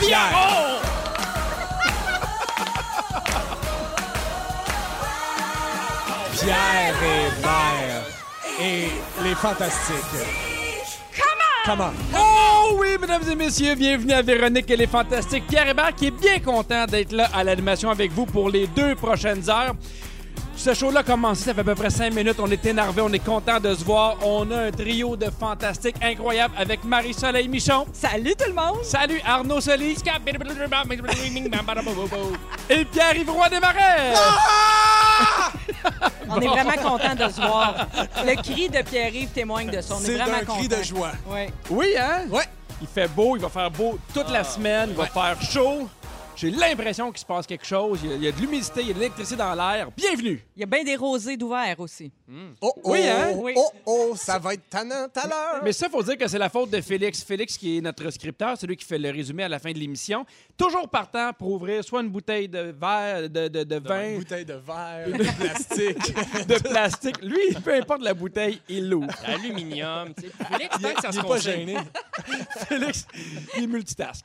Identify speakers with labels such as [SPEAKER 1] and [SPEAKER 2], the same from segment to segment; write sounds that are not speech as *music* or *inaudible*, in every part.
[SPEAKER 1] hier. Pierre et Mère et les Fantastiques. Comment? Oh oui, mesdames et messieurs, bienvenue à Véronique et les Fantastiques. Pierre Hébert qui est bien content d'être là à l'animation avec vous pour les deux prochaines heures. Ce show-là a commencé, ça fait à peu près cinq minutes. On est énervé, on est content de se voir. On a un trio de fantastiques incroyables avec Marie-Soleil Michon.
[SPEAKER 2] Salut tout le monde!
[SPEAKER 1] Salut Arnaud Solis. Et Pierre-Yves Roy Desmarais.
[SPEAKER 3] Ah!
[SPEAKER 2] Ah! On est vraiment content de se voir. Le cri de Pierre-Yves témoigne de ça. On est,
[SPEAKER 3] C'est
[SPEAKER 2] vraiment
[SPEAKER 3] un
[SPEAKER 2] content.
[SPEAKER 3] cri de joie.
[SPEAKER 2] Ouais.
[SPEAKER 1] Oui, hein?
[SPEAKER 3] Ouais.
[SPEAKER 1] Il fait beau, il va faire beau toute la semaine, il va faire chaud. J'ai l'impression qu'il se passe quelque chose. Il y a, il y a de l'humidité, il y a de l'électricité dans l'air. Bienvenue!
[SPEAKER 2] Il y a bien des rosées d'ouvert aussi.
[SPEAKER 3] Oh, oh,
[SPEAKER 1] Oui, hein?
[SPEAKER 2] Oui.
[SPEAKER 3] oh, oh, ça va être tannant tout à l'heure.
[SPEAKER 1] Mais ça, faut dire que c'est la faute de Félix. Félix, qui est notre scripteur, celui qui fait le résumé à la fin de l'émission. Toujours partant pour ouvrir soit une bouteille de verre, de, de- de
[SPEAKER 3] Une
[SPEAKER 1] vin,
[SPEAKER 3] bouteille de verre, de plastique.
[SPEAKER 1] de plastique. Lui, peu importe la bouteille, il l'ouvre.
[SPEAKER 4] Aluminium, tu sais. Vous voulez que
[SPEAKER 3] Il est-
[SPEAKER 4] tant que ça
[SPEAKER 3] il
[SPEAKER 4] se
[SPEAKER 3] est pas
[SPEAKER 4] conserve.
[SPEAKER 3] gêné.
[SPEAKER 1] Félix, il est multitask.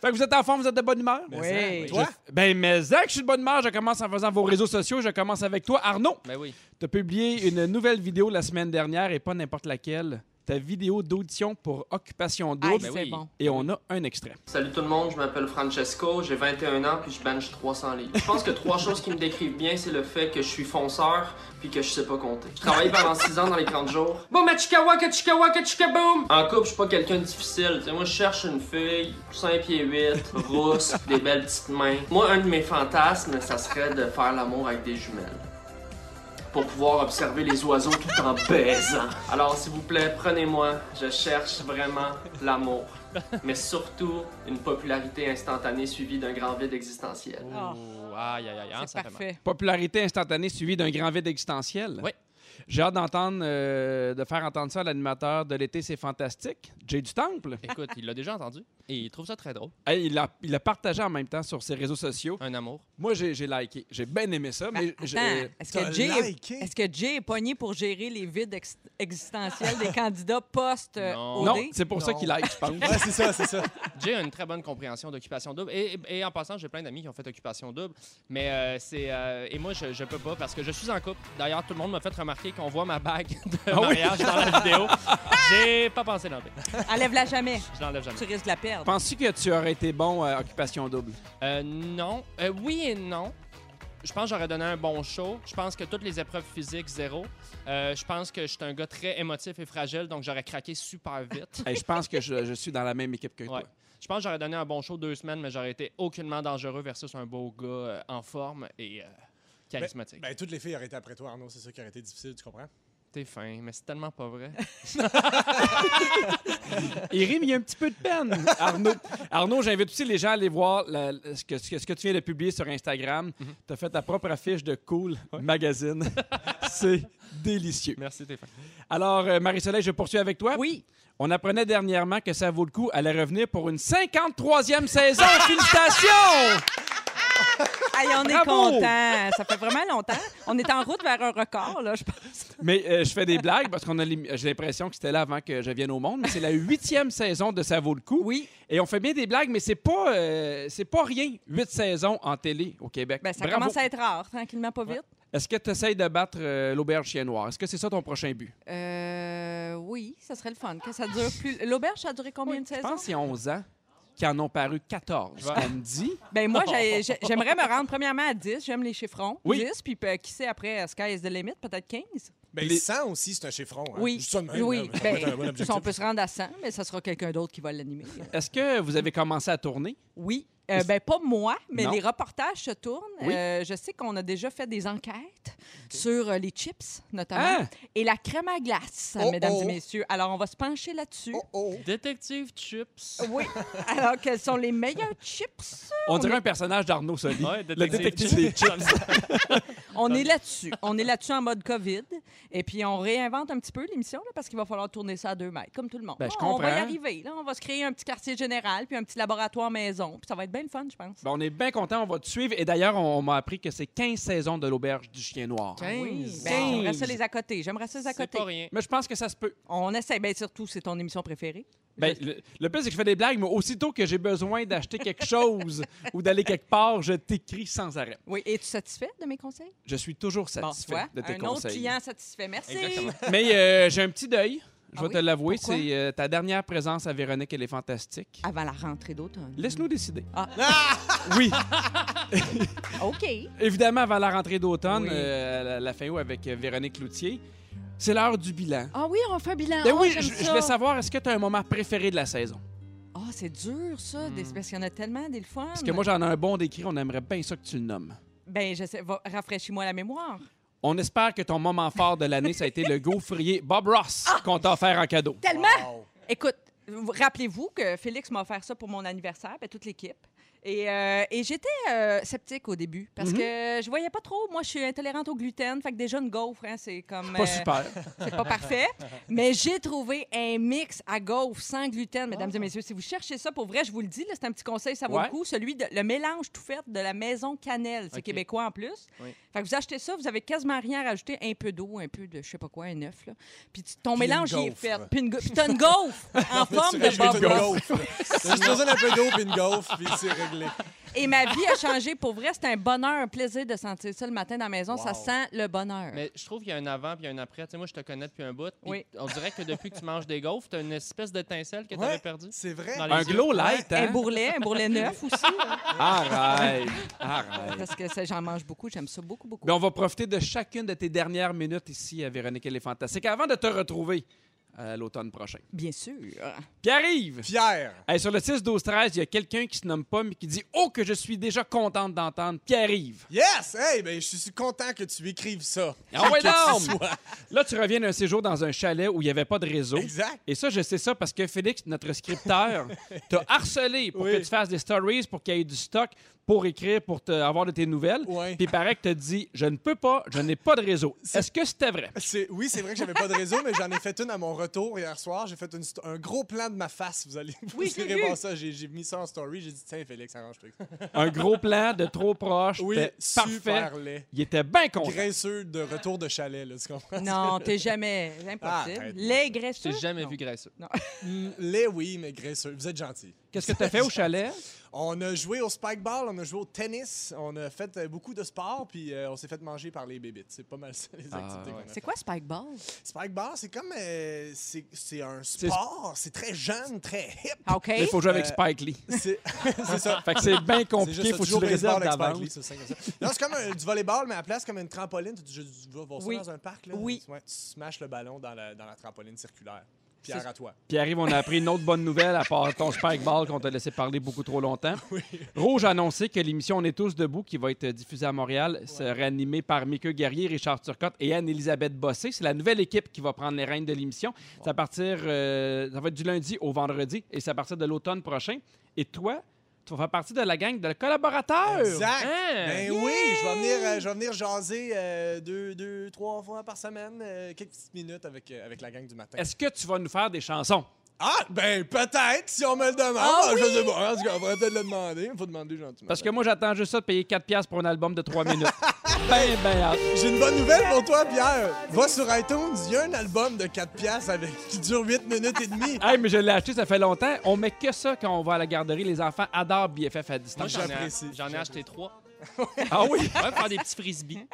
[SPEAKER 1] Fait que vous êtes en forme, vous êtes de bonne humeur?
[SPEAKER 2] Oui.
[SPEAKER 3] Toi?
[SPEAKER 1] Je- Ben, mais Zach, je suis de bonne humeur. Je commence en faisant vos réseaux sociaux. Je commence avec toi. Arnaud,
[SPEAKER 4] Ben oui.
[SPEAKER 1] tu as publié une nouvelle vidéo la semaine dernière et pas n'importe laquelle. Ta vidéo d'audition pour Occupation
[SPEAKER 2] Aïe,
[SPEAKER 1] Double.
[SPEAKER 2] c'est
[SPEAKER 4] ben oui.
[SPEAKER 2] bon.
[SPEAKER 1] Et on a un extrait.
[SPEAKER 5] Salut tout le monde, je m'appelle Francesco, j'ai 21 ans puis je bange 300 livres. Je pense que trois *laughs* choses qui me décrivent bien, c'est le fait que je suis fonceur puis que je sais pas compter. Je travaillais pendant 6 ans dans les 30 jours. Boum, achikawa, kachikawa, kachikaboum! En couple, je suis pas quelqu'un de difficile. Tu sais, moi, je cherche une fille, 5 pieds 8, rousse, *laughs* des belles petites mains. Moi, un de mes fantasmes, ça serait de faire l'amour avec des jumelles pour pouvoir observer les oiseaux tout en baisant. Alors, s'il vous plaît, prenez-moi. Je cherche vraiment l'amour. Mais surtout, une popularité instantanée suivie d'un grand vide existentiel.
[SPEAKER 2] Ah,
[SPEAKER 4] Oh, aïe, aïe, aïe, hein,
[SPEAKER 2] c'est
[SPEAKER 4] ça fait mal.
[SPEAKER 2] parfait.
[SPEAKER 1] Popularité instantanée suivie d'un grand vide existentiel.
[SPEAKER 4] Oui.
[SPEAKER 1] J'ai hâte d'entendre, euh, de faire entendre ça à l'animateur de l'été, c'est fantastique, Jay du Temple.
[SPEAKER 4] Écoute, il l'a déjà entendu et il trouve ça très drôle.
[SPEAKER 1] Hey, il l'a il l'a partagé en même temps sur ses réseaux sociaux.
[SPEAKER 4] Un amour.
[SPEAKER 1] Moi, j'ai j'ai liké. J'ai bien aimé ça, mais
[SPEAKER 2] Ben,
[SPEAKER 1] j'ai-
[SPEAKER 2] attends, est-ce
[SPEAKER 3] euh, T'as
[SPEAKER 2] que, Jay est,
[SPEAKER 3] liké?
[SPEAKER 2] est-ce que Jay est pogné pour gérer les vides ex- existentiels
[SPEAKER 3] *laughs*
[SPEAKER 2] des candidats euh,
[SPEAKER 4] Non.
[SPEAKER 1] non,
[SPEAKER 2] post-OD?
[SPEAKER 1] c'est pour ça
[SPEAKER 3] Non.
[SPEAKER 1] qu'il like, je pense.
[SPEAKER 3] Ouais, c'est ça, c'est ça.
[SPEAKER 4] J'ai une très bonne compréhension d'occupation double. Et, et- et en passant, j'ai plein d'amis qui ont fait occupation double. Mais euh, c'est. euh, et moi, je, je peux pas parce que je suis en couple. D'ailleurs, tout le monde m'a fait remarquer qu'on voit ma bague *laughs* de
[SPEAKER 3] Ah
[SPEAKER 4] mariage
[SPEAKER 3] *laughs*
[SPEAKER 4] dans la vidéo. J'ai pas pensé l'enlever.
[SPEAKER 2] Enlève-la jamais.
[SPEAKER 4] Je l'enlève jamais.
[SPEAKER 2] Tu risques de la perdre.
[SPEAKER 1] Penses-tu que tu aurais été bon à Occupation Double?
[SPEAKER 4] Euh, non. Euh, oui et non. Je pense que j'aurais donné un bon show. Je pense que toutes les épreuves physiques, zéro. Euh, je pense que je suis un gars très émotif et fragile, donc j'aurais craqué super vite.
[SPEAKER 1] Hey, je pense que je, je suis dans la même équipe que toi.
[SPEAKER 4] Ouais. Je pense que j'aurais donné un bon show deux semaines, mais j'aurais été aucunement dangereux versus un beau gars euh, en forme et euh, charismatique.
[SPEAKER 3] Ben, toutes les filles auraient été après toi, Arnaud. C'est ça qui aurait été difficile, tu comprends?
[SPEAKER 4] T'es fin, mais c'est tellement pas vrai.
[SPEAKER 1] Il rit, mais il y a un petit peu de peine, Arnaud. Arnaud, j'invite aussi les gens à aller voir la- ce, que, ce que- ce que tu viens de publier sur Instagram. Tu as fait ta propre affiche de Cool Magazine. *laughs* C'est délicieux.
[SPEAKER 4] Merci, t'es fin.
[SPEAKER 1] Alors, euh, Marie-Soleil, je poursuis avec toi.
[SPEAKER 2] Oui.
[SPEAKER 1] On apprenait dernièrement que ça vaut le coup. Elle allait revenir pour une 53e saison. Félicitations!
[SPEAKER 2] Hey, on est
[SPEAKER 1] Bravo!
[SPEAKER 2] content. Ça fait vraiment longtemps. On est en route vers un record, là, je pense.
[SPEAKER 1] Mais euh, je fais des blagues parce qu'on a l'im- j'ai l'impression que c'était là avant que je vienne au monde. Mais c'est la huitième saison de Ça vaut le coup.
[SPEAKER 2] Oui.
[SPEAKER 1] Et on fait bien des blagues, mais c'est pas euh, c'est pas rien. Huit saisons en télé au Québec.
[SPEAKER 2] Ben, ça
[SPEAKER 1] Bravo.
[SPEAKER 2] commence à être rare, tranquillement, pas vite.
[SPEAKER 1] Est-ce que tu essayes de battre euh, l'auberge chien noir? Est-ce que c'est ça ton prochain but?
[SPEAKER 2] Euh, oui, ça serait le fun. Que ça dure plus. L'auberge, ça a duré combien de
[SPEAKER 1] Je
[SPEAKER 2] saisons?
[SPEAKER 1] pense qu'il y a 11 ans qui en ont paru 14.
[SPEAKER 4] Ouais.
[SPEAKER 1] On me dit.
[SPEAKER 2] Ben moi, j'ai- j'ai- j'aimerais me rendre premièrement à 10. J'aime les chiffrons.
[SPEAKER 1] Oui.
[SPEAKER 2] 10, puis euh, qui sait après, euh, Sky is the limit, peut-être 15.
[SPEAKER 3] Ben,
[SPEAKER 1] Les-
[SPEAKER 3] 100 aussi, c'est un chiffron. Hein?
[SPEAKER 2] Oui.
[SPEAKER 3] Juste ça de même,
[SPEAKER 2] oui.
[SPEAKER 3] là, ça
[SPEAKER 2] Ben,
[SPEAKER 3] peut être un bon
[SPEAKER 2] si
[SPEAKER 3] objectif.
[SPEAKER 2] on peut se rendre à 100, mais ça sera quelqu'un d'autre qui va l'animer.
[SPEAKER 1] Est-ce que vous avez commencé à tourner?
[SPEAKER 2] Oui. Euh, ben pas moi, mais
[SPEAKER 1] Non.
[SPEAKER 2] les reportages se tournent.
[SPEAKER 1] Oui.
[SPEAKER 2] Euh, je sais qu'on a déjà fait des enquêtes sur euh, les chips, notamment,
[SPEAKER 1] Hein?
[SPEAKER 2] et la crème à glace,
[SPEAKER 3] Ah! Oh,
[SPEAKER 2] mesdames
[SPEAKER 3] oh.
[SPEAKER 2] et messieurs. Alors, on va se pencher là-dessus.
[SPEAKER 3] Oh, oh.
[SPEAKER 4] Détective Chips.
[SPEAKER 2] Oui. Alors, quels sont les meilleurs chips?
[SPEAKER 1] On dirait un personnage d'Arnaud Soli.
[SPEAKER 4] Ouais,
[SPEAKER 1] le détective des chips.
[SPEAKER 2] On est là-dessus. On est là-dessus en mode COVID. Et puis, on réinvente un petit peu l'émission là, parce qu'il va falloir tourner ça à deux mètres, comme tout le monde.
[SPEAKER 1] Ben, je
[SPEAKER 2] Ah, on va y
[SPEAKER 1] comprends.
[SPEAKER 2] arriver. Là. On va se créer un petit quartier général, puis un petit laboratoire maison. Puis ça va être bien le fun, je pense.
[SPEAKER 1] Ben, on est bien content, on va te suivre. Et d'ailleurs, on, on m'a appris que c'est 15 saisons de l'auberge du chien noir.
[SPEAKER 2] Ah oui.
[SPEAKER 4] 15.
[SPEAKER 2] Ben, j'aimerais ça les à côté. J'aimerais ça les à
[SPEAKER 4] C'est
[SPEAKER 2] côté.
[SPEAKER 4] pas rien.
[SPEAKER 1] Mais je pense que ça se peut.
[SPEAKER 2] On essaie. Bien, surtout, c'est Ben, ton émission préférée.
[SPEAKER 1] Ben, le, le pire, c'est que je fais des blagues, mais aussitôt que j'ai besoin d'acheter quelque
[SPEAKER 2] *laughs*
[SPEAKER 1] chose ou d'aller quelque part, je t'écris sans arrêt.
[SPEAKER 2] Oui, es-tu satisfait de mes conseils?
[SPEAKER 1] Je suis toujours
[SPEAKER 2] Bon,
[SPEAKER 1] satisfait
[SPEAKER 2] tu vois,
[SPEAKER 1] de tes
[SPEAKER 2] un autre
[SPEAKER 1] conseils.
[SPEAKER 2] client satisfait. Merci.
[SPEAKER 4] Exactement.
[SPEAKER 1] Mais euh, j'ai un petit deuil, je
[SPEAKER 2] Ah
[SPEAKER 1] vais
[SPEAKER 2] oui?
[SPEAKER 1] te l'avouer.
[SPEAKER 2] Pourquoi?
[SPEAKER 1] C'est euh, ta dernière présence à Véronique, elle est fantastique.
[SPEAKER 2] Avant la rentrée d'automne.
[SPEAKER 1] Laisse-nous décider.
[SPEAKER 2] Ah.
[SPEAKER 1] *laughs* Oui,
[SPEAKER 2] OK.
[SPEAKER 1] évidemment, avant la rentrée d'automne,
[SPEAKER 2] Oui.
[SPEAKER 1] euh, à la, la fin août avec euh, Véronique Loutier, c'est l'heure du bilan.
[SPEAKER 2] Ah oui, on fait un bilan.
[SPEAKER 1] Ben
[SPEAKER 2] Oh,
[SPEAKER 1] oui,
[SPEAKER 2] j'aime
[SPEAKER 1] je, je
[SPEAKER 2] ça.
[SPEAKER 1] vais savoir, est-ce que tu as un moment préféré de la saison?
[SPEAKER 2] Ah, c'est dur, ça. Des, parce qu'il y en a tellement, des le fun.
[SPEAKER 1] Hmm. Parce que moi, j'en ai un bon décrit, on aimerait bien ça que tu le nommes.
[SPEAKER 2] Ben, j'essaie. va- Rafraîchis-moi la mémoire.
[SPEAKER 1] On espère que ton moment fort de l'année, ça a été le gaufrier Bob Ross qu'on t'a offert en cadeau.
[SPEAKER 2] Tellement!
[SPEAKER 3] Wow.
[SPEAKER 2] Écoute, vous- rappelez-vous que Félix m'a offert ça pour mon anniversaire, ben, toute l'équipe. Et, euh, et j'étais euh, sceptique au début parce que je voyais pas trop. Moi, je suis intolérante au gluten. Fait que déjà, une gaufre, hein, c'est comme.
[SPEAKER 1] Pas
[SPEAKER 2] euh,
[SPEAKER 1] super.
[SPEAKER 2] C'est pas parfait. Mais j'ai trouvé un mix à gaufre sans gluten, mesdames
[SPEAKER 3] Ah.
[SPEAKER 2] et messieurs. Si vous cherchez ça, pour vrai, je vous le dis, là, c'est un petit conseil, ça vaut
[SPEAKER 1] Ouais.
[SPEAKER 2] le coup. Celui de le mélange tout fait de la maison Cannelle. C'est
[SPEAKER 4] Ok.
[SPEAKER 2] québécois en plus.
[SPEAKER 4] Oui.
[SPEAKER 2] Fait que vous achetez ça, vous avez quasiment rien à rajouter. Un peu d'eau, un peu de je sais pas quoi, un œuf. là. Puis tu- ton
[SPEAKER 3] Puis
[SPEAKER 2] mélange,
[SPEAKER 3] une
[SPEAKER 2] il est
[SPEAKER 3] gaufre.
[SPEAKER 2] fait. Puis une gau- puis t'as
[SPEAKER 3] *laughs*
[SPEAKER 2] une gaufre en forme de
[SPEAKER 3] Tu rajoutes une
[SPEAKER 2] Bob Ross.
[SPEAKER 3] *laughs* gaufre. T'as juste besoin d'un peu d'eau puis une gaufre, puis c'est réglé.
[SPEAKER 2] Et ma vie a changé. Pour vrai, c'est un bonheur, un plaisir de sentir ça le matin dans la maison. Ça
[SPEAKER 3] Wow.
[SPEAKER 2] sent le bonheur.
[SPEAKER 4] Mais je trouve qu'il y a un avant puis il y a un après. Tu sais, moi, je te connais depuis un bout. puis
[SPEAKER 2] Oui.
[SPEAKER 4] On dirait que depuis que tu manges des gaufres, t'as une espèce d'étincelle que
[SPEAKER 3] Ouais.
[SPEAKER 4] t'avais perdue.
[SPEAKER 3] C'est vrai.
[SPEAKER 4] Dans les
[SPEAKER 1] Un
[SPEAKER 4] yeux.
[SPEAKER 1] glow light,
[SPEAKER 2] Un
[SPEAKER 1] hein?
[SPEAKER 2] bourrelet, un bourrelet neuf aussi.
[SPEAKER 3] *laughs*
[SPEAKER 2] là.
[SPEAKER 1] Arrête. Arrête.
[SPEAKER 2] Parce que ça, j'en mange beaucoup, j'aime ça beaucoup, beaucoup.
[SPEAKER 1] Ben, on va profiter de chacune de tes dernières minutes ici à Véronique, elle est fantastique. Avant de te retrouver euh, l'automne prochain.
[SPEAKER 2] Bien
[SPEAKER 1] *laughs*
[SPEAKER 2] sûr.
[SPEAKER 1] Pierre-Yves!
[SPEAKER 3] Pierre.
[SPEAKER 1] Hey, sur le 6-12-13, il y a quelqu'un qui se nomme pas, mais qui dit « Oh, que je suis déjà contente d'entendre Pierre-Yves!
[SPEAKER 3] Yes! Hey, ben, je suis content que tu écrives ça. »
[SPEAKER 1] Ah ouais,
[SPEAKER 3] Que
[SPEAKER 1] donc!
[SPEAKER 3] tu sois-
[SPEAKER 1] Là, tu reviens d'un séjour dans un chalet où il n'y avait pas de réseau.
[SPEAKER 3] Exact.
[SPEAKER 1] Et ça, je sais ça parce que Félix,
[SPEAKER 3] *laughs*
[SPEAKER 1] notre scripteur, t'a harcelé pour
[SPEAKER 3] Oui.
[SPEAKER 1] que tu fasses des stories, pour qu'il y ait du stock, pour écrire, pour te, avoir de tes nouvelles.
[SPEAKER 3] Ouais.
[SPEAKER 1] Puis il paraît que t'as dit Je ne peux pas, je n'ai pas de réseau. Est-ce que c'était vrai?
[SPEAKER 3] C'est- Oui, c'est vrai que j'avais pas de réseau, mais j'en ai fait une à mon retour hier soir. J'ai fait une sto- un gros plan de ma face. Vous allez vous
[SPEAKER 2] Oui, je l'ai
[SPEAKER 3] irez voir
[SPEAKER 2] vu.
[SPEAKER 3] ça. J'ai j'ai mis ça en story. J'ai dit, tiens, Félix, arrange-toi. avec ça.
[SPEAKER 1] Un gros plan de trop proche.
[SPEAKER 3] Oui,
[SPEAKER 1] c'était parfait.
[SPEAKER 3] super laid.
[SPEAKER 1] Il était bien content.
[SPEAKER 3] Graisseux de retour de chalet, là, tu comprends?
[SPEAKER 2] Non, t'es jamais. c'est
[SPEAKER 3] Ah,
[SPEAKER 2] Impossible.
[SPEAKER 3] arrête.
[SPEAKER 2] Les graisseux.
[SPEAKER 4] J'ai jamais
[SPEAKER 2] non.
[SPEAKER 4] vu graisseux.
[SPEAKER 3] Mm, Laid, oui, mais graisseux. Vous êtes gentil.
[SPEAKER 1] Qu'est-ce que t'as fait au chalet?
[SPEAKER 3] On a joué au spike ball, on a joué au tennis, on a fait euh, beaucoup de sport, puis euh, on s'est fait manger par les bébites. C'est pas mal ça, les
[SPEAKER 1] Ah,
[SPEAKER 3] activités qu'on a
[SPEAKER 2] C'est quoi Spike Ball?
[SPEAKER 1] *laughs*
[SPEAKER 3] Spike Ball, c'est comme. euh, c'est c'est un sport, c'est très jeune, très hip.
[SPEAKER 1] *laughs*
[SPEAKER 2] Ah, OK.
[SPEAKER 1] Il faut jouer avec
[SPEAKER 3] Euh,
[SPEAKER 1] Spike Lee.
[SPEAKER 3] C'est c'est ça.
[SPEAKER 1] Fait que c'est bien
[SPEAKER 3] C'est juste
[SPEAKER 1] compliqué,
[SPEAKER 3] ça,
[SPEAKER 1] faut que tu
[SPEAKER 3] toujours
[SPEAKER 1] le réserves
[SPEAKER 3] baseball avec Spike
[SPEAKER 1] d'avance.
[SPEAKER 3] Lee, c'est simple comme ça. Non, c'est comme un- du volleyball, mais à la place, comme une trampoline. Tu, tu- tu vas voir ça
[SPEAKER 2] Oui.
[SPEAKER 3] dans un parc. Là.
[SPEAKER 2] Oui.
[SPEAKER 3] Ouais, tu smashes le ballon dans la, dans la trampoline circulaire. Pierre,
[SPEAKER 1] C'est-
[SPEAKER 3] à toi.
[SPEAKER 1] Puis arrive, on a appris une autre bonne nouvelle à part ton spike ball qu'on t'a laissé parler beaucoup
[SPEAKER 3] *laughs*
[SPEAKER 1] trop longtemps. Rouge a annoncé que l'émission On est tous debout, qui va être diffusée à Montréal, sera animée par Mickey Guerrier, Richard Turcotte et Anne-Élisabeth Bossé. C'est la nouvelle équipe qui va prendre les rênes de l'émission. C'est à partir, euh, ça va être du lundi au vendredi et c'est à partir de l'automne prochain. Et toi, tu vas faire partie de la gang de collaborateurs.
[SPEAKER 3] Exact.
[SPEAKER 4] Hein?
[SPEAKER 2] Euh,
[SPEAKER 3] Ben oui, je vais venir, euh, je vais venir jaser euh, deux, deux, trois fois par semaine, euh, quelques petites minutes avec, euh, avec la gang du matin.
[SPEAKER 1] Est-ce que tu vas nous faire des chansons?
[SPEAKER 3] Ah, ben peut-être, si on me le demande. Ben,
[SPEAKER 2] Ah
[SPEAKER 3] je sais pas. En tout cas, on pourrait peut-être le demander. Il faut demander gentiment.
[SPEAKER 1] Parce que moi, j'attends juste ça de payer 4$ piastres pour un album de
[SPEAKER 3] *laughs*
[SPEAKER 1] 3 minutes. ben, ben, hâte.
[SPEAKER 3] J'ai une bonne nouvelle pour toi, Pierre. Va sur iTunes, il y a un album de 4 piastres avec... qui dure 8 minutes et demie.
[SPEAKER 1] Hey, mais je l'ai acheté, ça fait longtemps. On met que ça quand on va à la garderie. Les enfants adorent BFF à
[SPEAKER 4] Moi,
[SPEAKER 1] distance.
[SPEAKER 4] j'en ai,
[SPEAKER 3] j'apprécie,
[SPEAKER 4] j'en ai
[SPEAKER 3] j'apprécie.
[SPEAKER 2] *laughs*
[SPEAKER 4] acheté trois.
[SPEAKER 1] Ah oui?
[SPEAKER 4] Ouais, faire des petits frisbees.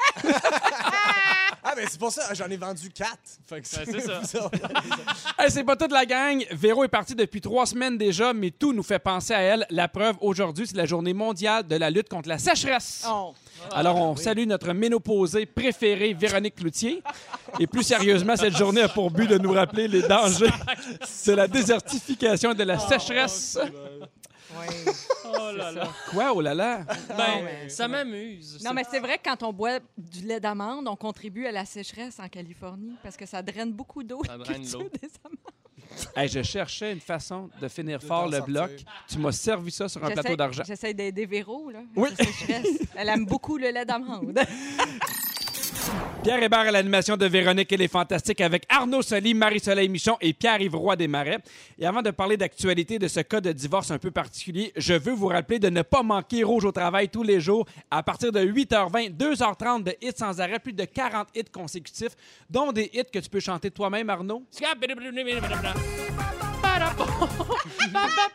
[SPEAKER 3] Ah, ben c'est pour ça, j'en ai vendu 4. Fait que
[SPEAKER 4] Ouais, Ben, c'est ça. *laughs*
[SPEAKER 1] Hey, c'est pas toute la gang. Véro est partie depuis trois semaines déjà, mais tout nous fait penser à elle. La preuve, aujourd'hui, c'est la journée mondiale de la lutte contre la sécheresse.
[SPEAKER 2] Oh.
[SPEAKER 1] Alors, on salue notre ménopausée préférée, Véronique Cloutier. Et plus sérieusement, cette journée a pour but de nous rappeler les dangers de la désertification et de la sécheresse. *laughs*
[SPEAKER 2] Ouais.
[SPEAKER 4] Oh là là.
[SPEAKER 1] Quoi? Oh là là!
[SPEAKER 2] Non,
[SPEAKER 4] Ben,
[SPEAKER 2] mais-
[SPEAKER 4] ça m'amuse.
[SPEAKER 2] Non, mais c'est vrai que quand on boit du lait d'amande, on contribue à la sécheresse en Californie parce que ça draine beaucoup d'eau.
[SPEAKER 4] Ça
[SPEAKER 2] la *laughs*
[SPEAKER 4] draine
[SPEAKER 2] culture
[SPEAKER 4] l'eau.
[SPEAKER 2] des amandes.
[SPEAKER 1] Hey, je cherchais une façon de finir
[SPEAKER 3] De
[SPEAKER 1] fort
[SPEAKER 3] t'en
[SPEAKER 1] le
[SPEAKER 3] sortir.
[SPEAKER 1] bloc. Tu m'as servi ça sur un
[SPEAKER 2] J'essaie-
[SPEAKER 1] plateau d'argent.
[SPEAKER 2] J'essaie d'aider Véro, là.
[SPEAKER 1] Oui.
[SPEAKER 2] la sécheresse. Elle aime beaucoup le lait
[SPEAKER 1] *laughs*
[SPEAKER 2] d'amande.
[SPEAKER 1] Pierre Hébert à l'animation de Véronique et les Fantastiques avec Arnaud Soli, Marie-Soleil Michon et Pierre-Yves Roy Desmarais. Et avant de parler d'actualité de ce cas de divorce un peu particulier, je veux vous rappeler de ne pas manquer Rouge au travail tous les jours à partir de 8h20, 2h30 de hits sans arrêt, plus de 40 hits consécutifs, dont des hits que tu peux chanter toi-même, Arnaud.
[SPEAKER 4] Scap- blablabla. parapo. *laughs* Papa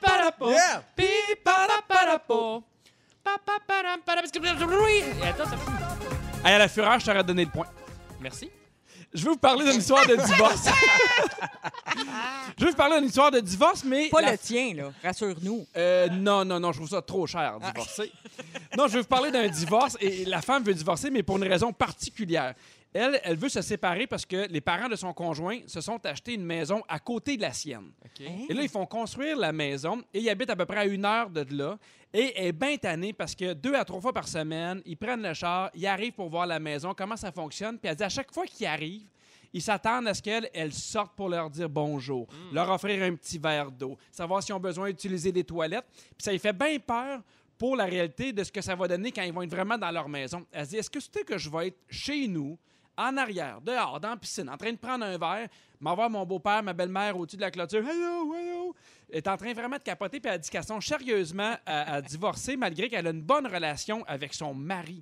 [SPEAKER 3] *laughs*
[SPEAKER 4] parapo.
[SPEAKER 3] Yeah!
[SPEAKER 4] Pi para parapo. Papa param para- parce que- Et attends, ça-
[SPEAKER 1] Hey, à la fureur, je t'aurais donné le point.
[SPEAKER 4] Merci.
[SPEAKER 1] Je vais vous parler d'une histoire de divorce. *laughs* je vais vous parler d'une histoire de divorce, mais.
[SPEAKER 2] Pas
[SPEAKER 1] la-
[SPEAKER 2] le tien, là. Rassure-nous.
[SPEAKER 1] Euh, non, non, non, je trouve ça trop cher,
[SPEAKER 2] Ah,
[SPEAKER 1] divorcer. non, je vais vous parler d'un divorce. Et la femme veut divorcer, mais pour une raison particulière. Elle, elle veut se séparer parce que les parents de son conjoint se sont achetés une maison à côté de la sienne. Et là, ils font construire la maison et ils habitent à peu près à une heure de là. Et elle est bien tannée parce que deux à trois fois par semaine, ils prennent le char, ils arrivent pour voir la maison, comment ça fonctionne. Puis elle dit à chaque fois qu'ils arrivent, ils s'attendent à ce qu'elle elle sorte pour leur dire bonjour, leur offrir un petit verre d'eau, savoir s'ils ont besoin d'utiliser des toilettes. Puis ça lui fait bien peur pour la réalité de ce que ça va donner quand ils vont être vraiment dans leur maison. Elle se dit, est-ce que c'était que je vais être chez nous, en arrière, dehors, dans la piscine, en train de prendre un verre, m'envoie mon beau-père, ma belle-mère au-dessus de la clôture, hello, hello, Elle est en train vraiment de capoter, puis elle dit qu'elle songe sérieusement à, à divorcer, malgré qu'elle a une bonne relation avec son mari.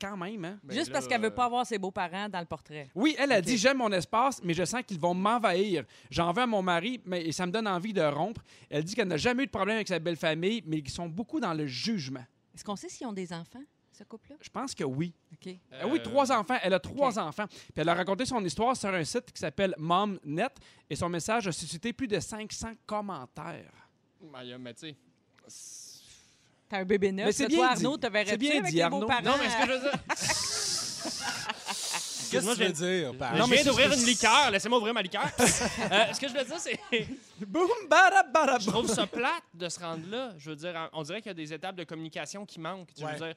[SPEAKER 1] Quand même, hein?
[SPEAKER 4] Ben
[SPEAKER 2] Juste
[SPEAKER 4] là,
[SPEAKER 2] parce qu'elle veut
[SPEAKER 4] euh,
[SPEAKER 2] pas avoir ses beaux-parents dans le portrait.
[SPEAKER 1] Oui, elle a dit j'aime mon espace, mais je sens qu'ils vont m'envahir. J'en veux à mon mari, mais et ça me donne envie de rompre. Elle dit qu'elle n'a jamais eu de problème avec sa belle famille, mais qu'ils sont beaucoup dans le jugement.
[SPEAKER 2] Est-ce qu'on sait s'ils ont des enfants, ce couple-là?
[SPEAKER 1] Je pense que oui.
[SPEAKER 2] OK.
[SPEAKER 1] Ah Oui,
[SPEAKER 4] Euh,
[SPEAKER 1] trois enfants. Elle a trois enfants. Puis elle a raconté son histoire sur un site qui s'appelle MomNet et son message a suscité plus de 500 commentaires.
[SPEAKER 4] Maya, mais tu sais.
[SPEAKER 2] T'as un bébé neuf,
[SPEAKER 1] Mais c'est
[SPEAKER 2] là,
[SPEAKER 1] bien
[SPEAKER 2] toi,
[SPEAKER 1] dit.
[SPEAKER 2] Arnaud, te
[SPEAKER 1] C'est
[SPEAKER 2] verrais-tu
[SPEAKER 1] bien
[SPEAKER 2] avec
[SPEAKER 1] dit,
[SPEAKER 2] tes
[SPEAKER 1] Arnaud.
[SPEAKER 2] beaux-parents?
[SPEAKER 4] Ah. Non, mais ce que je veux dire.
[SPEAKER 3] Qu'est-ce
[SPEAKER 4] Moi,
[SPEAKER 3] que tu veux dire par
[SPEAKER 4] Ah, Non,
[SPEAKER 1] mais
[SPEAKER 4] mais
[SPEAKER 1] c'est-
[SPEAKER 4] je viens d'ouvrir une liqueur. Laissez-moi ouvrir ma liqueur. *laughs* Euh, ce que je veux dire, c'est.
[SPEAKER 1] Boum, barab, barab.
[SPEAKER 4] Je trouve ça plate de se rendre là. Je veux dire, on dirait qu'il y a des étapes de communication qui manquent. Je veux
[SPEAKER 3] Ouais.
[SPEAKER 4] dire,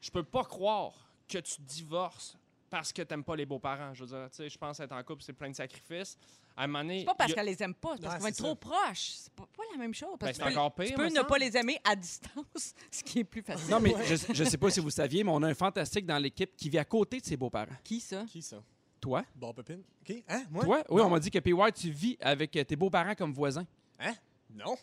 [SPEAKER 4] je peux pas croire que tu divorces parce que t'aimes pas les beaux-parents. Je veux dire, tu sais, je pense être en couple, c'est plein de sacrifices. À un moment donné.
[SPEAKER 2] C'est pas parce
[SPEAKER 4] il y a-
[SPEAKER 2] qu'elle les aime pas, c'est parce
[SPEAKER 3] Ouais,
[SPEAKER 2] qu'ils vont être
[SPEAKER 3] c'est
[SPEAKER 2] trop proches. C'est pas, pas la même chose.
[SPEAKER 4] Ben,
[SPEAKER 2] Parce
[SPEAKER 4] c'est
[SPEAKER 2] que tu peux-
[SPEAKER 4] encore pire.
[SPEAKER 2] tu peux
[SPEAKER 4] me
[SPEAKER 2] ne
[SPEAKER 4] semble.
[SPEAKER 2] pas les aimer à distance, *laughs* ce qui est plus facile.
[SPEAKER 1] Non, mais je, je sais pas si vous saviez, mais on a un fantastique dans l'équipe qui vit à côté de ses beaux-parents.
[SPEAKER 2] Qui, ça?
[SPEAKER 3] Qui ça?
[SPEAKER 1] Toi?
[SPEAKER 3] Bon Pépine? Qui? Hein? Moi?
[SPEAKER 1] Toi? Oui, on m'a dit que PY, tu vis avec euh, tes beaux-parents comme voisins.
[SPEAKER 3] Hein? Non.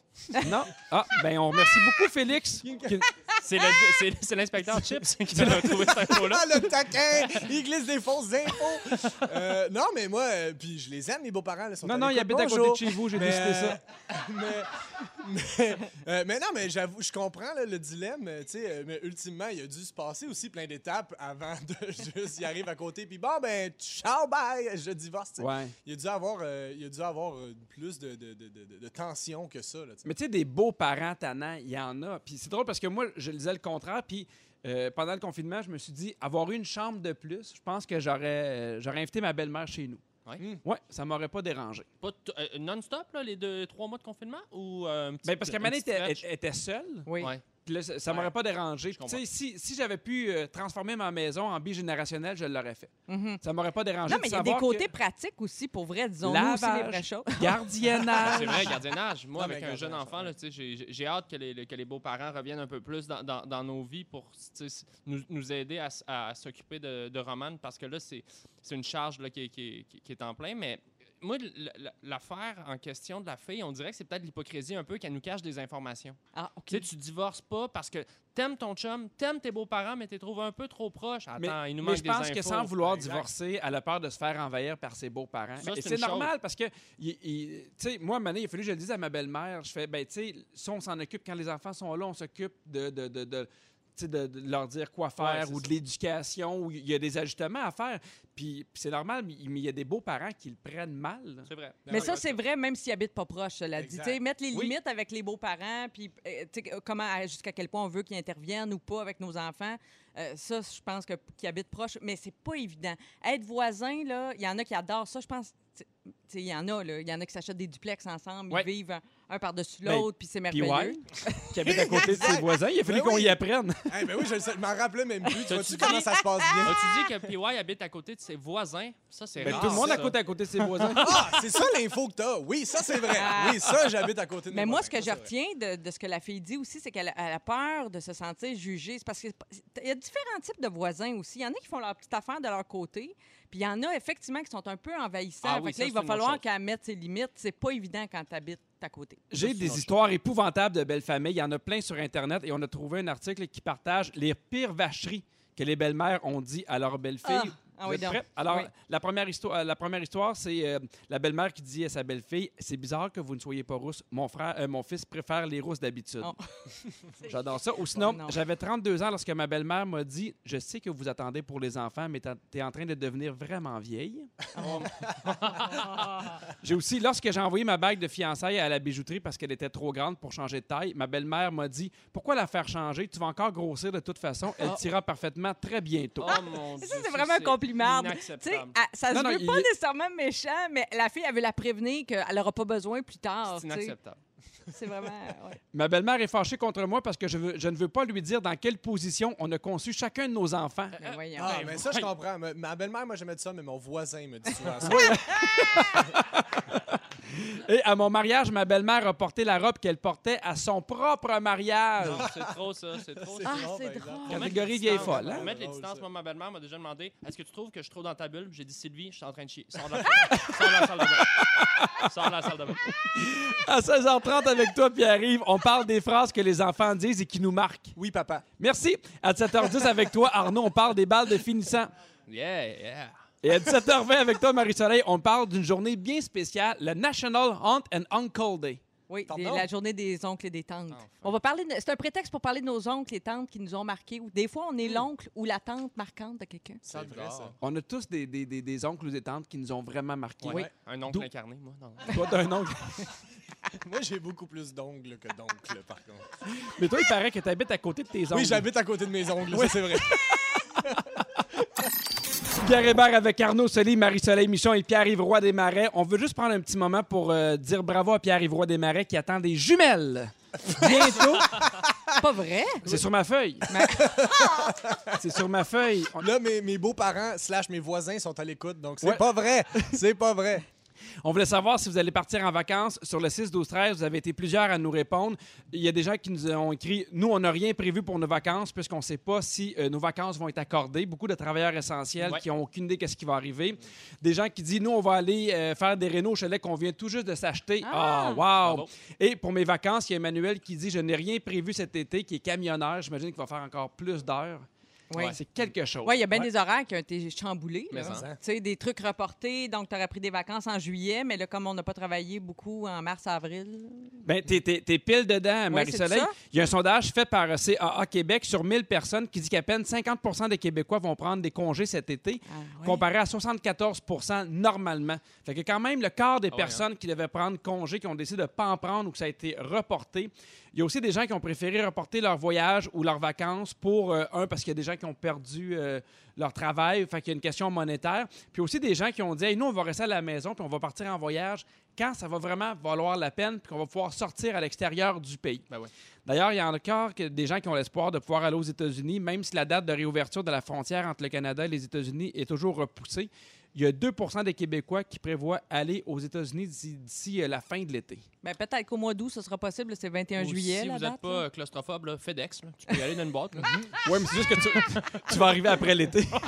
[SPEAKER 1] Non? Ah, ben on remercie beaucoup Félix. qui-
[SPEAKER 4] *laughs* C'est le- c'est-
[SPEAKER 2] *laughs*
[SPEAKER 4] c'est l'inspecteur Chips qui vient de trouver cette info-là.
[SPEAKER 3] Ah, le taquin! Il glisse des fausses infos! Euh, non, mais moi, euh, puis je les aime, les beaux-parents. là, sont
[SPEAKER 1] Non, non, il
[SPEAKER 3] l'écoute.
[SPEAKER 1] habite à côté de
[SPEAKER 3] Bonjour.
[SPEAKER 1] chez vous, j'ai
[SPEAKER 3] Mais,
[SPEAKER 1] décidé ça.
[SPEAKER 3] *laughs* euh, mais, mais, euh, mais non, mais j'avoue, je comprends là, le dilemme, euh, tu sais, euh, mais ultimement, il a dû se passer aussi plein d'étapes avant de *laughs* juste y arriver à côté, puis bon, ben, ciao, bye, je divorce. tu sais.
[SPEAKER 1] Ouais.
[SPEAKER 3] Il a dû avoir, euh, il a dû avoir euh, plus de, de, de, de- de tension que ça, là, tu sais.
[SPEAKER 1] Mais tu sais, des beaux parents tannants, il y en a. Puis c'est drôle parce que moi, je lisais le contraire, puis euh, pendant le confinement, je me suis dit, avoir une chambre de plus, je pense que j'aurais euh, j'aurais invité ma belle-mère chez nous.
[SPEAKER 4] Ouais.
[SPEAKER 3] Hmm.
[SPEAKER 1] Mm. Ouais, ça m'aurait pas dérangé.
[SPEAKER 4] Pas t- euh, Non-stop, là, les deux, trois mois de confinement ou euh, un petit.
[SPEAKER 1] Ben, parce qu'à
[SPEAKER 4] un
[SPEAKER 1] Mané
[SPEAKER 4] petit
[SPEAKER 1] était,
[SPEAKER 4] stretch?
[SPEAKER 1] elle- était seule,
[SPEAKER 2] Oui.
[SPEAKER 4] Ouais.
[SPEAKER 1] puis là, ça, ça
[SPEAKER 4] Ouais.
[SPEAKER 1] m'aurait pas dérangé.
[SPEAKER 4] Je
[SPEAKER 1] Tu sais, si, si j'avais pu euh, transformer ma maison en bigénérationnelle, je l'aurais fait.
[SPEAKER 2] Mhm.
[SPEAKER 1] Ça m'aurait pas dérangé.
[SPEAKER 2] Non,
[SPEAKER 1] de
[SPEAKER 2] mais il y a des
[SPEAKER 1] savoir
[SPEAKER 2] côtés
[SPEAKER 1] que
[SPEAKER 2] pratiques aussi, pour vrai, disons-nous aussi les
[SPEAKER 1] Lavage.
[SPEAKER 2] vraies choses.
[SPEAKER 4] Ben, C'est
[SPEAKER 1] gardiennage.
[SPEAKER 4] vrai, gardiennage. Moi,
[SPEAKER 3] Non,
[SPEAKER 4] avec
[SPEAKER 3] mais
[SPEAKER 4] un jeune
[SPEAKER 3] gardiennage,
[SPEAKER 4] enfant, là, tu sais, j'ai j'ai- j'ai hâte que les, le- que les beaux-parents reviennent un peu plus dans, dans- dans nos vies pour tu sais, s- nous, nous aider à, s- à s'occuper de, de Roman parce que là, c'est c'est une charge là, qui, est- qui est- qui- qui est en plein. Mais moi, l- l- l'affaire en question de la fille, on dirait que c'est peut-être l'hypocrisie un peu qu'elle nous cache des informations.
[SPEAKER 2] Ah, OK.
[SPEAKER 4] Tu sais, tu divorces pas parce que t'aimes ton chum, t'aimes tes beaux-parents, mais t'es trouvé un peu trop proche. Attends,
[SPEAKER 1] Mais,
[SPEAKER 4] *laughs* il nous
[SPEAKER 1] mais
[SPEAKER 4] manque
[SPEAKER 1] je
[SPEAKER 4] des
[SPEAKER 1] pense que
[SPEAKER 4] infos.
[SPEAKER 1] sans vouloir
[SPEAKER 4] Exact.
[SPEAKER 1] divorcer, elle a peur de se faire envahir par ses beaux-parents.
[SPEAKER 4] Ça,
[SPEAKER 1] Et
[SPEAKER 4] c'est
[SPEAKER 1] c'est
[SPEAKER 4] une chose.
[SPEAKER 1] normal parce que, il- il- tu sais, moi, Mané, il a fallu que je le dise à ma belle-mère. Je fais, ben, tu sais, ça, on s'en occupe quand les enfants sont là, on s'occupe de. de, de, de tu sais, de, de leur dire quoi faire
[SPEAKER 4] c'est
[SPEAKER 1] ou de l'éducation, ou il y a des ajustements à faire. Puis, puis c'est normal, mais il mais il y a des beaux-parents qui le prennent mal.
[SPEAKER 4] C'est vrai.
[SPEAKER 2] Mais ça, c'est vrai, même s'ils habitent pas proche, cela dit.
[SPEAKER 3] Exact.
[SPEAKER 2] Tu sais, mettre les
[SPEAKER 4] Oui.
[SPEAKER 2] limites avec les beaux-parents, puis euh, tu sais, comment, à- jusqu'à quel point on veut qu'ils interviennent ou pas avec nos enfants, euh, ça, je pense que qu'ils habitent proche, mais c'est pas évident. Être voisin, là, il y en a qui adorent ça, je pense. tu sais, tu sais, Il y en a, là. Il y en a qui s'achètent des duplex ensemble,
[SPEAKER 1] Ouais.
[SPEAKER 2] ils vivent un, un par-dessus
[SPEAKER 1] Ben,
[SPEAKER 2] l'autre, puis c'est
[SPEAKER 1] Puis
[SPEAKER 2] merveilleux.
[SPEAKER 1] ouais, *laughs* qui habite à côté de ses voisins, il a fallu
[SPEAKER 3] Ben
[SPEAKER 1] qu'on
[SPEAKER 3] oui.
[SPEAKER 1] y apprenne.
[SPEAKER 3] Eh ben oui, je, le sais, je m'en rappelais même
[SPEAKER 2] *laughs*
[SPEAKER 3] plus. Tu vois-tu
[SPEAKER 4] dit-
[SPEAKER 3] comment ça se passe bien?
[SPEAKER 4] As-tu dit que PY habite à côté de ses voisins? Ça, c'est
[SPEAKER 1] Ben,
[SPEAKER 4] rare,
[SPEAKER 1] tout le monde à
[SPEAKER 4] ça.
[SPEAKER 1] côté à côté de ses voisins.
[SPEAKER 3] Ah, c'est ça l'info que t'as. Oui, ça, c'est vrai. Oui, ça, j'habite à côté de
[SPEAKER 2] Ah. Mais
[SPEAKER 3] mes
[SPEAKER 2] moi,
[SPEAKER 3] parents.
[SPEAKER 2] ce que
[SPEAKER 3] Ça,
[SPEAKER 2] je
[SPEAKER 3] c'est vrai.
[SPEAKER 2] retiens de, de ce que la fille dit aussi, c'est qu'elle a- elle a peur de se sentir jugée. C'est parce qu'il y a différents types de voisins aussi. Il y en a qui font leur petite affaire de leur côté, puis il y en a effectivement qui sont un peu envahissants.
[SPEAKER 4] Ah
[SPEAKER 2] Fait
[SPEAKER 4] oui,
[SPEAKER 2] que
[SPEAKER 4] ça,
[SPEAKER 2] là,
[SPEAKER 4] c'est
[SPEAKER 2] il va
[SPEAKER 4] une bonne
[SPEAKER 2] falloir
[SPEAKER 4] chose.
[SPEAKER 2] qu'elle mette ses limites. C'est pas évident quand tu habites à côté.
[SPEAKER 1] *laughs* J'ai
[SPEAKER 4] une
[SPEAKER 1] des
[SPEAKER 4] autre
[SPEAKER 1] histoires épouvantables de belles familles. Il y en a plein sur Internet et on a trouvé un article qui partage les pires vacheries que les belles-mères ont dit à leurs belles-filles
[SPEAKER 2] Ah
[SPEAKER 1] Vous
[SPEAKER 2] oui,
[SPEAKER 1] êtes
[SPEAKER 2] donc.
[SPEAKER 1] prêts? Alors,
[SPEAKER 2] Oui.
[SPEAKER 1] la première histoire, la première histoire, c'est euh, la belle-mère qui dit à sa belle-fille C'est bizarre que vous ne soyez pas rousse. Mon frère, euh, mon fils préfère les rousses d'habitude.
[SPEAKER 2] Oh.
[SPEAKER 1] *laughs* J'adore ça. Ou sinon,
[SPEAKER 2] non.
[SPEAKER 1] j'avais 32 ans lorsque ma belle-mère m'a dit Je sais que vous attendez pour les enfants, mais t'en- t'es en train de devenir vraiment vieille. *laughs*
[SPEAKER 2] Ah
[SPEAKER 1] J'ai aussi, lorsque j'ai envoyé ma bague de fiançailles à la bijouterie parce qu'elle était trop grande pour changer de taille, ma belle-mère m'a dit Pourquoi la faire changer Tu vas encore grossir de toute façon. Elle
[SPEAKER 2] Ah.
[SPEAKER 1] tira parfaitement très bientôt.
[SPEAKER 4] Oh mon dieu.
[SPEAKER 2] Ça, c'est vraiment un compliment. Tu sais,
[SPEAKER 4] inacceptable.
[SPEAKER 2] elle- ça
[SPEAKER 1] Non,
[SPEAKER 2] se
[SPEAKER 1] non,
[SPEAKER 2] veut
[SPEAKER 1] il-
[SPEAKER 2] pas nécessairement méchant, mais la fille, elle veut la prévenir qu'elle n'aura pas besoin plus tard.
[SPEAKER 4] C'est
[SPEAKER 2] ah, tu sais.
[SPEAKER 4] inacceptable.
[SPEAKER 2] C'est vraiment. ouais.
[SPEAKER 1] Ma belle-mère est fâchée contre moi parce que je, veux- je ne veux pas lui dire dans quelle position on a conçu chacun de nos enfants.
[SPEAKER 2] Ben voyons.
[SPEAKER 3] Ah,
[SPEAKER 4] Ben,
[SPEAKER 3] mais ça, je
[SPEAKER 4] ouais.
[SPEAKER 3] comprends. Ma- Ma belle-mère, moi, jamais dit ça, mais mon voisin me dit
[SPEAKER 2] *laughs*
[SPEAKER 3] souvent ça.
[SPEAKER 1] Et à mon mariage, ma belle-mère a porté la robe qu'elle portait à son propre mariage.
[SPEAKER 4] Non, c'est trop ça, c'est trop ça.
[SPEAKER 2] Ah,
[SPEAKER 3] drôle,
[SPEAKER 2] c'est
[SPEAKER 3] par exemple.
[SPEAKER 2] drôle.
[SPEAKER 4] Pour mettre
[SPEAKER 1] Catégorie
[SPEAKER 4] les
[SPEAKER 1] vieille
[SPEAKER 4] distances,
[SPEAKER 1] folle, hein?
[SPEAKER 4] Pour mettre les
[SPEAKER 3] Drôle,
[SPEAKER 4] distances,
[SPEAKER 3] ça.
[SPEAKER 4] moi, ma belle-mère m'a déjà demandé Est-ce que tu trouves que je suis trop dans ta bulle J'ai dit Sylvie, je suis en train de chier. Sors de la, Sors de la salle de bain. Sors de la salle de bain.
[SPEAKER 1] À 16h30 avec toi, Pierre-Yves, on parle des phrases que les enfants disent et qui nous marquent.
[SPEAKER 3] Oui, papa.
[SPEAKER 1] Merci. À 17h10 avec toi, Arnaud, on parle des balles de finissant.
[SPEAKER 4] Yeah, yeah.
[SPEAKER 1] Et à 17h20 avec toi, Marie-Soleil, on parle d'une journée bien spéciale, le National Aunt and Uncle Day.
[SPEAKER 2] Oui,
[SPEAKER 3] Pardon?
[SPEAKER 2] des- la journée des oncles et des tantes.
[SPEAKER 4] Enfin.
[SPEAKER 2] On va parler. de- C'est un prétexte pour parler de nos oncles et tantes qui nous ont marqués. Ou des fois, on est l'oncle ou la tante marquante de quelqu'un.
[SPEAKER 3] C'est vrai, ça.
[SPEAKER 1] On a tous des, des- des- des oncles ou des tantes qui nous ont vraiment marqués.
[SPEAKER 4] Ouais.
[SPEAKER 1] Oui.
[SPEAKER 4] Un oncle
[SPEAKER 1] D'où-
[SPEAKER 4] incarné, moi. Non.
[SPEAKER 1] Toi, t'as un oncle.
[SPEAKER 3] Moi, j'ai beaucoup plus d'ongles que d'oncles, par
[SPEAKER 1] *laughs*
[SPEAKER 3] contre.
[SPEAKER 1] Mais toi, il paraît que t'habites à côté de tes oncles.
[SPEAKER 3] Oui, j'habite à côté de mes ongles, ça, c'est vrai.
[SPEAKER 1] Pierre Hébert avec Arnaud Soli, Marie-Soleil Michon et Pierre-Yves Roy Desmarais. On veut juste prendre un petit moment pour euh, dire bravo à Pierre-Yves Roy Desmarais qui attend des jumelles. Bientôt.
[SPEAKER 2] Pas vrai?
[SPEAKER 1] C'est sur ma feuille. C'est sur ma feuille. On-
[SPEAKER 3] Là, mes, mes beaux-parents slash mes voisins sont à l'écoute, donc c'est
[SPEAKER 1] Ouais.
[SPEAKER 3] pas
[SPEAKER 1] *laughs*
[SPEAKER 3] vrai. C'est pas vrai.
[SPEAKER 1] On voulait savoir si vous allez partir en vacances. Sur le 6, 12, 13, vous avez été plusieurs à nous répondre. Il y a des gens qui nous ont écrit Nous, on n'a rien prévu pour nos vacances puisqu'on ne sait pas si euh, nos vacances vont être accordées. Beaucoup de travailleurs essentiels
[SPEAKER 4] Ouais.
[SPEAKER 1] qui n'ont aucune idée qu'est-ce qui va arriver. Des gens qui disent Nous, on va aller euh, faire des rénaux au chalet qu'on vient tout juste de s'acheter. Ah,
[SPEAKER 2] Ah!
[SPEAKER 1] wow
[SPEAKER 4] Bravo.
[SPEAKER 1] Et pour mes vacances, il y a Emmanuel qui dit Je n'ai rien prévu cet été, qui est camionneur. J'imagine qu'il va faire encore plus d'heures.
[SPEAKER 2] Oui.
[SPEAKER 1] C'est quelque chose.
[SPEAKER 2] Oui, il y a bien des horaires qui ont été chamboulés.
[SPEAKER 4] Mais
[SPEAKER 2] là.
[SPEAKER 4] ça.
[SPEAKER 2] Tu sais, des trucs reportés. Donc, tu aurais pris des vacances en juillet, mais là, comme on n'a pas travaillé beaucoup en mars-avril.
[SPEAKER 1] Ben, t'es, t'es- t'es pile dedans, Marie-Soleil.
[SPEAKER 2] c'est ça.
[SPEAKER 1] Il y a un sondage fait par euh, CAA Québec sur 1000 personnes qui dit qu'à peine 50 des Québécois vont prendre des congés cet été,
[SPEAKER 2] Ah, ouais.
[SPEAKER 1] comparé à 74 normalement. Fait que quand même, le quart des
[SPEAKER 4] Ah ouais,
[SPEAKER 1] personnes qui devaient prendre congé, qui ont décidé de ne pas en prendre ou que ça a été reporté. Il y a aussi des gens qui ont préféré reporter leur voyage ou leurs vacances pour, euh, un, parce qu'il y a des gens qui ont perdu euh, leur travail, fait qu'il y a une question monétaire. Puis aussi des gens qui ont dit, Hey, nous, on va rester à la maison, puis on va partir en voyage quand ça va vraiment valoir la peine, puis qu'on va pouvoir sortir à l'extérieur du pays.
[SPEAKER 4] Ben oui.
[SPEAKER 1] D'ailleurs, il y en a encore que- des gens qui ont l'espoir de pouvoir aller aux États-Unis, même si la date de réouverture de la frontière entre le Canada et les États-Unis est toujours repoussée. Il y a 2 des Québécois qui prévoient aller aux États-Unis d'ici- d'ici euh, la fin de l'été.
[SPEAKER 2] Ben, peut-être qu'au mois d'août, ce sera possible. C'est 21
[SPEAKER 4] Ou
[SPEAKER 2] juillet.
[SPEAKER 4] Si
[SPEAKER 2] la
[SPEAKER 4] vous
[SPEAKER 2] date,
[SPEAKER 4] n'êtes pas euh, claustrophobe, là, FedEx, là, tu peux y aller dans une boîte. là.
[SPEAKER 1] Oui, mais c'est juste que tu, *laughs* tu vas arriver après l'été.
[SPEAKER 4] Pas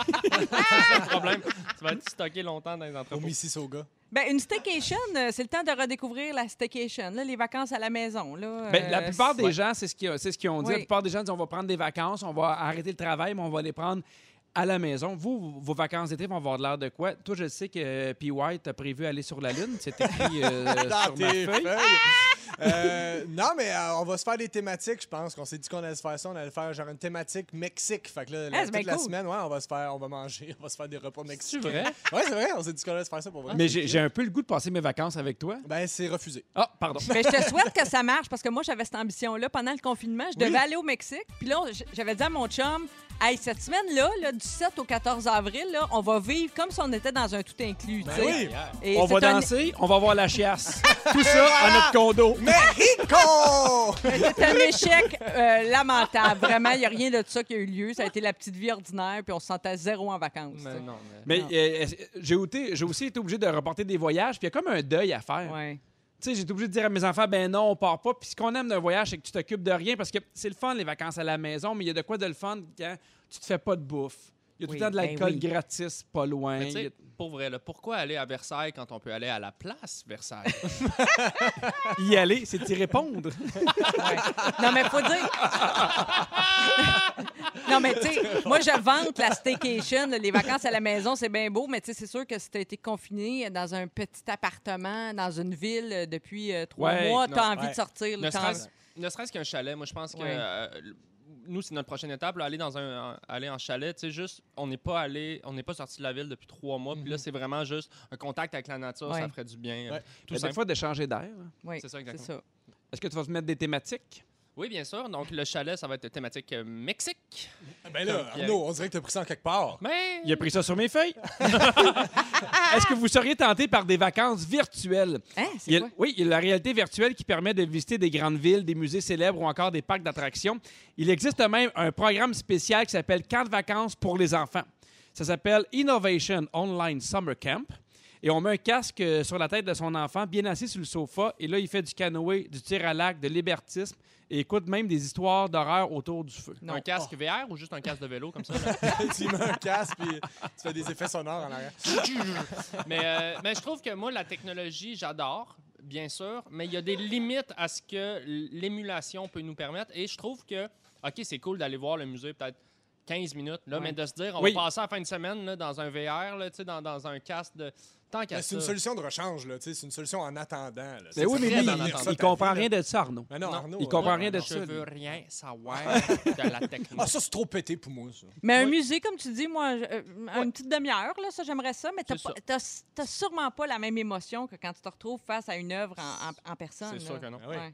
[SPEAKER 4] de problème. Tu vas être stocké longtemps dans les
[SPEAKER 3] Au
[SPEAKER 1] Ah,
[SPEAKER 4] entrepôts.
[SPEAKER 3] Mississauga.
[SPEAKER 2] Ben, une staycation, euh, c'est le temps de redécouvrir la staycation, là, les vacances à la maison. Là,
[SPEAKER 1] *laughs* Ben, la
[SPEAKER 2] euh,
[SPEAKER 1] plupart des
[SPEAKER 4] ouais.
[SPEAKER 1] gens, c'est ce qu'ils c'est ce qu'ils ont dit.
[SPEAKER 2] Oui.
[SPEAKER 1] La plupart des gens disent on va prendre des vacances, on va arrêter le travail, mais on va les prendre à la maison. Vous, vos vacances d'été vont avoir de l'air de quoi? Toi, je sais que euh, P. White a prévu aller sur la Lune. C'est écrit *laughs* euh, sur
[SPEAKER 3] Dans
[SPEAKER 1] ma
[SPEAKER 3] tes
[SPEAKER 1] feuille.
[SPEAKER 3] feuilles. Euh, non, mais euh, on va se faire des thématiques, je pense. qu'on s'est dit qu'on allait se faire ça. On allait faire genre une thématique Mexique. Fait que là, la,
[SPEAKER 2] Ah, c'est
[SPEAKER 3] toute
[SPEAKER 2] bien
[SPEAKER 3] la
[SPEAKER 2] cool.
[SPEAKER 3] semaine, ouais, on va se faire, on va manger, *laughs* on va se faire des repas mexicains.
[SPEAKER 4] vrai?
[SPEAKER 3] Ouais, c'est vrai. On s'est dit qu'on allait se faire ça pour vrai.
[SPEAKER 1] Mais j'ai j'ai un peu le goût de passer mes vacances avec toi.
[SPEAKER 3] Ben, c'est refusé.
[SPEAKER 1] Ah, pardon.
[SPEAKER 2] Ben, je te souhaite que ça marche parce que moi, j'avais cette ambition-là pendant le confinement. Je devais
[SPEAKER 3] Oui.
[SPEAKER 2] aller au Mexique. Puis là, j- j'avais dit à mon chum, hey, cette semaine-là, là, du 7 au 14 avril, là, on va vivre comme si on était dans un tout inclus. tu sais.
[SPEAKER 3] oui.
[SPEAKER 4] Yeah.
[SPEAKER 2] Et
[SPEAKER 1] on va
[SPEAKER 2] c'est un-
[SPEAKER 1] danser, on va voir la
[SPEAKER 2] *laughs*
[SPEAKER 1] chiasse. Tout ça à notre condo.
[SPEAKER 3] Mexico!
[SPEAKER 2] C'est un échec euh, lamentable. Vraiment, il n'y a rien de ça qui a eu lieu. Ça a été la petite vie ordinaire, puis on se sentait zéro en vacances. tu
[SPEAKER 5] Ben
[SPEAKER 4] Mais
[SPEAKER 2] sais.
[SPEAKER 4] non, mais-
[SPEAKER 1] Mais
[SPEAKER 2] Non.
[SPEAKER 1] euh, est-ce- j'ai été- j'ai aussi été obligé de reporter des voyages, puis il y a comme un deuil à faire.
[SPEAKER 2] Ouais.
[SPEAKER 1] Tu sais, j'ai été obligé de dire à mes enfants, ben non, on part pas. Puis ce qu'on aime d'un voyage, c'est que tu t'occupes de rien parce que c'est le fun, les vacances à la maison, mais il y a de quoi de le fun quand tu te fais pas de bouffe. Il y a tout
[SPEAKER 2] Oui,
[SPEAKER 1] le temps de
[SPEAKER 2] ben
[SPEAKER 1] l'alcool
[SPEAKER 2] oui.
[SPEAKER 1] gratis, pas loin.
[SPEAKER 2] Ben,
[SPEAKER 4] Mais tu
[SPEAKER 1] Il y a-
[SPEAKER 4] sais, pour vrai, là, pourquoi aller à Versailles quand on peut aller à la place
[SPEAKER 2] *laughs*
[SPEAKER 4] Versailles?
[SPEAKER 1] Y aller, c'est y *laughs* répondre.
[SPEAKER 2] Ouais. *laughs* Non, mais faut dire. *laughs* non, mais tu sais, moi, je vante la staycation, là, les vacances à la maison, c'est bien beau, mais tu sais, c'est sûr que si t'as été confiné dans un petit appartement, dans une ville euh, depuis euh, trois
[SPEAKER 1] Ouais,
[SPEAKER 2] mois,
[SPEAKER 1] non,
[SPEAKER 2] t'as envie
[SPEAKER 3] ouais.
[SPEAKER 2] de sortir. là,
[SPEAKER 4] ne
[SPEAKER 2] t'as
[SPEAKER 4] serait-ce ne serait-ce qu'un chalet, moi je pense que
[SPEAKER 2] Ouais.
[SPEAKER 4] euh, le- nous c'est notre prochaine étape, là, aller dans un en- aller en chalet, tu sais juste on n'est pas allé, on n'est pas sorti de la ville depuis trois mois, puis là c'est vraiment juste un contact avec la nature, ça
[SPEAKER 2] Mhm. Ouais.
[SPEAKER 4] ferait du bien,
[SPEAKER 3] Ouais.
[SPEAKER 4] euh, tout
[SPEAKER 1] Mais des
[SPEAKER 4] simple.
[SPEAKER 1] fois, de changer d'air. hein.
[SPEAKER 2] Oui,
[SPEAKER 4] C'est ça,
[SPEAKER 2] c'est
[SPEAKER 4] exactement.
[SPEAKER 2] ça.
[SPEAKER 1] Est-ce que tu vas te mettre des thématiques?
[SPEAKER 4] Oui bien sûr, donc le chalet ça va être thématique euh, Mexique,
[SPEAKER 3] Ben là,
[SPEAKER 4] Pierre.
[SPEAKER 3] Arnaud, on dirait que t'as pris ça en quelque part. *laughs*
[SPEAKER 4] mais
[SPEAKER 1] Il a pris ça sur mes feuilles. *laughs* Est-ce que vous seriez tenté par des vacances virtuelles?
[SPEAKER 2] Hein,
[SPEAKER 1] Il y
[SPEAKER 2] c'est
[SPEAKER 1] a-
[SPEAKER 2] quoi?
[SPEAKER 1] oui, il y a la réalité virtuelle qui permet de visiter des grandes villes, des musées célèbres ou encore des parcs d'attractions. Il existe même un programme spécial qui s'appelle Camp de vacances pour les enfants. Ça s'appelle Innovation Online Summer Camp. Et on met un casque euh, sur la tête de son enfant, bien assis sur le sofa. Et là, il fait du canoë, du tir à l'arc, de l'hébertisme et écoute même des histoires d'horreur autour du feu.
[SPEAKER 2] Non. Oh.
[SPEAKER 4] un casque VR ou juste un casque de vélo comme ça. là?
[SPEAKER 3] tu mets un casque puis tu fais des effets sonores en arrière.
[SPEAKER 4] mais, euh, mais je trouve que moi, la technologie, j'adore, bien sûr, mais il y a des limites à ce que l'émulation peut nous permettre. Et je trouve que, OK, c'est cool d'aller voir le musée peut-être 15 minutes, là,
[SPEAKER 2] Ouais.
[SPEAKER 4] mais de se dire, on
[SPEAKER 1] Oui.
[SPEAKER 4] va passer la fin de semaine là, dans un VR, là, tu sais, dans, dans un casque de. Tant
[SPEAKER 3] Mais
[SPEAKER 4] qu'à
[SPEAKER 3] Ben, C'est
[SPEAKER 4] ça.
[SPEAKER 3] une solution de rechange, là. tu sais, C'est une solution en attendant. là.
[SPEAKER 1] Mais
[SPEAKER 3] C'est
[SPEAKER 1] Ben oui, mais
[SPEAKER 4] très
[SPEAKER 1] lui,
[SPEAKER 4] bien
[SPEAKER 1] il,
[SPEAKER 4] entendu.
[SPEAKER 1] il comprend rien de ça, Arnaud.
[SPEAKER 3] Mais non,
[SPEAKER 4] Non,
[SPEAKER 3] Arnaud.
[SPEAKER 1] il
[SPEAKER 3] euh,
[SPEAKER 1] comprend
[SPEAKER 4] Moi,
[SPEAKER 1] rien de
[SPEAKER 4] je
[SPEAKER 1] ça,
[SPEAKER 4] veux
[SPEAKER 1] lui.
[SPEAKER 4] rien savoir de la
[SPEAKER 3] Ah,
[SPEAKER 4] technologie.
[SPEAKER 3] ça, c'est trop pété pour moi, ça.
[SPEAKER 2] Mais un
[SPEAKER 4] Oui.
[SPEAKER 2] musée, comme tu dis, moi, je- euh, une petite demi-heure, là, ça, j'aimerais ça, mais t'as
[SPEAKER 4] C'est
[SPEAKER 2] pas- t'as t'as sûrement pas la même émotion que quand tu te retrouves face à une œuvre en, en- en personne.
[SPEAKER 4] C'est sûr
[SPEAKER 2] là.
[SPEAKER 4] que Ben non.
[SPEAKER 3] Ah oui.
[SPEAKER 2] Ouais.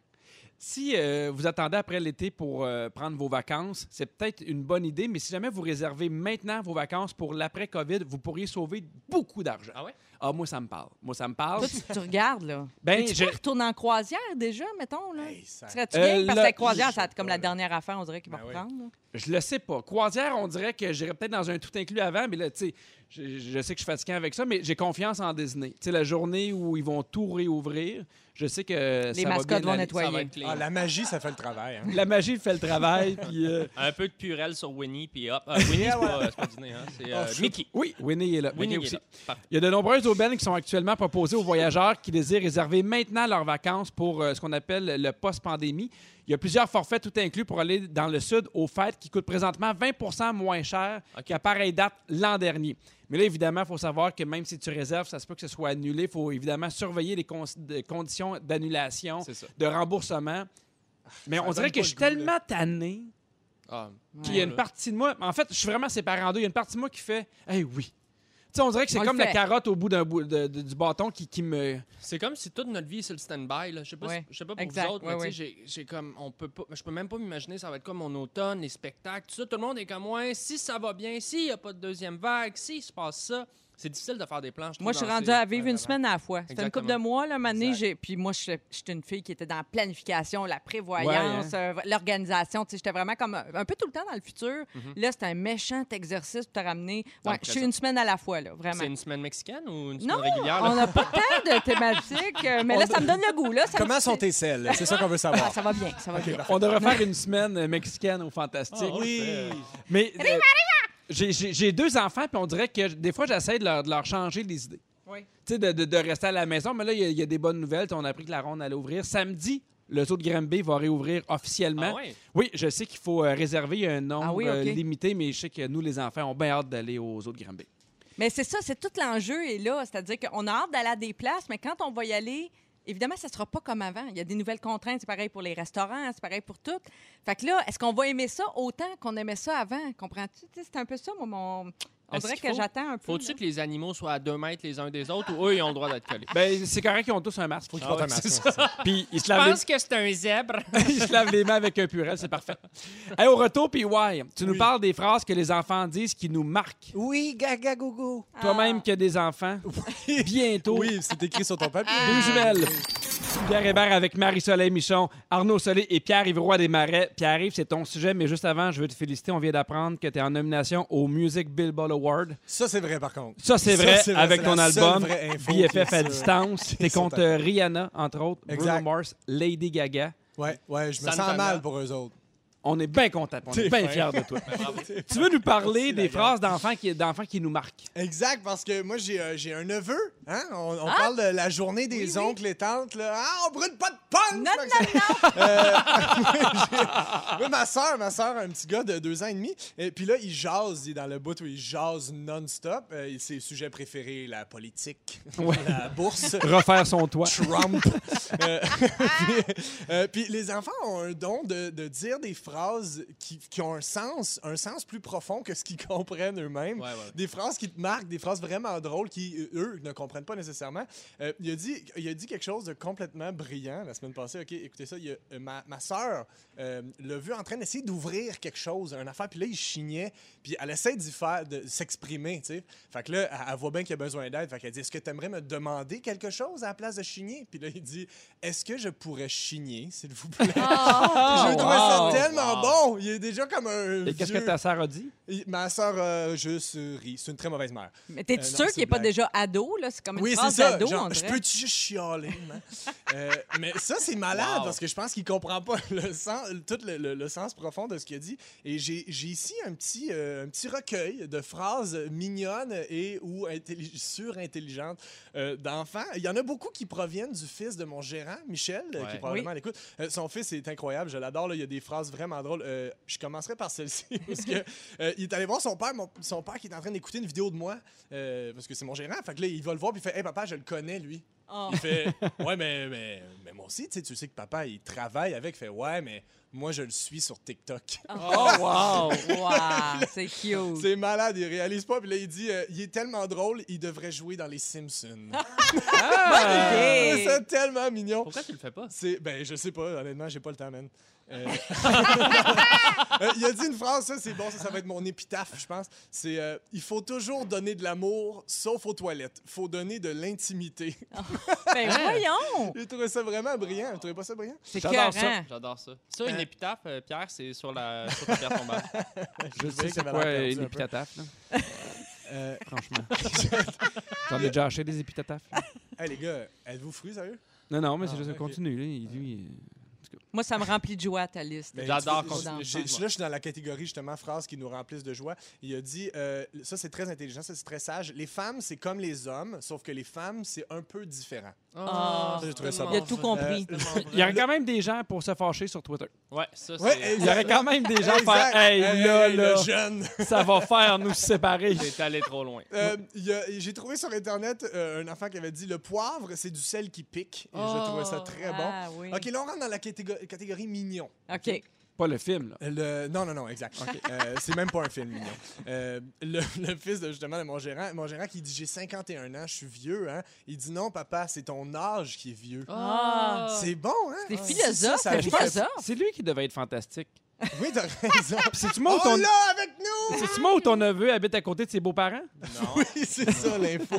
[SPEAKER 1] Si euh, vous attendez après l'été pour euh, prendre vos vacances, c'est peut-être une bonne idée, mais si jamais vous réservez maintenant vos vacances pour l'après-COVID, vous pourriez sauver beaucoup d'argent.
[SPEAKER 4] Ah ouais?
[SPEAKER 1] Ah, moi, ça me parle. Moi, ça me parle.
[SPEAKER 2] Toi, tu, tu regardes, là.
[SPEAKER 1] Ben,
[SPEAKER 2] Mais tu
[SPEAKER 1] je-
[SPEAKER 2] peux retourner en croisière déjà, mettons, là.
[SPEAKER 3] Hey, ça-
[SPEAKER 2] Serais-tu
[SPEAKER 1] Euh,
[SPEAKER 2] bien? Parce
[SPEAKER 1] là,
[SPEAKER 2] que la croisière,
[SPEAKER 3] je
[SPEAKER 2] ça va
[SPEAKER 3] sais
[SPEAKER 2] être comme
[SPEAKER 3] pas,
[SPEAKER 2] la
[SPEAKER 3] là.
[SPEAKER 2] dernière affaire, on dirait qu'il va
[SPEAKER 3] Ben oui.
[SPEAKER 2] reprendre. là.
[SPEAKER 1] Je le sais pas. Croisière, on dirait que j'irais peut-être dans un tout inclus avant, mais là, tu sais, je, je sais que je suis fatiguant avec ça, mais j'ai confiance en Disney. Tu sais, la journée où ils vont tout réouvrir, je sais que
[SPEAKER 2] Les
[SPEAKER 1] ça va
[SPEAKER 2] mascottes
[SPEAKER 1] bien
[SPEAKER 2] vont
[SPEAKER 1] aller.
[SPEAKER 2] nettoyer.
[SPEAKER 4] Ça va être clean.
[SPEAKER 3] Ah, la magie, ça fait le travail.
[SPEAKER 1] *laughs*
[SPEAKER 3] hein.
[SPEAKER 1] La magie fait le travail, *laughs* puis... euh,
[SPEAKER 4] Un peu de purel sur Winnie, puis hop. *laughs* Ah, Winnie, c'est pas, c'est pas Disney, hein, c'est euh,
[SPEAKER 3] Oh, shoot.
[SPEAKER 4] Mickey.
[SPEAKER 1] Oui, Winnie est là. Winnie,
[SPEAKER 4] Winnie,
[SPEAKER 1] aussi.
[SPEAKER 4] il est là. Parfait.
[SPEAKER 1] Il y a de nombreuses aubaines qui sont actuellement proposées aux voyageurs qui désirent réserver maintenant leurs vacances pour euh, ce qu'on appelle le post-pandémie. Il y a plusieurs forfaits tout inclus pour aller dans le sud aux fêtes qui coûtent présentement 20 moins cher
[SPEAKER 4] OK.
[SPEAKER 1] qu'à pareille date l'an dernier. Mais là, évidemment, il faut savoir que même si tu réserves, ça se peut que ce soit annulé. Il faut évidemment surveiller les cons- de- conditions d'annulation,
[SPEAKER 4] C'est ça.
[SPEAKER 1] de remboursement. Mais on
[SPEAKER 3] Ah, donne
[SPEAKER 1] dirait
[SPEAKER 3] pas
[SPEAKER 1] que
[SPEAKER 3] le
[SPEAKER 1] je suis
[SPEAKER 3] goût, là.
[SPEAKER 1] tellement tanné
[SPEAKER 4] Ah,
[SPEAKER 1] qu'il y a une
[SPEAKER 4] Ouais.
[SPEAKER 1] partie de moi. En fait, je suis vraiment séparé en deux. Il y a une partie de moi qui fait Eh oui. Tu sais, on dirait que c'est
[SPEAKER 2] On le
[SPEAKER 1] comme la
[SPEAKER 2] fait.
[SPEAKER 1] carotte au bout d'un bout de- de- du bâton qui, qui me.
[SPEAKER 4] C'est comme si toute notre vie c'est le stand-by. là. Je sais pas,
[SPEAKER 2] Ouais.
[SPEAKER 4] si- je sais pas pour
[SPEAKER 2] Exact.
[SPEAKER 4] vous autres,
[SPEAKER 2] Ouais,
[SPEAKER 4] mais tu sais, j'ai- j'ai comme on peut pas, je peux même pas m'imaginer ça va être comme mon automne, les spectacles, tout ça. Tout le monde est comme moi. Si ça va bien, s'il y a pas de deuxième vague, s'il se passe ça, c'est difficile de faire des planches.
[SPEAKER 2] Moi, je suis rendue à vivre une
[SPEAKER 3] vraiment.
[SPEAKER 2] semaine à la fois. C'était une couple
[SPEAKER 4] Exactement.
[SPEAKER 2] de mois, là, un moment donné,
[SPEAKER 3] Exact.
[SPEAKER 2] j'ai- Puis moi, je- j'étais une fille qui était dans la planification, la prévoyance, euh, l'organisation. Tu sais, J'étais vraiment comme euh, un un peu tout le temps dans le futur. Là, c'était un méchant exercice pour te ramener.
[SPEAKER 4] Dans le
[SPEAKER 2] Ouais, je suis
[SPEAKER 4] présent.
[SPEAKER 2] une semaine à la fois, là, vraiment.
[SPEAKER 4] C'est une semaine mexicaine ou une semaine
[SPEAKER 2] Non,
[SPEAKER 4] régulière là?
[SPEAKER 2] on n'a pas tant de thématiques, euh, mais là, ça me donne le goût. Là, ça me-
[SPEAKER 3] Comment sont tes selles? C'est ça qu'on veut savoir.
[SPEAKER 2] Ah, *laughs* ça va bien, ça va bien.
[SPEAKER 1] On devrait faire une semaine euh, mexicaine au
[SPEAKER 4] Ah,
[SPEAKER 1] Fantastique.
[SPEAKER 3] oui.
[SPEAKER 1] Mais. euh, j'ai- J'ai j'ai deux enfants, puis on dirait que des fois, j'essaie de leur, de leur changer les idées.
[SPEAKER 2] Oui.
[SPEAKER 1] Tu sais, de, de- de rester à la maison. Mais là, il y, a- il y a des bonnes nouvelles. Tu sais, On a appris que la ronde allait ouvrir. Samedi, le zoo de Granby va réouvrir officiellement.
[SPEAKER 4] Ah ouais?
[SPEAKER 1] Oui, je sais qu'il faut euh, réserver. Il y a un nombre
[SPEAKER 2] Ah oui, ok.
[SPEAKER 1] euh, limité, mais je sais que nous, les enfants, ont bien hâte d'aller au zoo de Granby.
[SPEAKER 2] Mais c'est ça, c'est tout l'enjeu est là. C'est-à-dire qu'on a hâte d'aller à des places, mais quand on va y aller, évidemment, ça ne sera pas comme avant. Il y a des nouvelles contraintes. C'est pareil pour les restaurants, c'est pareil pour tout. Fait que là, est-ce qu'on va aimer ça autant qu'on aimait ça avant? Comprends-tu? Tu sais, C'est un peu ça, moi, mon. On
[SPEAKER 4] Est-ce
[SPEAKER 2] dirait
[SPEAKER 4] qu'il
[SPEAKER 2] que
[SPEAKER 4] faut-
[SPEAKER 2] j'attends un peu.
[SPEAKER 4] Faut-tu
[SPEAKER 2] là.
[SPEAKER 4] que les animaux soient à deux mètres les uns des autres ou eux ils ont le droit d'être
[SPEAKER 1] *laughs*
[SPEAKER 2] Ah.
[SPEAKER 4] collés
[SPEAKER 1] Ben, c'est correct qu'ils ont tous un masque.
[SPEAKER 3] Faut qu'il
[SPEAKER 4] Ah
[SPEAKER 3] porte
[SPEAKER 4] ouais,
[SPEAKER 3] un masque.
[SPEAKER 4] c'est
[SPEAKER 3] c'est ça.
[SPEAKER 1] Puis ils se
[SPEAKER 4] Je
[SPEAKER 1] lavent les-
[SPEAKER 4] pense que c'est un zèbre.
[SPEAKER 1] *laughs* il se lave les mains avec un purel, c'est parfait. Hey, au retour, puis ouais, tu nous
[SPEAKER 3] Oui.
[SPEAKER 1] parles des phrases que les enfants disent qui nous marquent.
[SPEAKER 3] Oui, gaga gogo.
[SPEAKER 1] Toi-même qui as des enfants, bientôt,
[SPEAKER 3] Oui, c'est écrit sur ton papier.
[SPEAKER 1] deux jumelles. Pierre Hébert avec Marie-Soleil Michon, Arnaud Solé et Pierre Ivroy des Marais. Pierre Yves, c'est ton sujet, mais juste avant, je veux te féliciter. On vient d'apprendre que tu es en nomination au Music Billboard Award.
[SPEAKER 3] Ça, c'est vrai, par contre.
[SPEAKER 1] Ça, c'est vrai, avec
[SPEAKER 3] c'est
[SPEAKER 1] ton
[SPEAKER 3] la seule
[SPEAKER 1] album
[SPEAKER 3] vraie info qui est
[SPEAKER 1] BFF à
[SPEAKER 3] sûre. *laughs*
[SPEAKER 1] distance. T'es
[SPEAKER 3] Ils sont
[SPEAKER 1] contre
[SPEAKER 3] à-
[SPEAKER 1] Rihanna, entre autres,
[SPEAKER 3] Exact.
[SPEAKER 1] Bruno Mars, Lady Gaga.
[SPEAKER 3] Ouais, ouais, je me
[SPEAKER 4] Santana.
[SPEAKER 3] sens mal pour eux autres.
[SPEAKER 1] On est bien content. On est
[SPEAKER 3] T'es
[SPEAKER 1] bien
[SPEAKER 3] fin.
[SPEAKER 1] fiers
[SPEAKER 3] *laughs*
[SPEAKER 1] de toi. tu veux nous parler des phrases d'enfants qui, d'enfants qui
[SPEAKER 3] *laughs*
[SPEAKER 1] nous marquent?
[SPEAKER 3] Exact, parce que moi, j'ai euh, j'ai un neveu. Hein? On,
[SPEAKER 2] Ah!
[SPEAKER 3] on parle de la journée des oncles et tantes. Là. Ah, on brûle pas de punk!
[SPEAKER 2] Non, non,
[SPEAKER 3] Fait que Euh,
[SPEAKER 2] non!
[SPEAKER 3] *laughs* Oui, ma soeur, ma soeur, un petit gars de deux ans et demi. Et puis là, il jase, il est dans le bout où il jase non-stop. Euh, ses sujets préférés, la politique, *laughs* la bourse.
[SPEAKER 1] Refaire son toit.
[SPEAKER 3] Trump. *laughs* Euh, puis, euh, puis les enfants ont un don de, de dire des phrases qui, qui ont un sens, un sens plus profond que ce qu'ils *laughs* comprennent eux-mêmes.
[SPEAKER 4] Ouais, ouais.
[SPEAKER 3] Des phrases qui te marquent, des phrases vraiment drôles qui, euh, eux, ne comprennent pas nécessairement. Euh, il, a dit, il a dit quelque chose de complètement brillant la semaine passée. OK, écoutez ça. il a- euh, ma, ma soeur l'a vu Euh, en train d'essayer d'ouvrir quelque chose, un affaire, puis là, il chignait. Puis elle essaie d'y faire, de s'exprimer, tu sais. Fait que là, elle, elle voit bien qu'il a besoin d'aide. Fait qu'elle dit, est-ce que tu aimerais me demander quelque chose à la place de chigner? Puis là, il dit, est-ce que je pourrais chigner, s'il vous plaît? *laughs*
[SPEAKER 2] Ah!
[SPEAKER 3] je
[SPEAKER 1] wow.
[SPEAKER 3] trouvais ça tellement
[SPEAKER 4] Wow.
[SPEAKER 3] bon. Il est déjà comme un
[SPEAKER 1] Et qu'est-ce que
[SPEAKER 3] vieux-
[SPEAKER 1] ta sœur a dit?
[SPEAKER 3] Il- Ma soeur, euh, juste rit. C'est une très mauvaise mère.
[SPEAKER 2] Mais
[SPEAKER 3] Euh,
[SPEAKER 2] t'es-tu
[SPEAKER 3] non,
[SPEAKER 2] sûr
[SPEAKER 3] c'est
[SPEAKER 2] qu'il n'est pas
[SPEAKER 3] blague.
[SPEAKER 2] déjà ado? là? C'est comme une
[SPEAKER 3] Oui, c'est
[SPEAKER 2] phrase
[SPEAKER 3] ça.
[SPEAKER 2] d'ado,
[SPEAKER 3] Genre,
[SPEAKER 2] on
[SPEAKER 3] je
[SPEAKER 2] dirait.
[SPEAKER 3] peux juste chialer,
[SPEAKER 4] *laughs*
[SPEAKER 3] man? Euh, mais ça, c'est malade
[SPEAKER 4] Wow.
[SPEAKER 3] parce que je pense qu'il comprend pas *laughs* le sens, tout le, le- le sens profond de ce qu'il a dit. Et j'ai j'ai ici un petit, euh, un petit recueil de phrases mignonnes et ou intelli- surintelligentes euh, d'enfants. Il y en a beaucoup qui proviennent du fils de mon gérant, Michel, euh,
[SPEAKER 4] Ouais.
[SPEAKER 3] qui est probablement à l'écoute. Euh, son fils est incroyable, je l'adore. là. Il y a des phrases vraiment drôles. Euh, je commencerai par celle-ci *laughs* parce que euh, il est allé voir son père, mon- son père qui est en train d'écouter une vidéo de moi euh, parce que c'est mon gérant. Fait que là, il va le voir puis il fait, hey papa, je le connais lui.
[SPEAKER 2] Oh.
[SPEAKER 3] Il fait Ouais, mais, mais, mais moi aussi, tu sais, tu sais que papa, il travaille avec. Il fait Ouais, mais moi, je le suis sur TikTok. *laughs*
[SPEAKER 1] Oh, wow!
[SPEAKER 2] Wow, c'est cute.
[SPEAKER 3] C'est malade, il réalise pas. Puis là, il dit euh, Il est tellement drôle, il devrait jouer dans les Simpsons.
[SPEAKER 2] Bonne idée.
[SPEAKER 3] *laughs* C'est tellement mignon.
[SPEAKER 4] Pourquoi tu le fais pas?
[SPEAKER 3] C'est, ben, je sais pas, honnêtement, j'ai pas le temps, man. Euh, *laughs* euh, il a dit une phrase, ça, c'est bon, ça, ça va être mon épitaphe, je pense. C'est euh, Il faut toujours donner de l'amour, sauf aux toilettes. Faut donner de l'intimité. *laughs*
[SPEAKER 2] Ben voyons!
[SPEAKER 3] J'ai trouvé ça vraiment brillant. Vous trouvez pas ça brillant?
[SPEAKER 2] C'est
[SPEAKER 1] J'adore ça.
[SPEAKER 2] cohérent.
[SPEAKER 4] J'adore ça. Ça, une épitaphe, euh, Pierre, c'est sur, la, sur ta pierre *laughs* tombale.
[SPEAKER 1] Je
[SPEAKER 3] voyais
[SPEAKER 1] sais
[SPEAKER 3] que
[SPEAKER 1] c'est
[SPEAKER 3] j'avais
[SPEAKER 1] quoi
[SPEAKER 3] l'air perdu
[SPEAKER 1] une
[SPEAKER 3] un peu.
[SPEAKER 1] épitataphe, là,
[SPEAKER 3] Euh, *laughs*
[SPEAKER 1] franchement. J'en ai déjà acheté des épitataphes. là.
[SPEAKER 3] hey, les gars, êtes-vous fruits, sérieux?
[SPEAKER 1] Non, non, mais c'est
[SPEAKER 3] Ah,
[SPEAKER 1] juste
[SPEAKER 3] ok. Euh,
[SPEAKER 1] continue. Là, il dit, euh,
[SPEAKER 2] Moi, ça me remplit de joie, ta liste.
[SPEAKER 3] Ben,
[SPEAKER 4] J'adore
[SPEAKER 3] tu-
[SPEAKER 4] qu'on-
[SPEAKER 3] j'ai- j'ai-
[SPEAKER 2] d'enfants.
[SPEAKER 3] Là, je suis dans la catégorie, justement, phrases qui nous remplissent de joie. Il a dit, euh, ça, c'est très intelligent, ça, c'est très sage. Les femmes, c'est comme les hommes, sauf que les femmes, c'est un peu différent.
[SPEAKER 2] Ah,
[SPEAKER 4] c'est
[SPEAKER 3] j'ai trouvé ça
[SPEAKER 4] tellement
[SPEAKER 2] Il a tout
[SPEAKER 4] vrai.
[SPEAKER 2] compris.
[SPEAKER 4] C'est tellement
[SPEAKER 1] Il y aurait
[SPEAKER 4] vrai.
[SPEAKER 1] quand même des gens pour se fâcher sur Twitter.
[SPEAKER 4] Ouais, ça, c'est...
[SPEAKER 3] Ouais, *laughs*
[SPEAKER 1] Il y aurait quand même des gens pour faire
[SPEAKER 3] Exact.
[SPEAKER 1] Hey,
[SPEAKER 3] Hey,
[SPEAKER 1] là,
[SPEAKER 3] hey,
[SPEAKER 1] là,
[SPEAKER 3] le jeune!
[SPEAKER 1] ça va faire
[SPEAKER 3] *laughs*
[SPEAKER 1] nous séparer.
[SPEAKER 4] T'es allé trop loin.
[SPEAKER 3] Euh, il y a- J'ai trouvé sur Internet euh, un enfant qui avait dit, le poivre, c'est du sel qui pique. Et
[SPEAKER 1] Oh,
[SPEAKER 3] je trouvais ça très bon.
[SPEAKER 2] Ah oui.
[SPEAKER 3] OK, là, on rentre dans la catégorie, catégorie mignon.
[SPEAKER 2] OK.
[SPEAKER 1] Pas le film, là.
[SPEAKER 3] Le- Non, non, non, exact. Euh, c'est même pas un film, mignon. Euh, le, *laughs* le fils, de, justement, de mon gérant, mon gérant qui dit J'ai 51 ans, je suis vieux, hein. Il dit Non, papa, c'est ton âge qui est vieux.
[SPEAKER 2] Ah.
[SPEAKER 4] Ah.
[SPEAKER 3] C'est bon, hein.
[SPEAKER 2] T'es
[SPEAKER 3] Ah,
[SPEAKER 2] philosophe,
[SPEAKER 3] ça, ça
[SPEAKER 2] t'es
[SPEAKER 3] joue à-
[SPEAKER 2] philosophe.
[SPEAKER 1] C'est lui qui devait être fantastique.
[SPEAKER 3] Oui, t'as *laughs* raison.
[SPEAKER 1] Puis c'est-tu moi, ou
[SPEAKER 3] Oh
[SPEAKER 1] ton...
[SPEAKER 3] là, avec *laughs* nous
[SPEAKER 1] c'est-tu moi ou ton neveu habite à côté de ses beaux-parents?
[SPEAKER 3] Oui, c'est *laughs* ça l'info.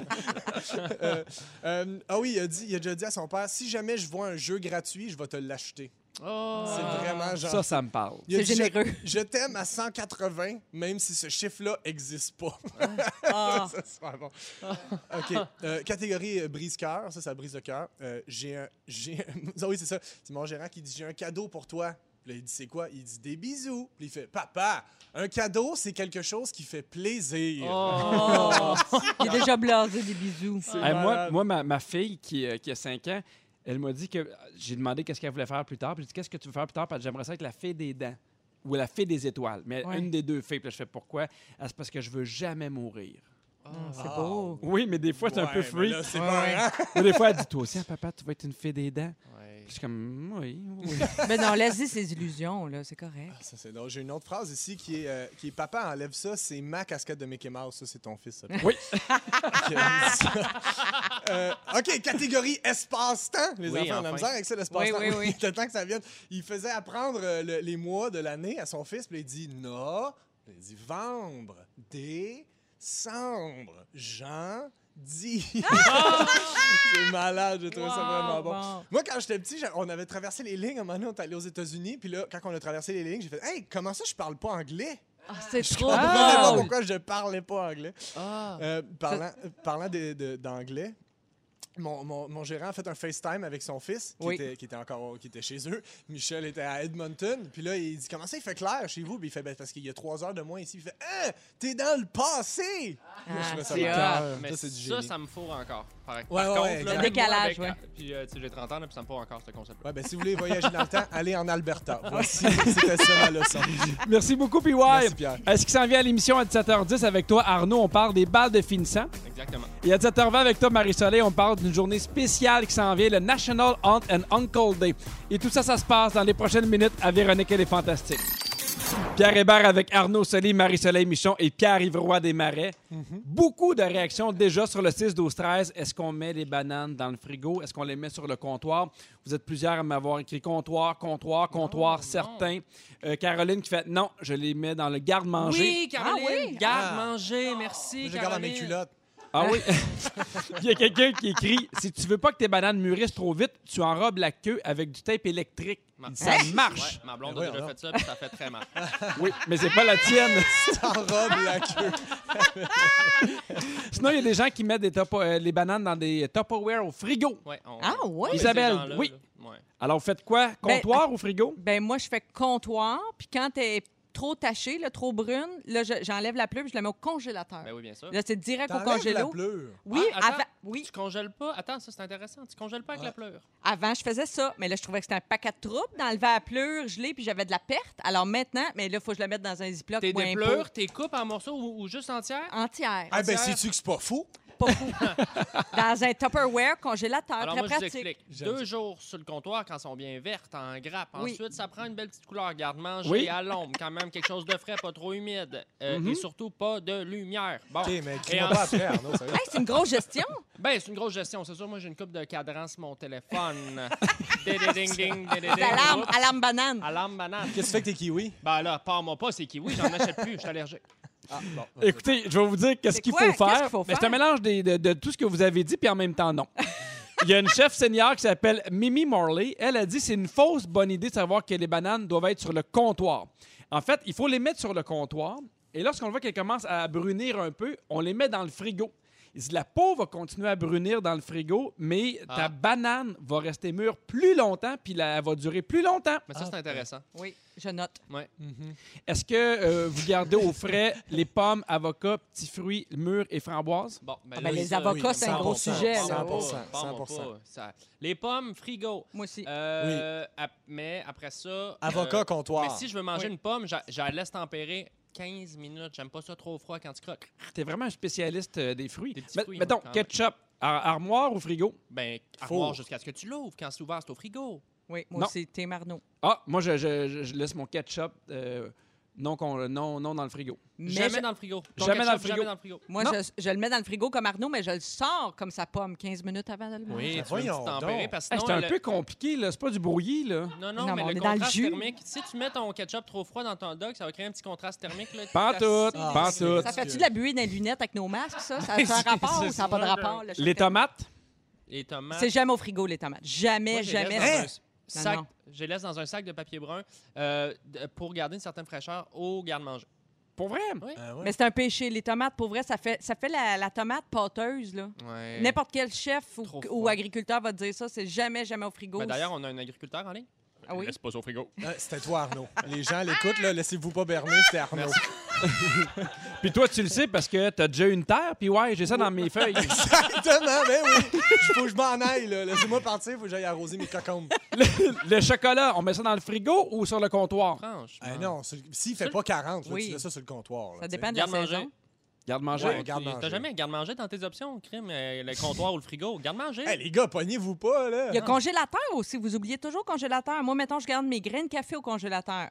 [SPEAKER 3] Euh, euh, ah oui, il a, dit, il a déjà dit à son père Si jamais je vois un jeu gratuit, je vais te l'acheter.
[SPEAKER 4] Ah.
[SPEAKER 3] Oh. C'est vraiment genre.
[SPEAKER 1] Ça, ça me parle.
[SPEAKER 3] Il a
[SPEAKER 2] C'est
[SPEAKER 3] dit, Je-
[SPEAKER 2] généreux.
[SPEAKER 3] Je, t'aime à 180, même si ce chiffre-là existe pas.
[SPEAKER 2] Ah.
[SPEAKER 3] Ça, *laughs* c'est vraiment bon. OK. Euh, catégorie euh, brise-cœur. Ça, ça brise le cœur. Euh, j'ai un... j'ai un- *laughs* Ah oui, c'est ça. C'est mon gérant qui dit « J'ai un cadeau pour toi. » Puis là, il dit « C'est quoi? » Il dit « Des bisous. » Puis il fait « Papa, un cadeau, c'est quelque chose qui fait plaisir.
[SPEAKER 2] *laughs* Oh. Il est déjà blasé des bisous. Ah,
[SPEAKER 1] Hey, moi,
[SPEAKER 3] malade.
[SPEAKER 1] moi ma, ma fille qui, euh, qui a 5 ans, elle m'a dit que j'ai demandé qu'est-ce qu'elle voulait faire plus tard. Puis j'ai dit qu'est-ce que tu veux faire plus tard? Puis elle dit, j'aimerais ça être la fée des dents ou la fée des étoiles. Mais
[SPEAKER 2] Ouais.
[SPEAKER 1] une des deux fées. Puis là, je fais pourquoi? Elle, c'est parce que je veux jamais mourir.
[SPEAKER 2] C'est beau.
[SPEAKER 1] Oui, mais des fois, c'est un peu
[SPEAKER 3] Ouais, mais
[SPEAKER 1] freak.
[SPEAKER 3] là, c'est
[SPEAKER 4] Ouais.
[SPEAKER 3] marrant.
[SPEAKER 1] *laughs* Mais des fois, elle dit toi aussi, Ah, papa, tu vas être une fée des dents.
[SPEAKER 4] Ouais.
[SPEAKER 1] Puis je suis comme mm, oui, *laughs* oui.
[SPEAKER 2] Mais non, laisse-y ses illusions, là. C'est correct.
[SPEAKER 3] Ah, Ça, c'est drôle. J'ai une autre phrase ici qui est, euh, qui est Papa, enlève ça, c'est ma casquette de Mickey Mouse. Ça, c'est ton fils. ça.
[SPEAKER 1] Oui.
[SPEAKER 3] *laughs* OK, ça. Euh, OK, catégorie espace-temps. Les
[SPEAKER 4] Oui,
[SPEAKER 3] enfants ont de
[SPEAKER 4] enfin.
[SPEAKER 3] la misère avec ça, l'espace-temps.
[SPEAKER 2] Oui, oui,
[SPEAKER 3] *laughs*
[SPEAKER 2] oui.
[SPEAKER 3] Il était temps que ça vienne. Il faisait apprendre euh, le- les mois de l'année à son fils, puis il dit No, il dit Vendre, décembre, Jean, dit. c'est malade, je trouve ça vraiment bon. Moi, quand j'étais petit, j'a- on avait traversé les lignes. À un moment donné, on est allé aux États-Unis. Puis là, quand on a traversé les lignes, j'ai fait Hey, comment ça, je parle pas anglais
[SPEAKER 2] Ah, c'est
[SPEAKER 3] Je
[SPEAKER 2] trop
[SPEAKER 3] comprenais pas
[SPEAKER 2] drôle.
[SPEAKER 3] pourquoi je parlais pas anglais.
[SPEAKER 4] Ah.
[SPEAKER 3] Euh, parlant euh, parlant de- de- d'anglais, Mon, mon- mon gérant a fait un FaceTime avec son fils, qui,
[SPEAKER 2] Oui.
[SPEAKER 3] était, qui était encore au- qui était chez eux. Michel était à Edmonton. Puis là, il dit Comment ça, il fait clair chez vous Puis il fait Ben, Parce qu'il y a trois heures de moins ici. Il fait Hein, t'es dans le passé Moi, je trouvais ça
[SPEAKER 2] c'est
[SPEAKER 3] le
[SPEAKER 2] hot.
[SPEAKER 3] cœur.
[SPEAKER 4] Mais
[SPEAKER 3] ça,
[SPEAKER 4] ça,
[SPEAKER 3] c'est du
[SPEAKER 4] ça,
[SPEAKER 3] génie.
[SPEAKER 4] me fourre encore. Par,
[SPEAKER 3] Ouais,
[SPEAKER 4] par
[SPEAKER 3] ouais,
[SPEAKER 4] contre,
[SPEAKER 3] ouais,
[SPEAKER 4] là,
[SPEAKER 3] Le
[SPEAKER 4] même moi,
[SPEAKER 2] décalage,
[SPEAKER 4] avec-
[SPEAKER 2] ouais.
[SPEAKER 4] Puis, euh, tu sais, j'ai 30 ans, là, puis ça me fourre encore, ce concept-là.
[SPEAKER 3] Ouais, ben, si vous voulez voyager dans le temps, allez en Alberta. Voici, c'était ça ma leçon.
[SPEAKER 1] Merci beaucoup, PY.
[SPEAKER 3] Merci, Pierre.
[SPEAKER 1] Est-ce qu'il s'en vient à l'émission à 17h10 avec toi, Arnaud? On parle des balles de finissant.
[SPEAKER 4] Exactement.
[SPEAKER 1] Et à 17h20 avec toi, Marie-Soleil, on parle d'une journée spéciale qui s'en vient, le National Aunt and Uncle Day. Et tout ça, ça se passe dans les prochaines minutes à Véronique et les Fantastiques. Pierre Hébert avec Arnaud Soli, Marie-Soleil Michon et Pierre Ivroy Desmarais. Beaucoup de réactions déjà sur le 6-12-13. Est-ce qu'on met les bananes dans le frigo? Est-ce qu'on les met sur le comptoir? Vous êtes plusieurs à m'avoir écrit comptoir, comptoir, comptoir, certains. Euh, Caroline qui fait non, je les mets dans le garde-manger.
[SPEAKER 4] Oui, Caroline,
[SPEAKER 2] Ah oui?
[SPEAKER 4] garde
[SPEAKER 3] Ah.
[SPEAKER 4] manger, merci.
[SPEAKER 3] Je regarde dans mes
[SPEAKER 4] Caroline.
[SPEAKER 3] culottes.
[SPEAKER 1] Ah oui? *laughs* Il y a quelqu'un qui écrit Si tu veux pas que tes bananes mûrissent trop vite, tu enrobes la queue avec du tape électrique.
[SPEAKER 4] Ma-
[SPEAKER 1] Il dit, Ça marche!
[SPEAKER 4] Ouais, ma blonde
[SPEAKER 3] Ben
[SPEAKER 4] a déjà
[SPEAKER 3] voyons
[SPEAKER 4] fait ça, puis ça fait très mal.
[SPEAKER 1] Oui, mais c'est pas la tienne. *laughs*
[SPEAKER 3] T'enrobes la queue.
[SPEAKER 1] Sinon, il y a des gens qui mettent des topo- euh, les bananes dans des Tupperware au frigo.
[SPEAKER 4] Ouais, on-
[SPEAKER 2] Ah, ouais?
[SPEAKER 4] on-
[SPEAKER 1] Isabelle,
[SPEAKER 4] ces gens-là,
[SPEAKER 1] oui.
[SPEAKER 4] là. Ouais.
[SPEAKER 1] Alors, vous faites quoi? Comptoir au frigo?
[SPEAKER 2] Ben moi, je fais comptoir, puis quand elle est trop tachée, là, trop brune, là, je- j'enlève la pluie, puis je la mets au congélateur.
[SPEAKER 4] Ben oui, bien sûr.
[SPEAKER 2] Là, c'est direct au
[SPEAKER 3] T'enlèves la
[SPEAKER 2] congélo.
[SPEAKER 3] pleure.
[SPEAKER 2] Oui,
[SPEAKER 4] Ah, attends.
[SPEAKER 2] avant, Euh, oui,
[SPEAKER 4] Tu congèles pas. Attends, ça, c'est intéressant. Tu congèles pas avec la pleure.
[SPEAKER 2] avant, je faisais ça, mais là, je trouvais que c'était un paquet de troubles d'enlever la pleure, je l'ai, puis j'avais de la perte. Alors maintenant, mais là, il faut que je la mette dans un ziploc
[SPEAKER 4] T'es
[SPEAKER 2] ou un
[SPEAKER 4] des
[SPEAKER 2] pot
[SPEAKER 4] pleurs, t'es coupes en morceaux ou, ou juste entières?
[SPEAKER 2] entière.
[SPEAKER 3] Ah, ben,
[SPEAKER 4] Entière.
[SPEAKER 3] sais-tu que c'est pas fou
[SPEAKER 2] Pas fou. *laughs* dans un Tupperware congélateur,
[SPEAKER 4] Alors,
[SPEAKER 2] très
[SPEAKER 4] moi, je vous
[SPEAKER 2] pratique.
[SPEAKER 4] explique.
[SPEAKER 3] J'aime
[SPEAKER 4] Deux jours sur le comptoir quand elles sont bien vertes, en grappe.
[SPEAKER 2] Oui.
[SPEAKER 4] Ensuite, ça prend une belle petite couleur. Garde-manger
[SPEAKER 1] Oui.
[SPEAKER 4] à l'ombre, quand même quelque chose de frais, pas trop humide. Euh,
[SPEAKER 1] Mhm.
[SPEAKER 4] Et surtout, pas de lumière. Bon.
[SPEAKER 3] Ok, mais
[SPEAKER 4] Ah. Et
[SPEAKER 3] crie-moi pas
[SPEAKER 4] ensuite-
[SPEAKER 3] après, Arnaud, sérieux.
[SPEAKER 2] Hey, c'est une grosse
[SPEAKER 4] *laughs*
[SPEAKER 2] gestion.
[SPEAKER 4] Ben, c'est une grosse gestion. C'est sûr, moi, j'ai une coupe de cadran sur mon téléphone. Dédé-ding-ding, dédé-ding.
[SPEAKER 2] Alarme,
[SPEAKER 4] Oups.
[SPEAKER 2] alarme banane.
[SPEAKER 4] Alarme banane.
[SPEAKER 3] Qu'est-ce que tu fais avec tes kiwis
[SPEAKER 4] Ben là, parle-moi pas, c'est kiwi, j'en achète plus, je suis allergique.
[SPEAKER 3] Ah, bon.
[SPEAKER 1] Écoutez, je vais vous dire qu'est-ce
[SPEAKER 2] C'est
[SPEAKER 1] qu'il faut
[SPEAKER 2] quoi?
[SPEAKER 1] faire.
[SPEAKER 2] Qu'est-ce qu'il faut
[SPEAKER 1] Mais c'est
[SPEAKER 2] faire?
[SPEAKER 1] un mélange des- de, de tout ce que vous avez dit, puis en même temps, non. Il y a une chef senior qui s'appelle Mimi Morley. Elle a dit c'est une fausse bonne idée de savoir que les bananes doivent être sur le comptoir. En fait, il faut les mettre sur le comptoir. Et lorsqu'on voit qu'elles commencent à brunir un peu, on les met dans le frigo. Il dit, la peau va continuer à brunir dans le frigo, mais ta
[SPEAKER 4] Ah.
[SPEAKER 1] banane va rester mûre plus longtemps, puis la- elle va durer plus longtemps.
[SPEAKER 4] Mais ça, c'est intéressant.
[SPEAKER 2] Oui, je note.
[SPEAKER 4] Ouais.
[SPEAKER 1] Est-ce que euh, vous gardez au frais les pommes, avocats, petits fruits, mûrs et framboises?
[SPEAKER 4] Bon, ben,
[SPEAKER 2] Ah,
[SPEAKER 4] là,
[SPEAKER 2] ben, les
[SPEAKER 4] ça,
[SPEAKER 2] avocats, c'est un gros
[SPEAKER 3] 100%,
[SPEAKER 2] sujet. là.
[SPEAKER 3] 100%. 100%.
[SPEAKER 4] parle-moi pas, ça- Les pommes, frigo.
[SPEAKER 2] Moi aussi.
[SPEAKER 4] Euh, ap- Mais après ça.
[SPEAKER 3] Avocat,
[SPEAKER 4] euh,
[SPEAKER 3] comptoir.
[SPEAKER 4] Mais si je veux manger
[SPEAKER 2] Oui.
[SPEAKER 4] une pomme, j'a- je la laisse tempérer 15 minutes. J'aime pas ça trop froid quand tu croques.
[SPEAKER 1] T'es vraiment un spécialiste euh, des fruits.
[SPEAKER 4] Des petits
[SPEAKER 1] Mais-
[SPEAKER 4] fruits,
[SPEAKER 1] mettons,
[SPEAKER 4] moi, quand même.
[SPEAKER 1] ketchup, ar- armoire ou frigo?
[SPEAKER 4] Ben,
[SPEAKER 3] Faut.
[SPEAKER 4] armoire jusqu'à ce que tu l'ouvres. Quand c'est ouvert, c'est au frigo.
[SPEAKER 2] Oui, moi
[SPEAKER 1] Non.
[SPEAKER 2] aussi, t'es Marneau.
[SPEAKER 1] Ah, moi, je, je- je- je laisse mon ketchup euh, non, con- non, non dans le
[SPEAKER 4] Ah,
[SPEAKER 1] frigo.
[SPEAKER 2] Mais
[SPEAKER 4] jamais
[SPEAKER 2] je-
[SPEAKER 4] dans le frigo. Ton
[SPEAKER 1] Jamais
[SPEAKER 4] ketchup,
[SPEAKER 1] dans le frigo.
[SPEAKER 4] Jamais dans le frigo.
[SPEAKER 2] moi,
[SPEAKER 1] Non.
[SPEAKER 2] je, je le mets dans le frigo comme Arnaud, mais je le sors comme sa pomme 15 minutes avant de le manger.
[SPEAKER 4] Oui, tu veux
[SPEAKER 3] Ah, voyons
[SPEAKER 4] tempérer
[SPEAKER 3] donc.
[SPEAKER 4] parce que
[SPEAKER 1] Hey,
[SPEAKER 4] sinon,
[SPEAKER 1] c'est un
[SPEAKER 4] le-
[SPEAKER 1] peu compliqué, là. C'est pas du brouillis, là.
[SPEAKER 4] Non,
[SPEAKER 2] Non,
[SPEAKER 4] non,
[SPEAKER 2] mais
[SPEAKER 4] mais,
[SPEAKER 2] on est
[SPEAKER 4] le
[SPEAKER 2] dans le
[SPEAKER 4] contraste
[SPEAKER 2] jus.
[SPEAKER 4] thermique. Si tu mets ton ketchup trop froid dans ton dog, ça va créer un petit contraste thermique. Là,
[SPEAKER 1] Pas en
[SPEAKER 4] C'est
[SPEAKER 1] tout,
[SPEAKER 4] assez-
[SPEAKER 1] pas en
[SPEAKER 3] c'est-
[SPEAKER 1] tout.
[SPEAKER 2] Ça
[SPEAKER 3] Parce
[SPEAKER 2] fait-tu
[SPEAKER 3] que-
[SPEAKER 2] de la buée dans les lunettes avec nos masques, ça?
[SPEAKER 4] *laughs*
[SPEAKER 2] Ça a un rapport ou ça n'a pas de rapport? le
[SPEAKER 1] Les
[SPEAKER 2] chocolat?
[SPEAKER 1] tomates?
[SPEAKER 4] Les tomates.
[SPEAKER 2] C'est jamais au frigo, les tomates. Jamais,
[SPEAKER 4] Moi, je les
[SPEAKER 2] jamais.
[SPEAKER 4] laisse dans
[SPEAKER 1] Hein?
[SPEAKER 4] un sac-
[SPEAKER 2] Non, non.
[SPEAKER 4] Je les laisse dans un sac de papier brun euh, d- pour garder une certaine fraîcheur au garde-manger.
[SPEAKER 1] Pour vrai?
[SPEAKER 3] Ah ouais.
[SPEAKER 2] Mais c'est un péché. Les tomates, pour vrai, ça fait, ça fait la, la tomate pâteuse, là.
[SPEAKER 4] Ouais.
[SPEAKER 2] N'importe quel chef ou,
[SPEAKER 4] Eh. Trop
[SPEAKER 2] ou
[SPEAKER 4] froid.
[SPEAKER 2] agriculteur va te dire ça, c'est jamais, jamais au frigo.
[SPEAKER 4] Ben, D'ailleurs, on a un agriculteur en ligne.
[SPEAKER 2] Ah oui?
[SPEAKER 4] pas au frigo.
[SPEAKER 3] Ah, C'était toi, Arnaud. Les gens l'écoutent, là. Laissez-vous pas berner, c'était Arnaud.
[SPEAKER 1] Puis toi, tu le sais parce que t'as déjà une terre, puis ouais, j'ai ça dans
[SPEAKER 4] *laughs*
[SPEAKER 1] mes feuilles.
[SPEAKER 3] *laughs* Exactement, ben oui. Il faut que je m'en aille, là. Laissez-moi partir, faut que j'aille arroser mes cocombes.
[SPEAKER 1] le chocolat, on met ça dans le frigo ou sur le comptoir?
[SPEAKER 4] Franchement.
[SPEAKER 3] Eh non, sur- s'il fait
[SPEAKER 4] Sur-
[SPEAKER 3] pas 40, là,
[SPEAKER 2] Oui.
[SPEAKER 3] tu laisses ça sur le comptoir. là, tu
[SPEAKER 2] ça
[SPEAKER 3] sais.
[SPEAKER 2] dépend de la
[SPEAKER 4] Garde-manger.
[SPEAKER 2] saison.
[SPEAKER 1] Garde-manger?
[SPEAKER 3] Ouais.
[SPEAKER 4] Ouais, tu-
[SPEAKER 3] garde-manger.
[SPEAKER 4] T'as jamais un garde-manger dans tes options, crime, euh, le comptoir ou le frigo. Garde-manger.
[SPEAKER 3] Eh, les gars, pognez-vous pas, là.
[SPEAKER 2] Il
[SPEAKER 4] Ah.
[SPEAKER 2] y a congélateur aussi. Vous oubliez toujours congélateur. Moi, mettons, je garde mes graines de café au congélateur.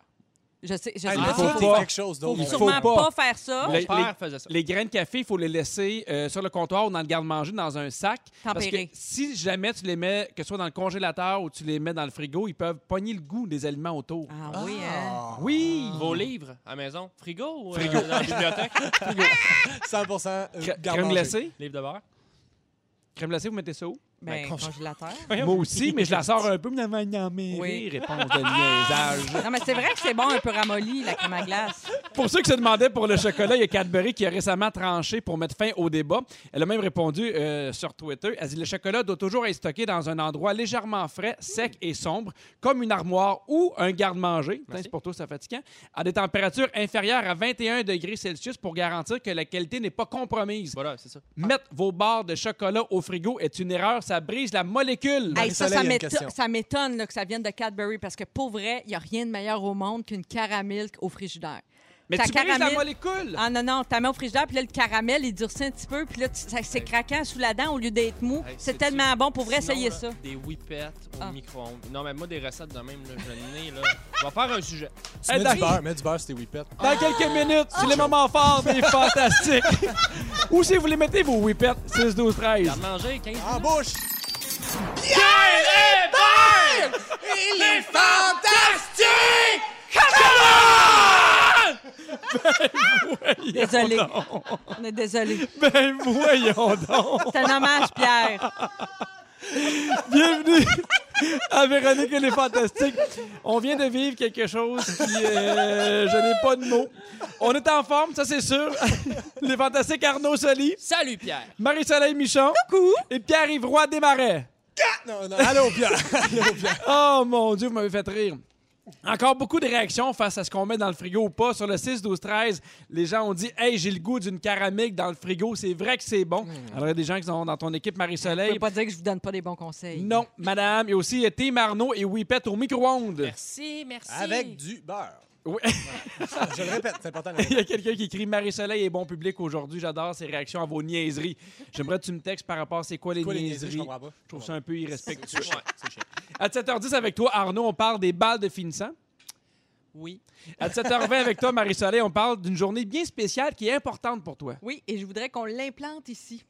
[SPEAKER 2] Je sais, je
[SPEAKER 3] Eh,
[SPEAKER 2] sais
[SPEAKER 3] mais
[SPEAKER 1] Ah,
[SPEAKER 2] pas.
[SPEAKER 1] faut
[SPEAKER 3] toi, t'es
[SPEAKER 1] pas.
[SPEAKER 3] quelque chose d'autre. Ah,
[SPEAKER 1] Faut-
[SPEAKER 3] mon
[SPEAKER 1] faut
[SPEAKER 2] sûrement
[SPEAKER 3] gars.
[SPEAKER 1] pas.
[SPEAKER 2] pas faire ça.
[SPEAKER 4] Mon
[SPEAKER 1] Les-
[SPEAKER 4] père
[SPEAKER 1] les-
[SPEAKER 4] faisait ça.
[SPEAKER 1] Les grains de café, il faut les laisser euh, sur le comptoir ou dans le garde-manger, dans un sac.
[SPEAKER 2] Tempéré.
[SPEAKER 1] Parce que si jamais tu les mets, que ce soit dans le congélateur ou tu les mets dans le frigo, ils peuvent pogner le goût des aliments autour.
[SPEAKER 2] Ah oui, hein?
[SPEAKER 3] Ah,
[SPEAKER 1] Oui!
[SPEAKER 4] Vos livres à maison. Frigo ou euh, dans la bibliothèque?
[SPEAKER 3] 100 euh,
[SPEAKER 1] Cre- crème
[SPEAKER 3] garde-manger.
[SPEAKER 1] glacée?
[SPEAKER 4] Livre de beurre.
[SPEAKER 1] Crème glacée, vous mettez ça où?
[SPEAKER 2] Ben,
[SPEAKER 4] Ben,
[SPEAKER 2] congélateur.
[SPEAKER 1] Moi aussi, mais je la sors un peu. mais non, mais non, mais
[SPEAKER 2] Oui. *laughs*
[SPEAKER 1] oui, réponse de liaisage.
[SPEAKER 2] Non, mais c'est vrai que c'est bon un peu ramolli, la crème à glace.
[SPEAKER 1] Pour ceux qui se demandaient pour le chocolat, il y a Cadbury qui a récemment tranché pour mettre fin au débat. Elle a même répondu euh, sur Twitter. Elle dit Le chocolat doit toujours être stocké dans un endroit légèrement frais, sec et sombre, comme une armoire ou un garde-manger. Putain, C'est pour toi, c'est fatigant. À des températures inférieures à 21 degrés Celsius pour garantir que la qualité n'est pas compromise.
[SPEAKER 4] Voilà, c'est ça.
[SPEAKER 1] Mettre vos barres de chocolat au frigo est une erreur, ça brise la molécule.
[SPEAKER 2] Hey, ça,
[SPEAKER 3] Marie-Soleil
[SPEAKER 2] ça
[SPEAKER 3] a une
[SPEAKER 2] m'éto-
[SPEAKER 3] question.
[SPEAKER 2] ça m'étonne là, que ça vienne de Cadbury parce que pour vrai, il n'y a rien de meilleur au monde qu'une caramel au frigidaire.
[SPEAKER 1] Mais
[SPEAKER 2] ta
[SPEAKER 1] tu brises la
[SPEAKER 2] caramel-
[SPEAKER 1] molécule.
[SPEAKER 2] Ah non, non, tu la mets au frigidaire, puis là, le caramel, il durcit un petit peu, puis là, tu- ça- c'est craquant sous la dent au lieu d'être mou.
[SPEAKER 4] Hey,
[SPEAKER 2] c'est
[SPEAKER 4] sais-tu-
[SPEAKER 2] tellement bon. Pour vrai,
[SPEAKER 4] Sinon,
[SPEAKER 2] essayez
[SPEAKER 4] là,
[SPEAKER 1] *laughs*
[SPEAKER 2] ça.
[SPEAKER 4] Des whippets au
[SPEAKER 2] Ah.
[SPEAKER 4] micro-ondes. Non, mais moi, des recettes de même, là, je n'ai, là. On va faire un sujet.
[SPEAKER 3] Tu
[SPEAKER 1] Hey,
[SPEAKER 3] mets
[SPEAKER 1] Dari-
[SPEAKER 3] du beurre, mets du beurre, c'était whippet.
[SPEAKER 1] Dans quelques minutes, c'est les moments forts des fantastiques. *laughs* Ou si vous les mettez, vos whippets, 6, 12, 13.
[SPEAKER 4] À manger 15
[SPEAKER 3] En bouche! Il est fantastique!
[SPEAKER 2] Désolé. On est désolé.
[SPEAKER 1] Ben voyons donc.
[SPEAKER 2] C'est un hommage,
[SPEAKER 1] *laughs*
[SPEAKER 2] Pierre.
[SPEAKER 1] Bienvenue à Véronique et les fantastiques. On vient de vivre quelque chose qui... euh, je n'ai pas de mots. On est en forme, ça c'est sûr. les fantastiques Arnaud Soli,
[SPEAKER 4] Salut, Pierre.
[SPEAKER 1] Marie-Soleil Michon. Coucou. Et Pierre-Yves Roy Desmarais.
[SPEAKER 3] Non, non, allô, Pierre!
[SPEAKER 1] Oh mon Dieu, vous m'avez fait rire. Encore beaucoup de réactions face à ce qu'on met dans le frigo ou pas. Sur le 6, 12, 13, les gens ont dit Hey, j'ai le goût d'une caramique dans le frigo, c'est vrai que c'est bon. Alors, il y a des gens qui sont dans ton équipe,
[SPEAKER 2] Je
[SPEAKER 1] Marie-Soleil.
[SPEAKER 2] peux pas dire que je vous donne pas des bons conseils.
[SPEAKER 1] Non, madame. Et aussi, euh, Tim Arnaud et Whippet au micro-ondes.
[SPEAKER 4] Merci, merci.
[SPEAKER 3] Avec du beurre.
[SPEAKER 1] Oui.
[SPEAKER 3] Je le répète, c'est important.
[SPEAKER 1] *laughs* Il y a quelqu'un qui écrit Marie-Soleil est bon public aujourd'hui, j'adore ses réactions à vos niaiseries. J'aimerais que tu me textes par rapport à c'est quoi les
[SPEAKER 3] Quoi, les niaiseries, je
[SPEAKER 1] niaiseries.
[SPEAKER 3] comprends pas.
[SPEAKER 1] Je trouve ça un peu irrespectueux.
[SPEAKER 4] Ouais, c'est chiant.
[SPEAKER 1] à 7h10 avec toi, Arnaud, on parle des balles de finissant.
[SPEAKER 4] Oui.
[SPEAKER 1] À 7h20 avec toi, Marie-Soleil, on parle d'une journée bien spéciale qui est importante pour toi.
[SPEAKER 2] Oui, et je voudrais qu'on l'implante ici.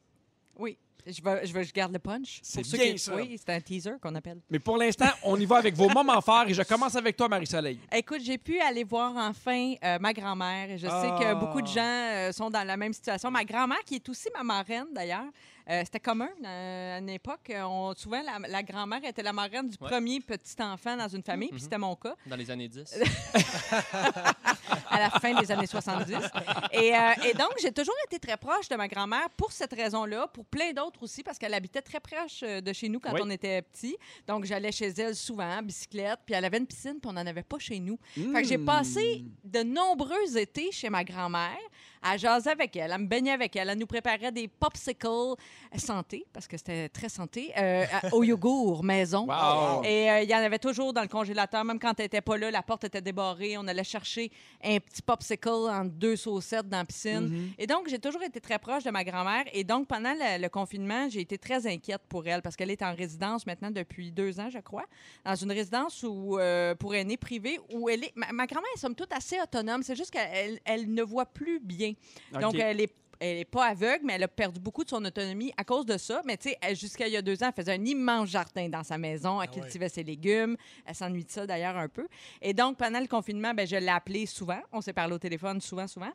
[SPEAKER 2] Oui. Je, vais, je, vais- je garde le punch.
[SPEAKER 1] C'est
[SPEAKER 2] Pour ceux
[SPEAKER 1] bien
[SPEAKER 2] qui-
[SPEAKER 1] ça.
[SPEAKER 2] Oui, c'est un teaser qu'on appelle.
[SPEAKER 1] Mais pour l'instant, on y va avec vos moments forts et je commence avec toi, Marie-Soleil.
[SPEAKER 2] Écoute, j'ai pu aller voir enfin euh, ma grand-mère. Et Je sais
[SPEAKER 1] Ah.
[SPEAKER 2] que beaucoup de gens euh, sont dans la même situation. Ma grand-mère, qui est aussi ma marraine d'ailleurs, euh, c'était commun euh, à une époque. On, souvent, la, la grand-mère était la marraine du
[SPEAKER 4] Ouais.
[SPEAKER 2] premier petit enfant dans une famille,
[SPEAKER 1] Mhm.
[SPEAKER 2] puis c'était mon cas,
[SPEAKER 4] Dans les années 10.
[SPEAKER 2] à la fin des années 70. Et, euh, et donc, j'ai toujours été très proche de ma grand-mère pour cette raison-là, pour plein d'autres aussi, parce qu'elle habitait très proche euh, de chez nous quand
[SPEAKER 1] Oui.
[SPEAKER 2] on était petits. Donc, j'allais chez elle souvent, en bicyclette, puis elle avait une piscine, puis on n'en avait pas chez nous. Fait que j'ai
[SPEAKER 1] Hmm.
[SPEAKER 2] passé de nombreux étés chez ma grand-mère à jaser avec elle, à me baigner avec elle. Elle nous préparait des popsicles santé, parce que c'était très santé, euh, à- au yogourt maison.
[SPEAKER 1] Wow.
[SPEAKER 2] Et euh, il y en avait toujours dans le congélateur, même quand elle n'était pas là, la porte était débarrée. On allait chercher un petit popsicle en deux saucettes dans la piscine. Et donc, j'ai toujours été très proche de ma grand-mère. Et donc, pendant le, le confinement, j'ai été très inquiète pour elle parce qu'elle est en résidence maintenant depuis deux ans, je crois, dans une résidence où, euh, pour aînés privés où elle est. Ma, ma grand-mère est somme toute assez autonome. C'est juste qu'elle elle- elle ne voit plus bien.
[SPEAKER 1] Ok.
[SPEAKER 2] Donc, euh, elle est elle n'est pas aveugle, mais elle a perdu beaucoup de son autonomie à cause de ça. Mais tu sais, elle- jusqu'à il y a deux ans, elle faisait un immense jardin dans sa maison. Elle
[SPEAKER 3] Ah ouais.
[SPEAKER 2] cultivait ses légumes. Elle s'ennuie de ça, d'ailleurs, un peu. Et donc, pendant le confinement, ben, je l'ai appelée souvent. On s'est parlé au téléphone souvent, souvent.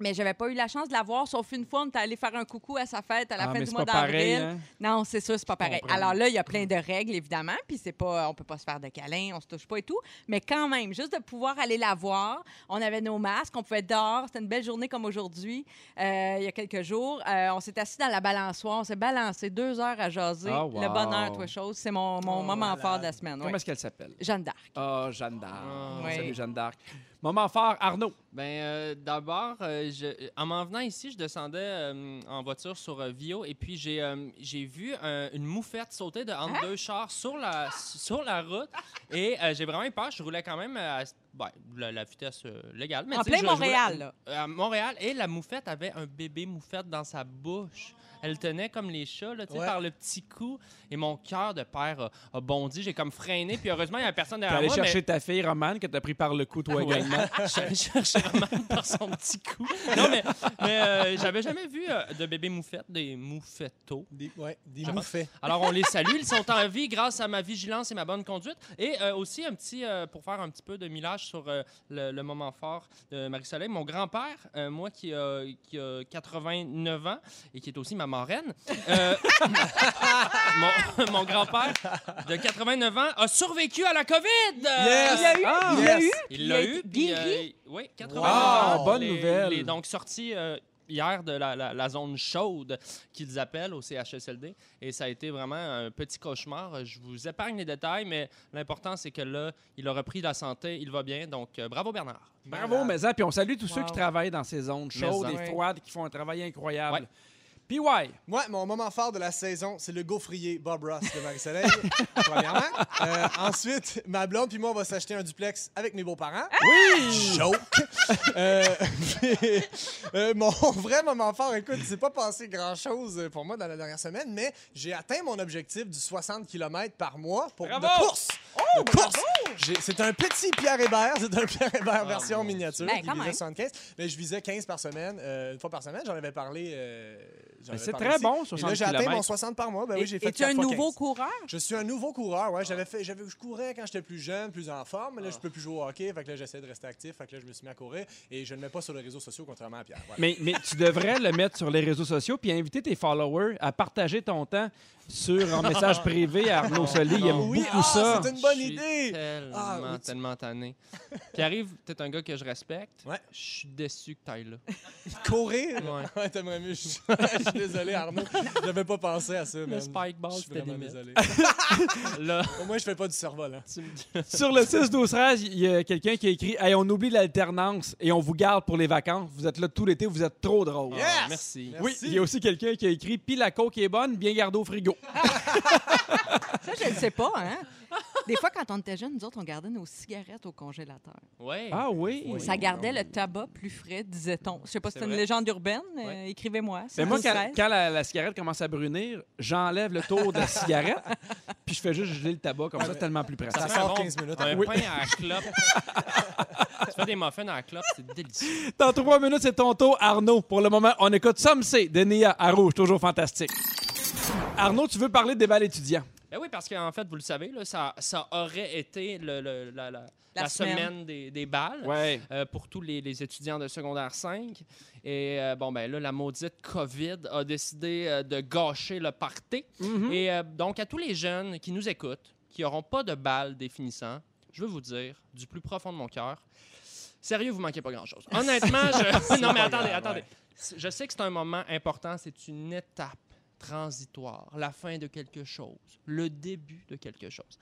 [SPEAKER 2] Mais j'avais pas eu la chance de la voir, sauf une fois, on est allé faire un coucou à sa fête à la
[SPEAKER 1] Ah,
[SPEAKER 2] fin
[SPEAKER 1] mais
[SPEAKER 2] du
[SPEAKER 1] c'est
[SPEAKER 2] mois
[SPEAKER 1] pas pareil,
[SPEAKER 2] d'avril.
[SPEAKER 1] hein?
[SPEAKER 2] Non, c'est sûr, c'est pas pareil.
[SPEAKER 1] comprends.
[SPEAKER 2] Alors là, il y a plein de règles, évidemment, puis c'est pas, on peut pas se faire de câlins, on se touche pas et tout, mais quand même, juste de pouvoir aller la voir, on avait nos masques, on pouvait être dehors, c'était une belle journée comme aujourd'hui, euh, il y a quelques jours, Euh, on s'est assis dans la balançoire, on s'est balancé deux heures à jaser,
[SPEAKER 1] Ah, wow.
[SPEAKER 2] le bonheur, toi, chose, c'est mon, mon
[SPEAKER 3] Oh,
[SPEAKER 2] moment
[SPEAKER 3] malade.
[SPEAKER 2] fort de la semaine.
[SPEAKER 1] Comment
[SPEAKER 2] ouais.
[SPEAKER 1] est-ce qu'elle s'appelle?
[SPEAKER 2] Jeanne d'Arc.
[SPEAKER 1] Oh, Jeanne d'Arc.
[SPEAKER 4] Ah,
[SPEAKER 2] ouais.
[SPEAKER 1] Salut, Jeanne d'Arc. Moment fort, Arnaud.
[SPEAKER 4] Ben, euh, d'abord, euh, je- en m'en venant ici, je descendais euh, en voiture sur euh, Vio et puis j'ai euh, j'ai vu un- une moufette sauter de entre
[SPEAKER 2] Hein?
[SPEAKER 4] deux chars sur la, sur la route et euh, j'ai vraiment eu peur. Je roulais quand même à ben, la, la vitesse euh, légale. Mais
[SPEAKER 2] En
[SPEAKER 4] tu sais,
[SPEAKER 2] plein
[SPEAKER 4] je- je roulais-
[SPEAKER 2] Montréal, là.
[SPEAKER 4] à Montréal et la moufette avait un bébé moufette dans sa bouche. Elle tenait comme les chats, là, tu sais,
[SPEAKER 3] Ouais.
[SPEAKER 4] par le petit cou. Et mon cœur de père a, a bondi. J'ai comme freiné. Puis heureusement, il n'y a personne
[SPEAKER 1] T'es
[SPEAKER 4] derrière
[SPEAKER 1] allé
[SPEAKER 4] Ah, moi. mais-
[SPEAKER 1] chercher ta fille, Romane, que t'as pris par le cou,
[SPEAKER 2] Ah,
[SPEAKER 1] toi
[SPEAKER 4] Ouais.
[SPEAKER 1] également.
[SPEAKER 4] J'allais chercher Roman par son petit coup. Non, mais, mais, euh, j'avais jamais vu euh, de bébé moufette, des moufettos.
[SPEAKER 3] Des, ouais, des
[SPEAKER 4] Je pense-
[SPEAKER 3] bouffées.
[SPEAKER 4] Alors, on les salue. Ils sont en vie grâce à ma vigilance et ma bonne conduite. Et euh, aussi, un petit, euh, pour faire un petit peu de millage sur euh, le, le moment fort de Marie-Soleil, mon grand-père, euh, moi qui, a- qui a 89 ans et qui est aussi ma marraine, euh, *laughs* mon, mon grand-père de 89 ans a survécu à la COVID! Euh,
[SPEAKER 3] Yes!
[SPEAKER 2] Il y a eu,
[SPEAKER 3] Ah,
[SPEAKER 2] il y a
[SPEAKER 3] yes.
[SPEAKER 2] eu,
[SPEAKER 4] Il l'a
[SPEAKER 2] a
[SPEAKER 4] eu.
[SPEAKER 2] été
[SPEAKER 4] puis,
[SPEAKER 2] guéri.
[SPEAKER 4] euh, Oui, 80
[SPEAKER 1] Wow,
[SPEAKER 4] dollars,
[SPEAKER 1] bonne
[SPEAKER 4] les-
[SPEAKER 1] nouvelle.
[SPEAKER 4] les- donc, sorti euh, hier de la, la- la zone chaude qu'ils appellent au CHSLD. Et ça a été vraiment un petit cauchemar. Je vous épargne les détails, mais l'important, c'est que là, il a repris la santé, il va bien. Donc, euh, bravo Bernard.
[SPEAKER 1] Bravo, Maison. Puis on salue tous ceux
[SPEAKER 2] Wow.
[SPEAKER 1] qui travaillent dans ces zones chaudes
[SPEAKER 4] Maison.
[SPEAKER 1] et
[SPEAKER 2] Ouais.
[SPEAKER 1] froides qui font un travail incroyable.
[SPEAKER 4] Ouais.
[SPEAKER 1] Puis
[SPEAKER 3] Moi, mon moment fort de la saison, c'est le gaufrier Bob Ross de Marie-Soleil, *laughs* premièrement. Euh, ensuite, ma blonde puis moi, on va s'acheter un duplex avec mes beaux-parents. Oui! Joke! Euh, *laughs* puis, euh, mon vrai moment fort, écoute, c'est pas passé grand-chose pour moi dans la dernière semaine, mais j'ai atteint mon objectif du 60 km par mois pour
[SPEAKER 1] Bravo!
[SPEAKER 3] de course! de course! J'ai- C'est un petit Pierre Hébert, c'est un Pierre Hébert version
[SPEAKER 4] mon
[SPEAKER 3] miniature.
[SPEAKER 2] Ben,
[SPEAKER 3] qui
[SPEAKER 2] quand
[SPEAKER 3] mesure
[SPEAKER 2] même.
[SPEAKER 3] 75, mais je visais 15 par semaine, euh, une fois par semaine. J'en avais parlé. euh, j'en
[SPEAKER 1] Ben,
[SPEAKER 3] avais
[SPEAKER 1] c'est
[SPEAKER 3] parlé
[SPEAKER 1] très
[SPEAKER 3] ici.
[SPEAKER 1] bon,
[SPEAKER 3] Et là,
[SPEAKER 1] 60
[SPEAKER 3] j'ai atteint mon
[SPEAKER 1] kilomètres.
[SPEAKER 3] 60 par mois. Ben oui, j'ai fait
[SPEAKER 2] Et tu es un
[SPEAKER 3] quatre fois
[SPEAKER 2] nouveau
[SPEAKER 3] 15.
[SPEAKER 2] coureur?
[SPEAKER 3] Je suis un nouveau coureur, ouais. J'avais fait, j'avais, je courais quand j'étais plus jeune, plus en forme. mais Là, je peux plus jouer au hockey. Fait que là, j'essaie de rester actif. Fait que là, je me suis mis à courir. Et je ne le mets pas sur les réseaux sociaux, contrairement à Pierre. Voilà.
[SPEAKER 1] *laughs* Mais, mais tu devrais le mettre sur les réseaux sociaux puis inviter tes followers à partager ton temps sur un *laughs* message privé à Arnaud Soli. Il aime
[SPEAKER 3] oui,
[SPEAKER 1] beaucoup
[SPEAKER 3] ah,
[SPEAKER 1] ça.
[SPEAKER 3] c'est une bonne
[SPEAKER 4] Je suis
[SPEAKER 3] idée.
[SPEAKER 4] Tellement,
[SPEAKER 3] Ah, oui, tu-
[SPEAKER 4] tellement tanné. Pierre-Yves, t'es un gars que je respecte.
[SPEAKER 3] Ouais.
[SPEAKER 4] Je suis déçu que t'ailles là.
[SPEAKER 3] Courir?
[SPEAKER 4] *laughs* Ouais.
[SPEAKER 3] *laughs* Ouais, t'aimerais mieux. Je je suis désolé, Arnaud. J'avais pas pensé à ça, man.
[SPEAKER 4] spikeball,
[SPEAKER 3] Je suis
[SPEAKER 4] c'était
[SPEAKER 3] vraiment
[SPEAKER 4] limite.
[SPEAKER 3] désolé. *laughs*
[SPEAKER 4] Là,
[SPEAKER 3] Au moins, je fais pas du cerveau,
[SPEAKER 4] tu me dis-
[SPEAKER 1] Sur le 6-12-13, il y a quelqu'un qui a écrit hey, On oublie l'alternance et on vous garde pour les vacances. Vous êtes là tout l'été, vous êtes trop drôle.
[SPEAKER 3] Yes!
[SPEAKER 4] Ah, merci.
[SPEAKER 1] Oui,
[SPEAKER 3] Merci.
[SPEAKER 1] il y a aussi quelqu'un qui a écrit Puis la coke est bonne, bien gardée au frigo.
[SPEAKER 2] Ça, je ne sais pas, hein? Des fois, quand on était jeunes, nous autres, on gardait nos cigarettes au congélateur.
[SPEAKER 4] Ouais.
[SPEAKER 1] Ah oui.
[SPEAKER 4] Oui.
[SPEAKER 2] Ça gardait le tabac plus frais, disait-on. Je sais pas si
[SPEAKER 4] C'est
[SPEAKER 2] c'est une
[SPEAKER 4] vrai.
[SPEAKER 2] légende urbaine. euh,
[SPEAKER 4] Ouais.
[SPEAKER 2] Écrivez-moi.
[SPEAKER 1] Mais moi, quand,
[SPEAKER 2] 16.
[SPEAKER 1] quand la, la cigarette commence à brunir, j'enlève le tour de la cigarette, *laughs* puis je fais juste geler le tabac comme ça, c'est tellement plus pratique.
[SPEAKER 3] Ça
[SPEAKER 4] fait
[SPEAKER 3] sort
[SPEAKER 4] bon.
[SPEAKER 3] 15 minutes.
[SPEAKER 4] Un
[SPEAKER 3] après.
[SPEAKER 4] pain à la clope. tu fais des muffins à la clope, c'est délicieux.
[SPEAKER 1] Dans trois minutes, c'est ton tour, Arnaud. Pour le moment, on écoute Somme C de Nia à Rouge, toujours fantastique. Arnaud, tu veux parler des balles étudiants?
[SPEAKER 4] Ben oui, parce qu'en fait, vous le savez, là, ça, ça aurait été le- le- la, la-
[SPEAKER 2] La
[SPEAKER 4] la semaine,
[SPEAKER 2] semaine.
[SPEAKER 4] des, des balles
[SPEAKER 1] Ouais.
[SPEAKER 4] euh, pour tous les, les étudiants de secondaire 5. Et euh, bon, ben là, la maudite COVID a décidé euh, de gâcher le party.
[SPEAKER 1] Mhm.
[SPEAKER 4] Et euh, donc, à tous les jeunes qui nous écoutent, qui n'auront pas de balles définissant, je veux vous dire, du plus profond de mon cœur, sérieux, vous manquez pas grand-chose. Honnêtement,
[SPEAKER 1] *laughs*
[SPEAKER 4] je... *laughs* non, mais attendez, attendez. C'est- Je sais que c'est un moment important, c'est une étape transitoire, la fin de quelque chose, le début de quelque chose.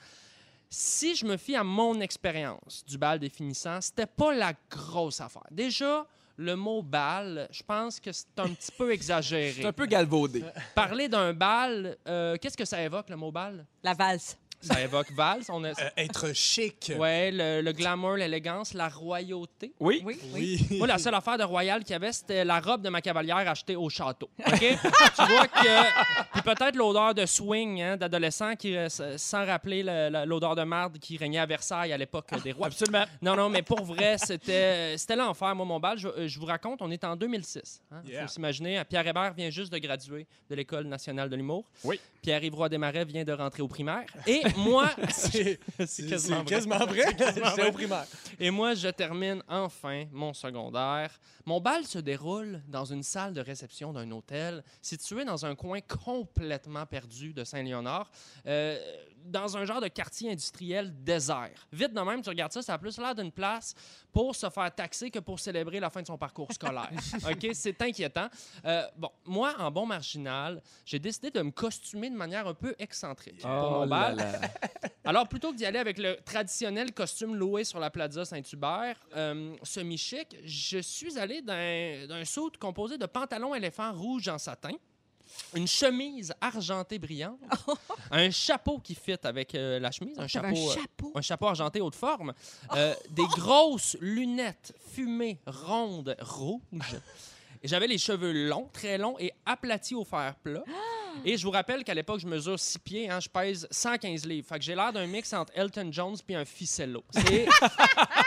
[SPEAKER 4] Si je me fie à mon expérience du bal définissant, c'était pas la grosse affaire. Déjà, le mot bal, je pense que c'est un petit
[SPEAKER 1] *laughs*
[SPEAKER 4] peu exagéré.
[SPEAKER 1] C'est un peu galvaudé.
[SPEAKER 4] Parler d'un bal, euh, qu'est-ce que ça évoque le mot bal
[SPEAKER 2] La valse.
[SPEAKER 4] Ça évoque valse. On a...
[SPEAKER 3] Euh, être chic.
[SPEAKER 4] *laughs* Ouais, le, le glamour, l'élégance, la royauté.
[SPEAKER 1] Oui?
[SPEAKER 2] Oui, oui.
[SPEAKER 3] Oui.
[SPEAKER 1] *laughs*
[SPEAKER 4] Moi, la seule affaire de royal qu'il y avait, c'était la robe de ma cavalière achetée au château. OK? *laughs* tu vois que. Puis peut-être l'odeur de swing hein, d'adolescent qui, euh, s- sans rappeler le- le- l'odeur de marde qui régnait à Versailles à l'époque euh,
[SPEAKER 1] *laughs*
[SPEAKER 4] des rois.
[SPEAKER 1] Absolument.
[SPEAKER 4] Non, non, mais pour vrai, c'était c'était l'enfer, moi, mon bal. Je, euh, je vous raconte, on est en 2006. Il
[SPEAKER 3] Yeah.
[SPEAKER 4] faut s'imaginer, hein, Pierre Hébert vient juste de graduer de l'École nationale de l'humour.
[SPEAKER 1] Oui.
[SPEAKER 4] Pierre-Yves Roy-Desmarais vient de rentrer au primaire. Et
[SPEAKER 1] *laughs*
[SPEAKER 4] moi,
[SPEAKER 3] C'est
[SPEAKER 4] *laughs* c'est
[SPEAKER 3] c'est-
[SPEAKER 4] quasiment
[SPEAKER 3] c'est
[SPEAKER 4] vrai.
[SPEAKER 3] quasiment vrai. J'étais au primaire.
[SPEAKER 4] Et moi, je termine enfin mon secondaire. Mon bal se déroule dans une salle de réception d'un hôtel situé dans un coin complètement perdu de Saint-Léonard, euh, dans un genre de quartier industriel désert. Vite de même, tu regardes ça, ça a plus l'air d'une place pour se faire taxer que pour célébrer la fin de son parcours *laughs* scolaire. OK? C'est inquiétant. Euh, bon, moi, en bon marginal, j'ai décidé de me costumer de manière un peu
[SPEAKER 1] Oh
[SPEAKER 4] excentrique pour mon bal. Alors, plutôt que d'y aller avec le traditionnel costume loué sur la Plaza Saint-Hubert, euh, semi-chic, je suis allé d'un d'un saut composé de pantalons éléphants rouges en satin, une chemise argentée brillante, un chapeau qui fit avec euh, la chemise, un chapeau,
[SPEAKER 2] J'avais un
[SPEAKER 4] euh,
[SPEAKER 2] chapeau.
[SPEAKER 4] un chapeau argenté haute forme, euh, des grosses lunettes fumées rondes rouges. Et J'avais les cheveux longs, très longs et aplatis au fer plat. Et je vous rappelle qu'à l'époque, je mesure 6 pieds, hein, je pèse 115 livres. Fait que j'ai l'air d'un mix entre Elton Jones puis un ficello. C'est-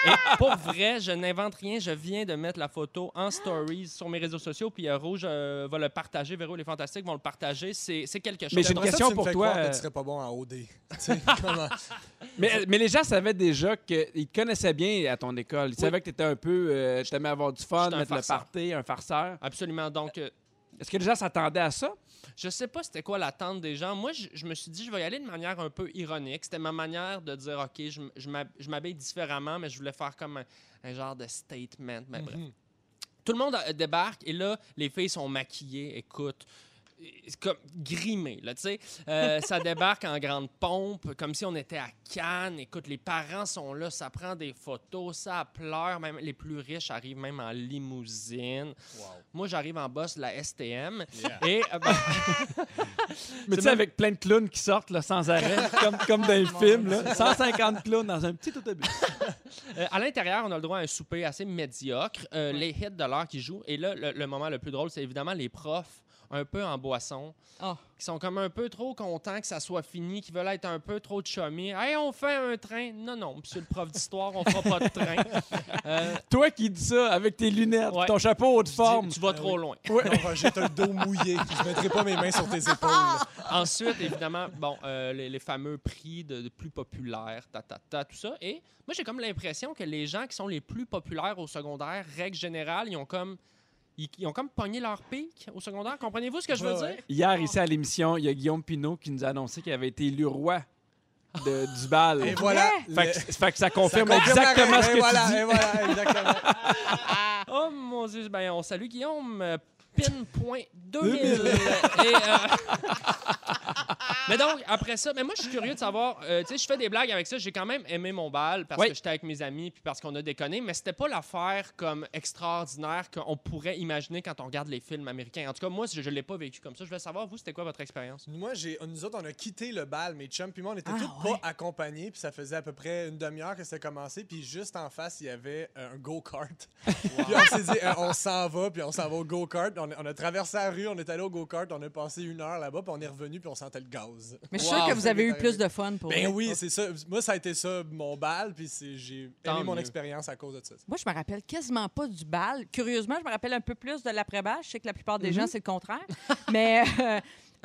[SPEAKER 4] et pour vrai, je n'invente rien. Je viens de mettre la photo en stories sur mes réseaux sociaux. Puis euh, Rouge euh, va le partager. Véro et les Fantastiques vont le partager. C'est c'est quelque chose.
[SPEAKER 1] Mais j'ai une
[SPEAKER 3] Après Ah, ça,
[SPEAKER 1] question
[SPEAKER 3] tu me
[SPEAKER 1] pour
[SPEAKER 3] fais
[SPEAKER 1] toi,
[SPEAKER 3] croire que
[SPEAKER 1] euh,
[SPEAKER 3] Tu serais pas bon en OD. *laughs* Tu sais, comment-
[SPEAKER 1] Mais, mais les gens savaient déjà qu'ils te connaissaient bien à ton école. Ils savaient que tu étais un peu. euh, t'aimais avoir du fun,
[SPEAKER 4] J'étais un
[SPEAKER 1] mettre le
[SPEAKER 4] farceur.
[SPEAKER 1] party, un farceur.
[SPEAKER 4] Absolument. Donc, euh,
[SPEAKER 1] Est-ce que les gens s'attendaient à ça?
[SPEAKER 4] Je sais pas c'était quoi l'attente des gens. Moi, je, je me suis dit, je vais y aller de manière un peu ironique. C'était ma manière de dire, OK, je, m- je m'hab- je m'habille différemment, mais je voulais faire comme un, un genre de statement. Mais bref. Tout le monde euh, débarque et là, les filles sont maquillées, écoute. euh, c'est Comme grimées, là, tu sais. Euh, ça débarque en grande pompe, comme si on était à Cannes. Écoute, les parents sont là, ça prend des photos, ça pleure. Même les plus riches arrivent même en limousine. Moi, j'arrive en boss de la STM. Et euh, ben,
[SPEAKER 1] Mais tu sais, avec plein de clowns qui sortent là, sans arrêt, *laughs* comme, comme dans les films. Là. 150 clowns dans un petit autobus.
[SPEAKER 4] Euh, à l'intérieur, on a le droit à un souper assez médiocre. Euh, Les hits de l'heure qui jouent. Et là, le, le moment le plus drôle, c'est évidemment les profs un peu en boisson,
[SPEAKER 2] Ah.
[SPEAKER 4] qui sont comme un peu trop contents que ça soit fini, qui veulent être un peu trop chummy. Hey, on fait un train. Non, non, monsieur le prof d'histoire, on fera pas de train. Euh,
[SPEAKER 1] *laughs* Toi qui dis ça avec tes lunettes,
[SPEAKER 4] Ouais.
[SPEAKER 1] ton chapeau haute forme.
[SPEAKER 4] tu, tu vas trop loin.
[SPEAKER 3] Non, Roger, t'as le dos mouillé. Je mettrai pas mes mains sur tes épaules.
[SPEAKER 2] Ah,
[SPEAKER 4] Ensuite, évidemment, bon, euh, les, les fameux prix de, de plus populaires, ta, ta, ta, tout ça. Et moi, j'ai comme l'impression que les gens qui sont les plus populaires au secondaire, règle générale, ils ont comme, ils, ils ont comme pogné leur pic au secondaire. Comprenez-vous ce que je veux
[SPEAKER 3] Ouais, ouais.
[SPEAKER 4] dire?
[SPEAKER 1] Hier, ici à l'émission, il y a Guillaume Pinault qui nous a annoncé qu'il avait été élu roi de, du bal.
[SPEAKER 3] Et voilà.
[SPEAKER 1] Fait
[SPEAKER 3] Le-
[SPEAKER 1] que, fait que ça
[SPEAKER 3] ça confirme
[SPEAKER 1] confirme
[SPEAKER 3] la
[SPEAKER 1] exactement
[SPEAKER 3] règle.
[SPEAKER 1] ce que
[SPEAKER 3] Et
[SPEAKER 1] tu
[SPEAKER 3] voilà,
[SPEAKER 1] dis.
[SPEAKER 3] Et
[SPEAKER 1] *laughs*
[SPEAKER 3] voilà, exactement.
[SPEAKER 4] Oh mon Dieu, ben, on salue Guillaume euh, Pinpoint 2000.
[SPEAKER 1] 2000.
[SPEAKER 4] Et, euh, mais donc, après ça, mais moi, je suis curieux de savoir, euh, tu sais, je fais des blagues avec ça, j'ai quand même aimé mon bal parce
[SPEAKER 1] Oui.
[SPEAKER 4] que j'étais avec mes amis puis parce qu'on a déconné, mais c'était pas l'affaire comme extraordinaire qu'on pourrait imaginer quand on regarde les films américains. En tout cas, moi, je, je l'ai pas vécu comme ça. Je veux savoir, vous, c'était quoi votre expérience?
[SPEAKER 3] Moi, j'ai, nous autres, on a quitté le bal, mais chums puis moi, on était
[SPEAKER 2] Ah,
[SPEAKER 3] tous
[SPEAKER 2] ouais.
[SPEAKER 3] pas accompagnés, puis ça faisait à peu près une demi-heure que c'était commencé, puis juste en face, il y avait euh, un go-kart.
[SPEAKER 2] *laughs*
[SPEAKER 3] puis on s'est dit, euh, on s'en va, puis on s'en va au go-kart. On, a- on a traversé la rue, on est allé au go-kart, on a passé une heure là-bas, puis on est revenu, puis on sentait le gaz.
[SPEAKER 2] Mais je suis sûr que vous avez eu plus de fun pour
[SPEAKER 3] Ben
[SPEAKER 2] vrai.
[SPEAKER 3] oui, c'est ça. Moi, ça a été ça, mon bal, puis c'est- j'ai
[SPEAKER 4] Tant
[SPEAKER 3] aimé mon
[SPEAKER 4] mieux.
[SPEAKER 3] expérience à cause de ça.
[SPEAKER 2] Moi, je me rappelle quasiment pas du bal. Curieusement, je me rappelle un peu plus de l'après-bal. Je sais que la plupart des gens, c'est le contraire. *laughs* Mais euh,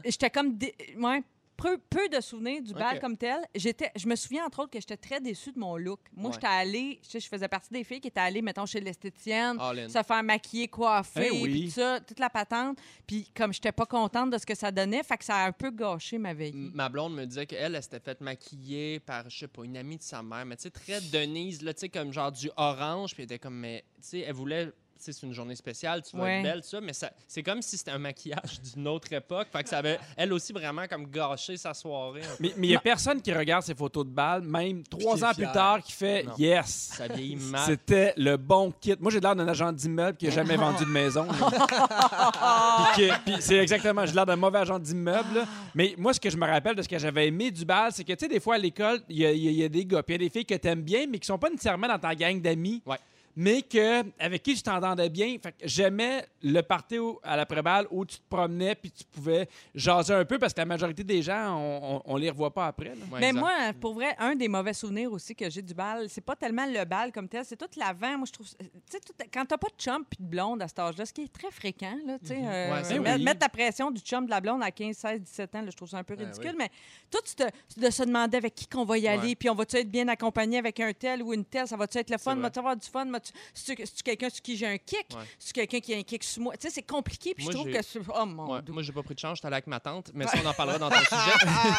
[SPEAKER 2] j'étais comme. dé- ouais, peu, peu de souvenirs du bal
[SPEAKER 4] Ok.
[SPEAKER 2] comme tel. J'étais, je me souviens, entre autres, que j'étais très déçue de mon look. Moi,
[SPEAKER 4] Ouais.
[SPEAKER 2] j'étais allée. Je sais, je faisais partie des filles qui étaient allées, mettons, chez l'esthéticienne.
[SPEAKER 4] All in.
[SPEAKER 2] se faire maquiller, coiffer,
[SPEAKER 1] Eh oui.
[SPEAKER 2] puis tout ça, toute la patente. Puis comme j'étais pas contente de ce que ça donnait, fait que ça a un peu gâché ma
[SPEAKER 1] Mhm.
[SPEAKER 2] veille.
[SPEAKER 4] Ma blonde me disait qu'elle, elle s'était faite maquiller par, je sais pas, une amie de sa mère, mais tu sais, très Denise, là, tu sais, comme genre du orange, puis elle était comme, mais, tu sais, elle voulait, tu sais, c'est une journée spéciale, tu vas
[SPEAKER 2] Ouais.
[SPEAKER 4] être belle, tout ça, mais ça, c'est comme si c'était un maquillage *laughs* d'une autre époque, fait que ça avait, elle aussi, vraiment, comme gâché sa soirée. un peu.
[SPEAKER 1] Mais mais il y a personne qui regarde ces photos de balles, même trois
[SPEAKER 3] qui est
[SPEAKER 1] ans plus
[SPEAKER 3] fier.
[SPEAKER 1] tard, qui fait
[SPEAKER 4] Non.
[SPEAKER 1] Yes! *laughs*
[SPEAKER 4] Ça vieillit mal.
[SPEAKER 1] C'était le bon kit. Moi, j'ai l'air d'un agent d'immeuble qui n'a jamais vendu de maison. là.
[SPEAKER 4] *laughs*
[SPEAKER 1] Puis que- puis c'est exactement, j'ai l'air d'un mauvais agent d'immeuble. là. Mais moi, ce que je me rappelle de ce que j'avais aimé du bal, c'est que, tu sais, des fois à l'école, il y, a- il y a- il y a des gars, puis il y a des filles que t'aimes bien, mais qui sont pas nécessairement dans ta gang d'amis.
[SPEAKER 4] Ouais.
[SPEAKER 1] Mais que, avec qui tu t'entendais bien. Fait que j'aimais le party au- à l'après-balle où tu te promenais puis tu pouvais jaser un peu parce que la majorité des gens, on, on, on les revoit pas après. là.
[SPEAKER 4] Ouais,
[SPEAKER 2] Mais
[SPEAKER 4] exact.
[SPEAKER 2] moi, pour vrai, un des mauvais souvenirs aussi que j'ai du bal, c'est pas tellement le bal comme tel, c'est tout l'avant. Moi, je trouve. Tu sais, tout- quand t'as pas de chum puis de blonde à cet âge-là, ce qui est très fréquent, là, tu sais, euh,
[SPEAKER 4] Ouais, c'est
[SPEAKER 2] met-
[SPEAKER 1] oui.
[SPEAKER 2] mettre la pression du chum de la blonde à 15, 16, 17 ans, là, je trouve ça un peu
[SPEAKER 4] Ben
[SPEAKER 2] ridicule. Mais toi, tu te, de se demander avec qui qu'on va y aller, puis on va-tu être bien accompagné avec un tel ou une telle, ça va-tu être le fun,
[SPEAKER 4] vrai.
[SPEAKER 2] va-tu avoir du fun, vas-tu- c'est-tu c'est-tu quelqu'un sur qui j'ai un kick,
[SPEAKER 4] Ouais.
[SPEAKER 2] c'est-tu quelqu'un qui a un kick sur moi. Tu sais, c'est compliqué, puis je
[SPEAKER 4] Moi,
[SPEAKER 2] trouve
[SPEAKER 4] j'ai-
[SPEAKER 2] que. c'est- Oh mon
[SPEAKER 4] Ouais,
[SPEAKER 2] Dieu.
[SPEAKER 4] moi, j'ai pas pris de change, j'étais allé avec ma tante, mais ça,
[SPEAKER 1] *laughs*
[SPEAKER 4] on en parlera dans ton sujet.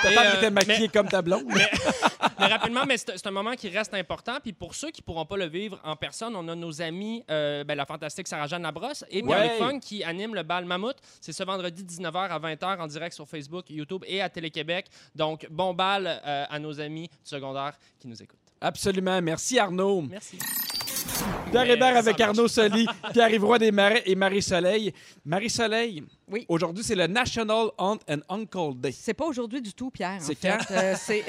[SPEAKER 1] Ta
[SPEAKER 4] Et,
[SPEAKER 1] femme
[SPEAKER 4] euh,
[SPEAKER 1] était
[SPEAKER 4] mais-
[SPEAKER 1] maquillée comme ta blonde.
[SPEAKER 4] Mais rapidement, mais c'est c'est un moment qui reste important. Puis pour ceux qui pourront pas le vivre en personne, on a nos amis, euh, ben, la fantastique Sarah-Jeanne Labrosse et Pierre
[SPEAKER 1] Ouais.
[SPEAKER 4] Funk qui animent le bal Mammouth. C'est ce vendredi 19h à 20h en direct sur Facebook, YouTube et à Télé-Québec. Donc, bon bal euh, à nos amis du secondaire qui nous écoutent.
[SPEAKER 1] Absolument. Merci, Arnaud.
[SPEAKER 4] Merci.
[SPEAKER 1] Pierre
[SPEAKER 4] Mais
[SPEAKER 1] Hébert
[SPEAKER 4] ça
[SPEAKER 1] avec
[SPEAKER 4] marche.
[SPEAKER 1] Arnaud Soli, Pierre-Yvroy Desmarais et Marie-Soleil. Marie-Soleil,
[SPEAKER 2] Oui.
[SPEAKER 1] aujourd'hui, c'est le National Aunt and Uncle Day.
[SPEAKER 2] C'est pas aujourd'hui du tout, Pierre. en
[SPEAKER 1] C'est
[SPEAKER 2] fait.
[SPEAKER 1] quand?
[SPEAKER 2] Euh, c'est.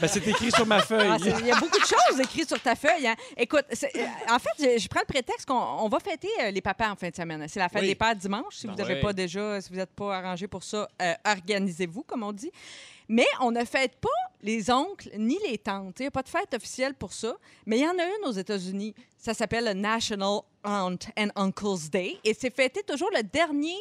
[SPEAKER 1] Ben, c'est écrit sur
[SPEAKER 2] *laughs*
[SPEAKER 1] ma
[SPEAKER 2] Ah,
[SPEAKER 1] feuille.
[SPEAKER 2] c'est- Il y a beaucoup de choses écrites sur ta feuille. hein. Écoute, c'est- euh, en fait, je, je prends le prétexte qu'on on va fêter euh, les papas en fin de semaine. C'est la fête
[SPEAKER 3] Oui.
[SPEAKER 2] des pères dimanche. Si
[SPEAKER 4] Ben
[SPEAKER 2] vous n'avez
[SPEAKER 4] oui.
[SPEAKER 2] pas déjà, si vous n'êtes pas arrangé pour ça, euh, organisez-vous, comme on dit. Mais on ne fête pas les oncles ni les tantes. Il n'y a pas de fête officielle pour ça. Mais il y en a une aux États-Unis. Ça s'appelle le National Aunt and Uncle's Day. Et c'est fêté toujours le dernier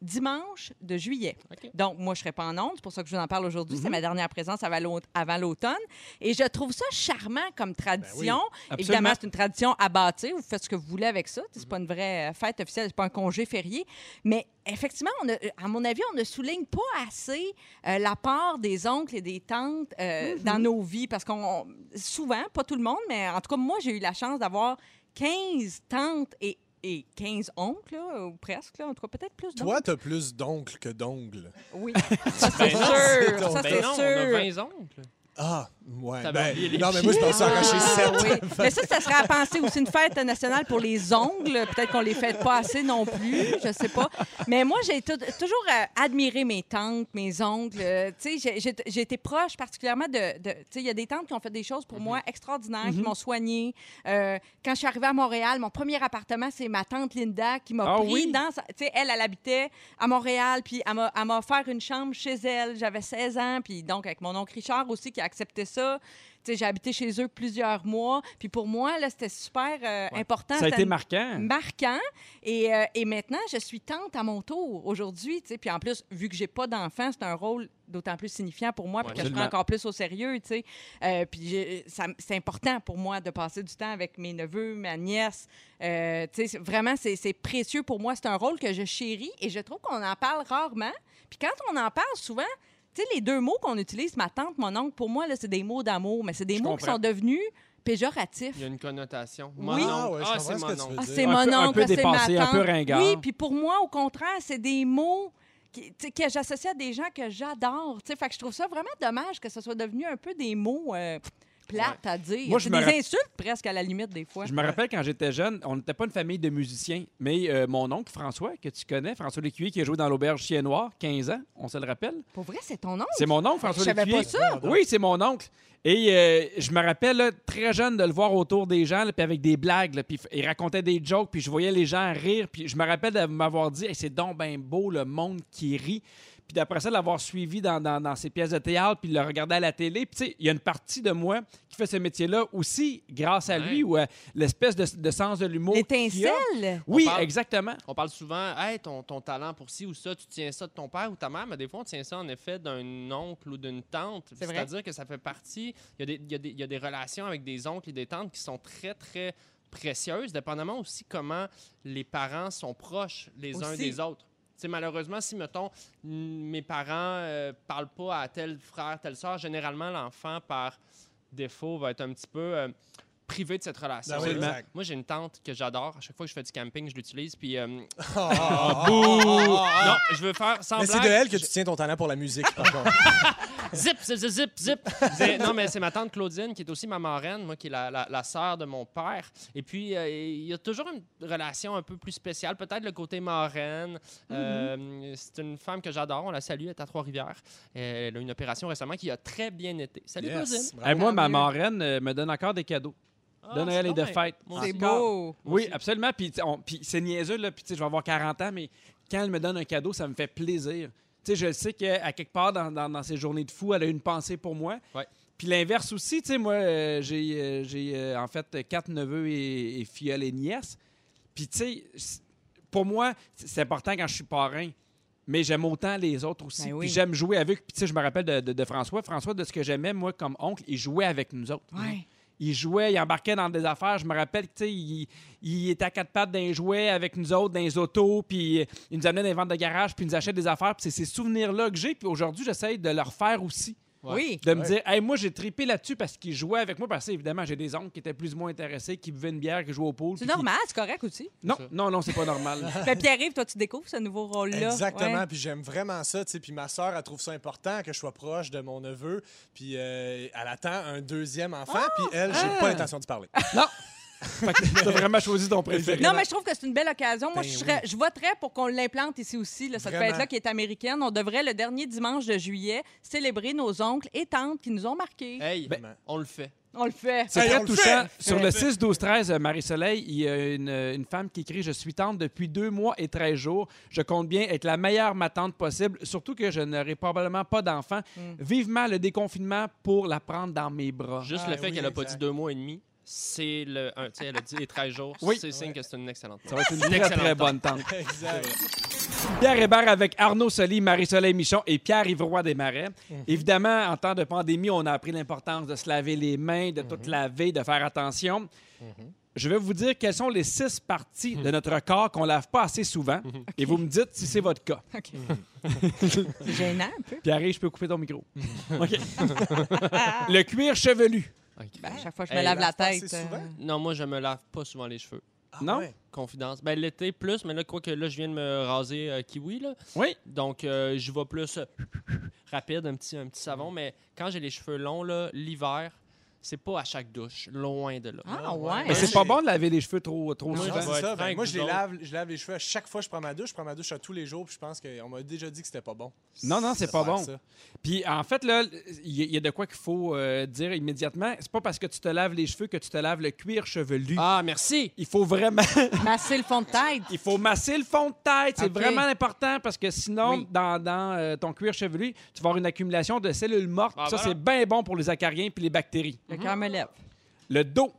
[SPEAKER 2] dimanche de juillet.
[SPEAKER 4] OK.
[SPEAKER 2] Donc, moi, je ne serai pas en onde. C'est pour ça que je vous en parle aujourd'hui. C'est ma dernière présence avant l'aut- avant l'automne. Et je trouve ça charmant comme tradition. Évidemment, c'est une tradition à bâtir. Vous faites ce que vous voulez avec ça. C'est pas une vraie euh, fête officielle, c'est pas un congé férié. Mais effectivement, on a- euh, à mon avis, on ne souligne pas assez euh, la part des oncles et des tantes euh, dans nos vies. Parce qu'on, on- souvent, pas tout le monde, mais en tout cas, moi, j'ai eu la chance d'avoir 15 tantes et, et 15 oncles, là, ou presque, là, en tout cas, peut-être plus.
[SPEAKER 3] Toi, t'as plus d'oncles que d'ongles.
[SPEAKER 2] d'oncles. Oui, ça, c'est
[SPEAKER 4] Ben non,
[SPEAKER 2] sûr.
[SPEAKER 3] c'est
[SPEAKER 2] ça,
[SPEAKER 4] Ben
[SPEAKER 2] c'est
[SPEAKER 4] non,
[SPEAKER 2] sûr.
[SPEAKER 4] on a 20 oncles.
[SPEAKER 3] Ah, ouais.
[SPEAKER 4] T'avais
[SPEAKER 3] ben,
[SPEAKER 4] oublié les
[SPEAKER 3] non, mais moi, je pensais arracher
[SPEAKER 2] Ah,
[SPEAKER 3] sept.
[SPEAKER 2] oui. Mais ça, ça serait à penser aussi une fête nationale pour les ongles. Peut-être qu'on les fête pas assez non plus, je sais pas. Mais moi, j'ai tout- toujours euh, admiré mes tantes, mes oncles. Euh, tu sais, j'ai- j'ai- j'ai été proche particulièrement de... de- tu sais, il y a des tantes qui ont fait des choses pour moi
[SPEAKER 4] Mm-hmm.
[SPEAKER 2] extraordinaires, qui m'ont soignée. Euh, quand je suis arrivée à Montréal, mon premier appartement, c'est ma tante Linda qui m'a
[SPEAKER 4] Ah
[SPEAKER 2] pris
[SPEAKER 4] oui?
[SPEAKER 2] dans sa... Tu sais, elle, elle habitait à Montréal, puis elle m'a elle m'a offert une chambre chez elle. J'avais 16 ans, puis donc avec mon oncle Richard aussi qui a accepté ça. Tu sais, j'ai habité chez eux plusieurs mois. Puis pour moi, là, c'était super euh,
[SPEAKER 4] Ouais.
[SPEAKER 2] important.
[SPEAKER 1] Ça a
[SPEAKER 2] C'était
[SPEAKER 1] été
[SPEAKER 2] une-
[SPEAKER 1] marquant.
[SPEAKER 2] marquant. Et, euh, et maintenant, je suis tante à mon tour aujourd'hui. tu sais. Puis en plus, vu que j'ai pas d'enfant, c'est un rôle d'autant plus signifiant pour moi, puis
[SPEAKER 4] Ouais,
[SPEAKER 2] que je prends
[SPEAKER 1] absolument.
[SPEAKER 2] encore plus au sérieux. tu sais. Euh, puis j'ai- ça m- c'est important pour moi de passer du temps avec mes neveux, ma nièce. Euh, tu sais, c'est- vraiment, c'est c'est précieux pour moi. C'est un rôle que je chéris et je trouve qu'on en parle rarement. Puis quand on en parle souvent, tu sais, les deux mots qu'on utilise, ma tante, mon oncle, pour moi, là, c'est des mots d'amour, mais c'est des
[SPEAKER 1] Je
[SPEAKER 2] mots qui
[SPEAKER 1] comprends.
[SPEAKER 2] sont devenus péjoratifs.
[SPEAKER 4] Il y a une connotation.
[SPEAKER 2] Oui.
[SPEAKER 4] Mon
[SPEAKER 3] Ah, ouais,
[SPEAKER 4] oncle.
[SPEAKER 3] je
[SPEAKER 4] Ah,
[SPEAKER 3] comprends
[SPEAKER 4] c'est
[SPEAKER 3] ce
[SPEAKER 4] mon
[SPEAKER 3] que tu veux
[SPEAKER 4] oncle.
[SPEAKER 2] Ah,
[SPEAKER 3] dire.
[SPEAKER 2] c'est
[SPEAKER 1] Un
[SPEAKER 2] mon
[SPEAKER 1] peu- un
[SPEAKER 2] oncle,
[SPEAKER 1] peu
[SPEAKER 2] c'est
[SPEAKER 1] dépassé,
[SPEAKER 2] ma
[SPEAKER 1] un
[SPEAKER 2] tante.
[SPEAKER 1] peu ringard.
[SPEAKER 2] Oui, puis pour moi, au contraire, c'est des mots qui- tu sais, que j'associe à des gens que j'adore. tu sais. Fait que je trouve ça vraiment dommage que ce soit devenu un peu des mots euh, plates à dire.
[SPEAKER 1] Moi, je
[SPEAKER 2] C'est
[SPEAKER 1] me
[SPEAKER 2] des
[SPEAKER 1] rapp-
[SPEAKER 2] insultes presque à la limite des fois.
[SPEAKER 1] Je me rappelle quand j'étais jeune, on n'était pas une famille de musiciens, mais euh, mon oncle François, que tu connais, François Lécuyer, qui a joué dans l'auberge Chien Noir, 15 ans, on se le rappelle.
[SPEAKER 2] Pour vrai, c'est ton oncle?
[SPEAKER 1] C'est mon oncle, François
[SPEAKER 2] savais
[SPEAKER 1] Lécuyer.
[SPEAKER 2] pas ça.
[SPEAKER 1] Oui, c'est mon oncle. Et euh, je me rappelle, là, très jeune, de le voir autour des gens, là, puis avec des blagues, là, puis f- il racontait des jokes, puis je voyais les gens rire, puis je me rappelle de m'avoir dit Hey, c'est donc ben beau le monde qui rit ». Puis d'après ça, de l'avoir suivi dans, dans, dans ses pièces de théâtre, puis de le regarder à la télé. Puis tu sais, il y a une partie de moi qui fait ce métier-là aussi grâce à
[SPEAKER 4] Ouais.
[SPEAKER 1] lui, ou à l'espèce de, de sens de l'humour qu'il a.
[SPEAKER 2] L'étincelle?
[SPEAKER 1] Oui,
[SPEAKER 4] On parle-
[SPEAKER 1] exactement.
[SPEAKER 4] On parle souvent, hey, ton, ton talent pour ci ou ça, tu tiens ça de ton père ou ta mère, mais des fois, on tient ça en effet d'un oncle ou d'une tante.
[SPEAKER 2] C'est vrai.
[SPEAKER 4] C'est-à-dire que ça fait partie. Il y, a des- il y a des- il y a des relations avec des oncles et des tantes qui sont très, très précieuses, dépendamment aussi comment les parents sont proches les uns
[SPEAKER 2] Aussi.
[SPEAKER 4] des autres. Tu sais, malheureusement, si, mettons, n- mes parents euh, parlent pas à tel frère, telle soeur, généralement, l'enfant, par défaut, va être un petit peu euh, privé de cette relation.
[SPEAKER 3] Ben oui,
[SPEAKER 1] Absolument.
[SPEAKER 3] exact.
[SPEAKER 4] Moi, j'ai une tante que j'adore. À chaque fois que je fais du camping, je l'utilise. Puis, euh,
[SPEAKER 3] Ah, ah, ah,
[SPEAKER 4] non, je veux faire sans
[SPEAKER 3] Mais c'est
[SPEAKER 4] blague.
[SPEAKER 3] de elle que tu tiens ton talent pour la musique, par contre.
[SPEAKER 4] Zip, zip, zip, zip, zip. C'est- Non, mais c'est ma tante Claudine qui est aussi ma marraine, moi qui est la, la, la sœur de mon père. Et puis, euh, il y a toujours une relation un peu plus spéciale, peut-être le côté marraine. Euh, c'est une femme que j'adore, on la salue, elle est à Trois-Rivières. Elle a eu une opération récemment qui a très bien été. Salut
[SPEAKER 3] Yes,
[SPEAKER 4] Claudine.
[SPEAKER 3] bravo.
[SPEAKER 1] Eh, moi, ma
[SPEAKER 2] mieux.
[SPEAKER 1] marraine euh, me donne encore des cadeaux.
[SPEAKER 4] Ah,
[SPEAKER 1] donne
[SPEAKER 4] c'est
[SPEAKER 1] elle les
[SPEAKER 4] bon,
[SPEAKER 1] de
[SPEAKER 4] ben,
[SPEAKER 1] fête.
[SPEAKER 4] moi
[SPEAKER 2] C'est
[SPEAKER 4] aussi.
[SPEAKER 2] beau.
[SPEAKER 1] Oui, absolument. Puis, tu sais, on- puis c'est niaiseux, là. Puis, tu sais, je vais avoir 40 ans, mais quand elle me donne un cadeau, ça me fait plaisir. Tu sais, je sais qu'à quelque part, dans, dans, dans ces journées de fou, elle a une pensée pour moi.
[SPEAKER 4] Ouais.
[SPEAKER 1] Puis l'inverse aussi, tu sais, moi, euh, j'ai, euh, j'ai euh, en fait euh, quatre neveux et, et filleuls et nièces. Puis, tu sais, c'est- pour moi, c'est c'est important quand je suis parrain. Mais j'aime autant les autres aussi.
[SPEAKER 2] Ben oui.
[SPEAKER 1] Puis j'aime jouer avec. Puis tu sais, je me rappelle de, de- de François. François, de ce que j'aimais, moi, comme oncle, il jouait avec nous autres.
[SPEAKER 2] Ouais.
[SPEAKER 1] Il jouait, il embarquait dans des affaires. Je me rappelle, que, tu sais, il, il était à quatre pattes d'un jouet avec nous autres, dans les autos, puis il nous amenait dans les ventes de garage, puis il nous achetait des affaires. Puis c'est ces souvenirs-là que j'ai. Puis aujourd'hui, j'essaye de leur faire aussi.
[SPEAKER 4] Ouais.
[SPEAKER 2] Oui.
[SPEAKER 1] De me dire, hey, moi, j'ai trippé là-dessus parce qu'ils jouaient avec moi. Parce que, évidemment, j'ai des oncles qui étaient plus ou moins intéressés, qui buvaient une bière, qui jouaient au pool.
[SPEAKER 2] C'est
[SPEAKER 1] puis qui-
[SPEAKER 2] normal, c'est
[SPEAKER 1] *laughs*
[SPEAKER 2] correct aussi.
[SPEAKER 1] Non,
[SPEAKER 4] C'est ça.
[SPEAKER 1] non, non, c'est pas
[SPEAKER 4] *laughs*
[SPEAKER 1] normal.
[SPEAKER 2] Fait Pierre-Yves, toi, tu découvres ce nouveau rôle-là.
[SPEAKER 3] Exactement,
[SPEAKER 2] Ouais.
[SPEAKER 3] puis j'aime vraiment ça, tu sais, puis ma sœur elle trouve ça important que je sois proche de mon neveu, puis euh, elle attend un deuxième enfant, puis elle, j'ai
[SPEAKER 1] Ah!
[SPEAKER 3] pas l'intention de parler.
[SPEAKER 1] non! Fait que t'as vraiment choisi ton préféré.
[SPEAKER 2] Non, mais je trouve que c'est une belle occasion. Moi,
[SPEAKER 3] Ben
[SPEAKER 2] je, serais- je voterais pour qu'on l'implante ici aussi, là, cette
[SPEAKER 3] Vraiment.
[SPEAKER 2] fête-là qui est américaine. On devrait, le dernier dimanche de juillet, célébrer nos oncles et tantes qui nous ont marqués.
[SPEAKER 4] Hey,
[SPEAKER 3] Ben-
[SPEAKER 4] on le fait.
[SPEAKER 2] On le fait.
[SPEAKER 1] C'est
[SPEAKER 3] Hey, on
[SPEAKER 1] très
[SPEAKER 3] le
[SPEAKER 1] touchant.
[SPEAKER 3] fait!
[SPEAKER 1] Sur
[SPEAKER 3] On
[SPEAKER 1] le
[SPEAKER 3] le fait.
[SPEAKER 1] 6, 12, 13, euh, Marie-Soleil, il y a une, euh, une femme qui écrit Je suis tante depuis deux mois et 13 jours. Je compte bien être la meilleure ma tante possible, surtout que je n'aurai probablement pas d'enfant.
[SPEAKER 3] Mm.
[SPEAKER 1] Vivement le déconfinement pour la prendre dans mes bras.
[SPEAKER 4] Juste
[SPEAKER 3] Ah,
[SPEAKER 4] le fait
[SPEAKER 3] oui,
[SPEAKER 4] qu'elle a pas
[SPEAKER 3] exact.
[SPEAKER 4] dit deux mois et demi, c'est le. un- Tu sais, elle a dit les 13 jours.
[SPEAKER 1] Oui.
[SPEAKER 4] C'est signe que c'est une excellente.
[SPEAKER 3] *laughs*
[SPEAKER 1] Ça va être une
[SPEAKER 4] Une
[SPEAKER 1] très,
[SPEAKER 4] excellente
[SPEAKER 1] très
[SPEAKER 4] tante.
[SPEAKER 1] bonne tante.
[SPEAKER 3] exact.
[SPEAKER 1] Pierre Hébert avec Arnaud Soli, Marie-Soleil Michon et Pierre Ivroy Desmarais.
[SPEAKER 3] Mhm.
[SPEAKER 1] Évidemment, en temps de pandémie, on a appris l'importance de se laver les mains, de
[SPEAKER 3] Mhm.
[SPEAKER 1] tout laver, de faire attention. Je vais vous dire quelles sont les six parties
[SPEAKER 3] Mhm.
[SPEAKER 1] de notre corps qu'on lave pas assez souvent et vous me dites si c'est votre cas.
[SPEAKER 2] *laughs* OK. C'est gênant un peu.
[SPEAKER 1] Pierre, je peux couper ton micro.
[SPEAKER 3] Mhm. *laughs*
[SPEAKER 1] OK. Le cuir chevelu.
[SPEAKER 2] Ben, à chaque fois, je me
[SPEAKER 4] Hey,
[SPEAKER 2] lave la
[SPEAKER 3] lave-toi assez
[SPEAKER 2] tête.
[SPEAKER 3] souvent.
[SPEAKER 2] euh,
[SPEAKER 4] Non, moi, je me lave pas souvent les cheveux.
[SPEAKER 3] Ah
[SPEAKER 1] non?
[SPEAKER 3] ouais.
[SPEAKER 4] Confidence. Ben, l'été plus, mais là, quoi que là, je viens de me raser euh, kiwi, là.
[SPEAKER 1] Oui.
[SPEAKER 3] Ah
[SPEAKER 4] Donc, euh, je vais plus euh, *laughs* rapide, un petit, un petit savon. Mais quand j'ai les cheveux longs, là, l'hiver, c'est pas à chaque douche, loin de là.
[SPEAKER 2] Ah, ouais.
[SPEAKER 1] Mais
[SPEAKER 3] Moi,
[SPEAKER 1] c'est pas
[SPEAKER 3] j'ai-
[SPEAKER 1] bon de laver les cheveux trop, trop
[SPEAKER 4] Moi,
[SPEAKER 3] Non,
[SPEAKER 1] souvent.
[SPEAKER 4] je vais
[SPEAKER 3] c'est
[SPEAKER 4] être
[SPEAKER 3] ça. Ben,
[SPEAKER 4] franc
[SPEAKER 3] moi,
[SPEAKER 4] avec
[SPEAKER 3] je les
[SPEAKER 4] vous autres.
[SPEAKER 3] lave, je lave les cheveux à chaque fois que je prends ma douche. Je prends ma douche à tous les jours, puis je pense qu'on m'a déjà dit que c'était pas bon.
[SPEAKER 1] Non, non, c'est
[SPEAKER 3] de
[SPEAKER 1] pas
[SPEAKER 3] faire
[SPEAKER 1] bon.
[SPEAKER 3] ça.
[SPEAKER 1] Puis en fait, là, il y, a- il y a de quoi qu'il faut euh, dire immédiatement. C'est pas parce que tu te laves les cheveux que tu te laves le cuir chevelu.
[SPEAKER 4] Ah, merci!
[SPEAKER 1] Il faut vraiment,
[SPEAKER 2] *laughs* Masser le fond de tête.
[SPEAKER 1] il faut masser le fond de tête. C'est
[SPEAKER 2] Ok.
[SPEAKER 1] vraiment important parce que sinon,
[SPEAKER 2] Oui.
[SPEAKER 1] dans, dans, euh, ton cuir chevelu, tu vas avoir une accumulation de cellules mortes.
[SPEAKER 2] Bah,
[SPEAKER 4] Ah,
[SPEAKER 1] ça,
[SPEAKER 4] voilà.
[SPEAKER 1] c'est bien bon pour les acariens puis les bactéries.
[SPEAKER 2] Le cœur me lève.
[SPEAKER 1] Le dos.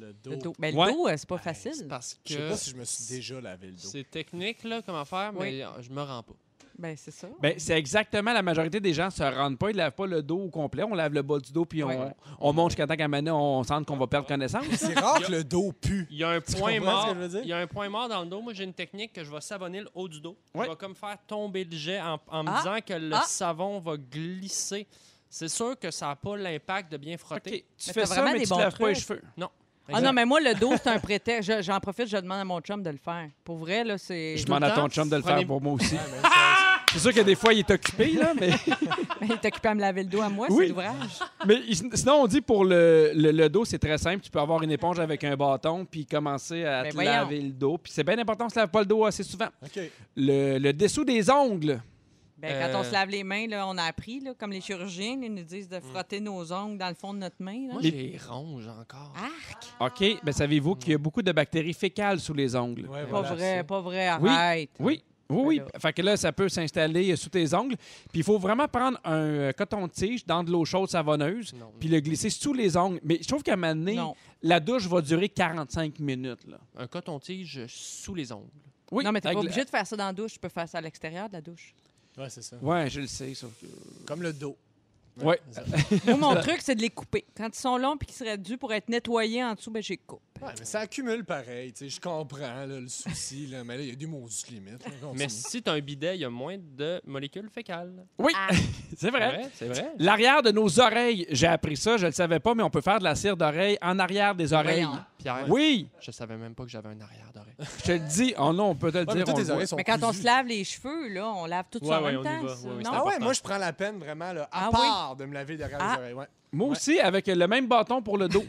[SPEAKER 3] Le dos.
[SPEAKER 2] Le dos. Mais
[SPEAKER 1] Ouais.
[SPEAKER 2] le dos, euh, c'est pas facile.
[SPEAKER 4] Parce
[SPEAKER 3] Je sais
[SPEAKER 4] que
[SPEAKER 3] pas si je me suis déjà lavé le dos.
[SPEAKER 4] c'est technique, là, comment faire, mais euh, je me rends pas.
[SPEAKER 2] Ben, c'est ça.
[SPEAKER 1] Ben, c'est exactement la majorité des gens se rendent pas, ils lavent pas le dos au complet, on lave le bas du dos puis on,
[SPEAKER 2] Ouais.
[SPEAKER 1] on monte jusqu'à temps qu'à un moment donné, on sente qu'on va perdre connaissance.
[SPEAKER 3] C'est
[SPEAKER 2] *laughs*
[SPEAKER 3] rare que le dos pue.
[SPEAKER 4] Il y a
[SPEAKER 3] *laughs*
[SPEAKER 4] un point
[SPEAKER 3] comprends
[SPEAKER 4] mort.
[SPEAKER 3] ce que je veux dire?
[SPEAKER 4] Il y a un point mort dans le dos. Moi, j'ai une technique que je vais savonner le haut du dos.
[SPEAKER 1] Ouais.
[SPEAKER 4] Je vais comme faire tomber le jet en, en me
[SPEAKER 2] Ah!
[SPEAKER 4] disant que le
[SPEAKER 2] Ah!
[SPEAKER 4] savon va glisser. C'est sûr que ça n'a pas l'impact de bien
[SPEAKER 1] OK,
[SPEAKER 4] frotter.
[SPEAKER 1] tu
[SPEAKER 2] Mais
[SPEAKER 1] fais
[SPEAKER 2] t'as
[SPEAKER 1] ça
[SPEAKER 2] vraiment
[SPEAKER 1] mais
[SPEAKER 2] des
[SPEAKER 1] tu
[SPEAKER 2] bons
[SPEAKER 1] laves pas les
[SPEAKER 2] trucs.
[SPEAKER 1] cheveux.
[SPEAKER 2] Ah non, mais moi, le dos, c'est un prétexte. Je- J'en profite, je demande à mon chum de le faire. Pour vrai, là, c'est.
[SPEAKER 1] Je
[SPEAKER 4] tout
[SPEAKER 1] demande à
[SPEAKER 4] le temps,
[SPEAKER 1] ton chum de le
[SPEAKER 4] prenez-
[SPEAKER 1] faire pour moi aussi. *laughs* C'est sûr que des fois, il est occupé, là, mais,
[SPEAKER 2] *laughs*
[SPEAKER 1] *laughs*
[SPEAKER 2] Il est occupé à me laver le dos à moi,
[SPEAKER 1] Oui.
[SPEAKER 2] c'est l'ouvrage.
[SPEAKER 1] mais il- sinon, on dit pour le, le, le dos, c'est très simple. Tu peux avoir une éponge avec un bâton, puis commencer à
[SPEAKER 2] Mais
[SPEAKER 1] te
[SPEAKER 2] voyons.
[SPEAKER 1] laver le dos. Puis c'est bien important, on se lave pas le dos assez souvent.
[SPEAKER 3] OK.
[SPEAKER 1] Le, le dessous des ongles.
[SPEAKER 2] Ben, quand
[SPEAKER 4] Euh. Mm.
[SPEAKER 2] on se lave les mains, là, on a appris, là, comme les chirurgiens, ils nous disent de frotter nos ongles dans le fond de notre main. là.
[SPEAKER 4] Moi, j'ai ronge encore.
[SPEAKER 1] Ah.
[SPEAKER 2] Arc!
[SPEAKER 1] OK, mais savez-vous qu'il y a beaucoup de bactéries fécales sous les ongles?
[SPEAKER 3] Ouais,
[SPEAKER 2] Pas
[SPEAKER 3] voilà,
[SPEAKER 2] vrai, pas vrai,
[SPEAKER 1] Oui.
[SPEAKER 2] arrête.
[SPEAKER 1] Oui. Oui,
[SPEAKER 2] Ben
[SPEAKER 1] oui. Fait que là, ça peut s'installer euh, sous tes ongles. Puis il faut vraiment prendre un euh, coton-tige dans de l'eau chaude savonneuse,
[SPEAKER 4] Non, non.
[SPEAKER 1] puis le glisser sous les ongles. Mais je trouve qu'à un moment donné,
[SPEAKER 2] Non.
[SPEAKER 1] la douche va durer 45 minutes. Là.
[SPEAKER 4] Un coton-tige sous les ongles.
[SPEAKER 1] Oui,
[SPEAKER 2] non, mais t'es pas
[SPEAKER 1] avec la-
[SPEAKER 2] obligé de faire ça dans la douche. Tu peux faire ça à l'extérieur de la
[SPEAKER 4] *laughs*
[SPEAKER 2] douche.
[SPEAKER 3] ça. Ouais, c'est ça.
[SPEAKER 1] Ouais, je le sais, sauf que.
[SPEAKER 3] Comme le dos.
[SPEAKER 1] Ouais.
[SPEAKER 3] c'est ça.
[SPEAKER 2] Moi, mon truc, c'est de les couper. Quand ils sont longs et qu'ils seraient dus pour être nettoyés en dessous, ben, je les coupe.
[SPEAKER 3] Ouais, mais ça accumule pareil. tu sais, Je comprends là, le souci, là, mais là, il y a des maudits limites. là, continue.
[SPEAKER 4] Mais si tu as un bidet, il y a moins de molécules fécales.
[SPEAKER 1] Oui,
[SPEAKER 2] Ah.
[SPEAKER 1] *laughs* c'est vrai.
[SPEAKER 4] Ouais, c'est vrai.
[SPEAKER 1] L'arrière de nos oreilles, j'ai appris ça, je le savais pas, mais on peut faire de la cire d'oreille en arrière des oreilles.
[SPEAKER 2] Voyons.
[SPEAKER 4] Pierre,
[SPEAKER 1] Oui,
[SPEAKER 4] je savais même pas que j'avais un arrière
[SPEAKER 1] *laughs*
[SPEAKER 4] d'oreille.
[SPEAKER 1] je te le dis. Oh non, on peut te le
[SPEAKER 3] Ouais, mais
[SPEAKER 1] dire.
[SPEAKER 3] toi,
[SPEAKER 1] on
[SPEAKER 3] tes
[SPEAKER 1] le
[SPEAKER 3] oreilles
[SPEAKER 1] voit.
[SPEAKER 3] sont
[SPEAKER 2] Mais quand on
[SPEAKER 3] cousues.
[SPEAKER 2] se lave les cheveux, là, on lave tout
[SPEAKER 4] Ouais,
[SPEAKER 2] ça en
[SPEAKER 4] ouais,
[SPEAKER 2] même
[SPEAKER 4] on y
[SPEAKER 2] temps.
[SPEAKER 4] va.
[SPEAKER 2] ça,
[SPEAKER 4] Ouais, ouais,
[SPEAKER 2] non?
[SPEAKER 4] c'est
[SPEAKER 3] Ah ouais,
[SPEAKER 4] important.
[SPEAKER 3] moi, je prends la peine vraiment là, à
[SPEAKER 2] Ah oui?
[SPEAKER 3] part de me laver derrière
[SPEAKER 2] Ah.
[SPEAKER 3] les oreilles. Ouais.
[SPEAKER 1] Moi aussi, avec le même bâton pour le dos.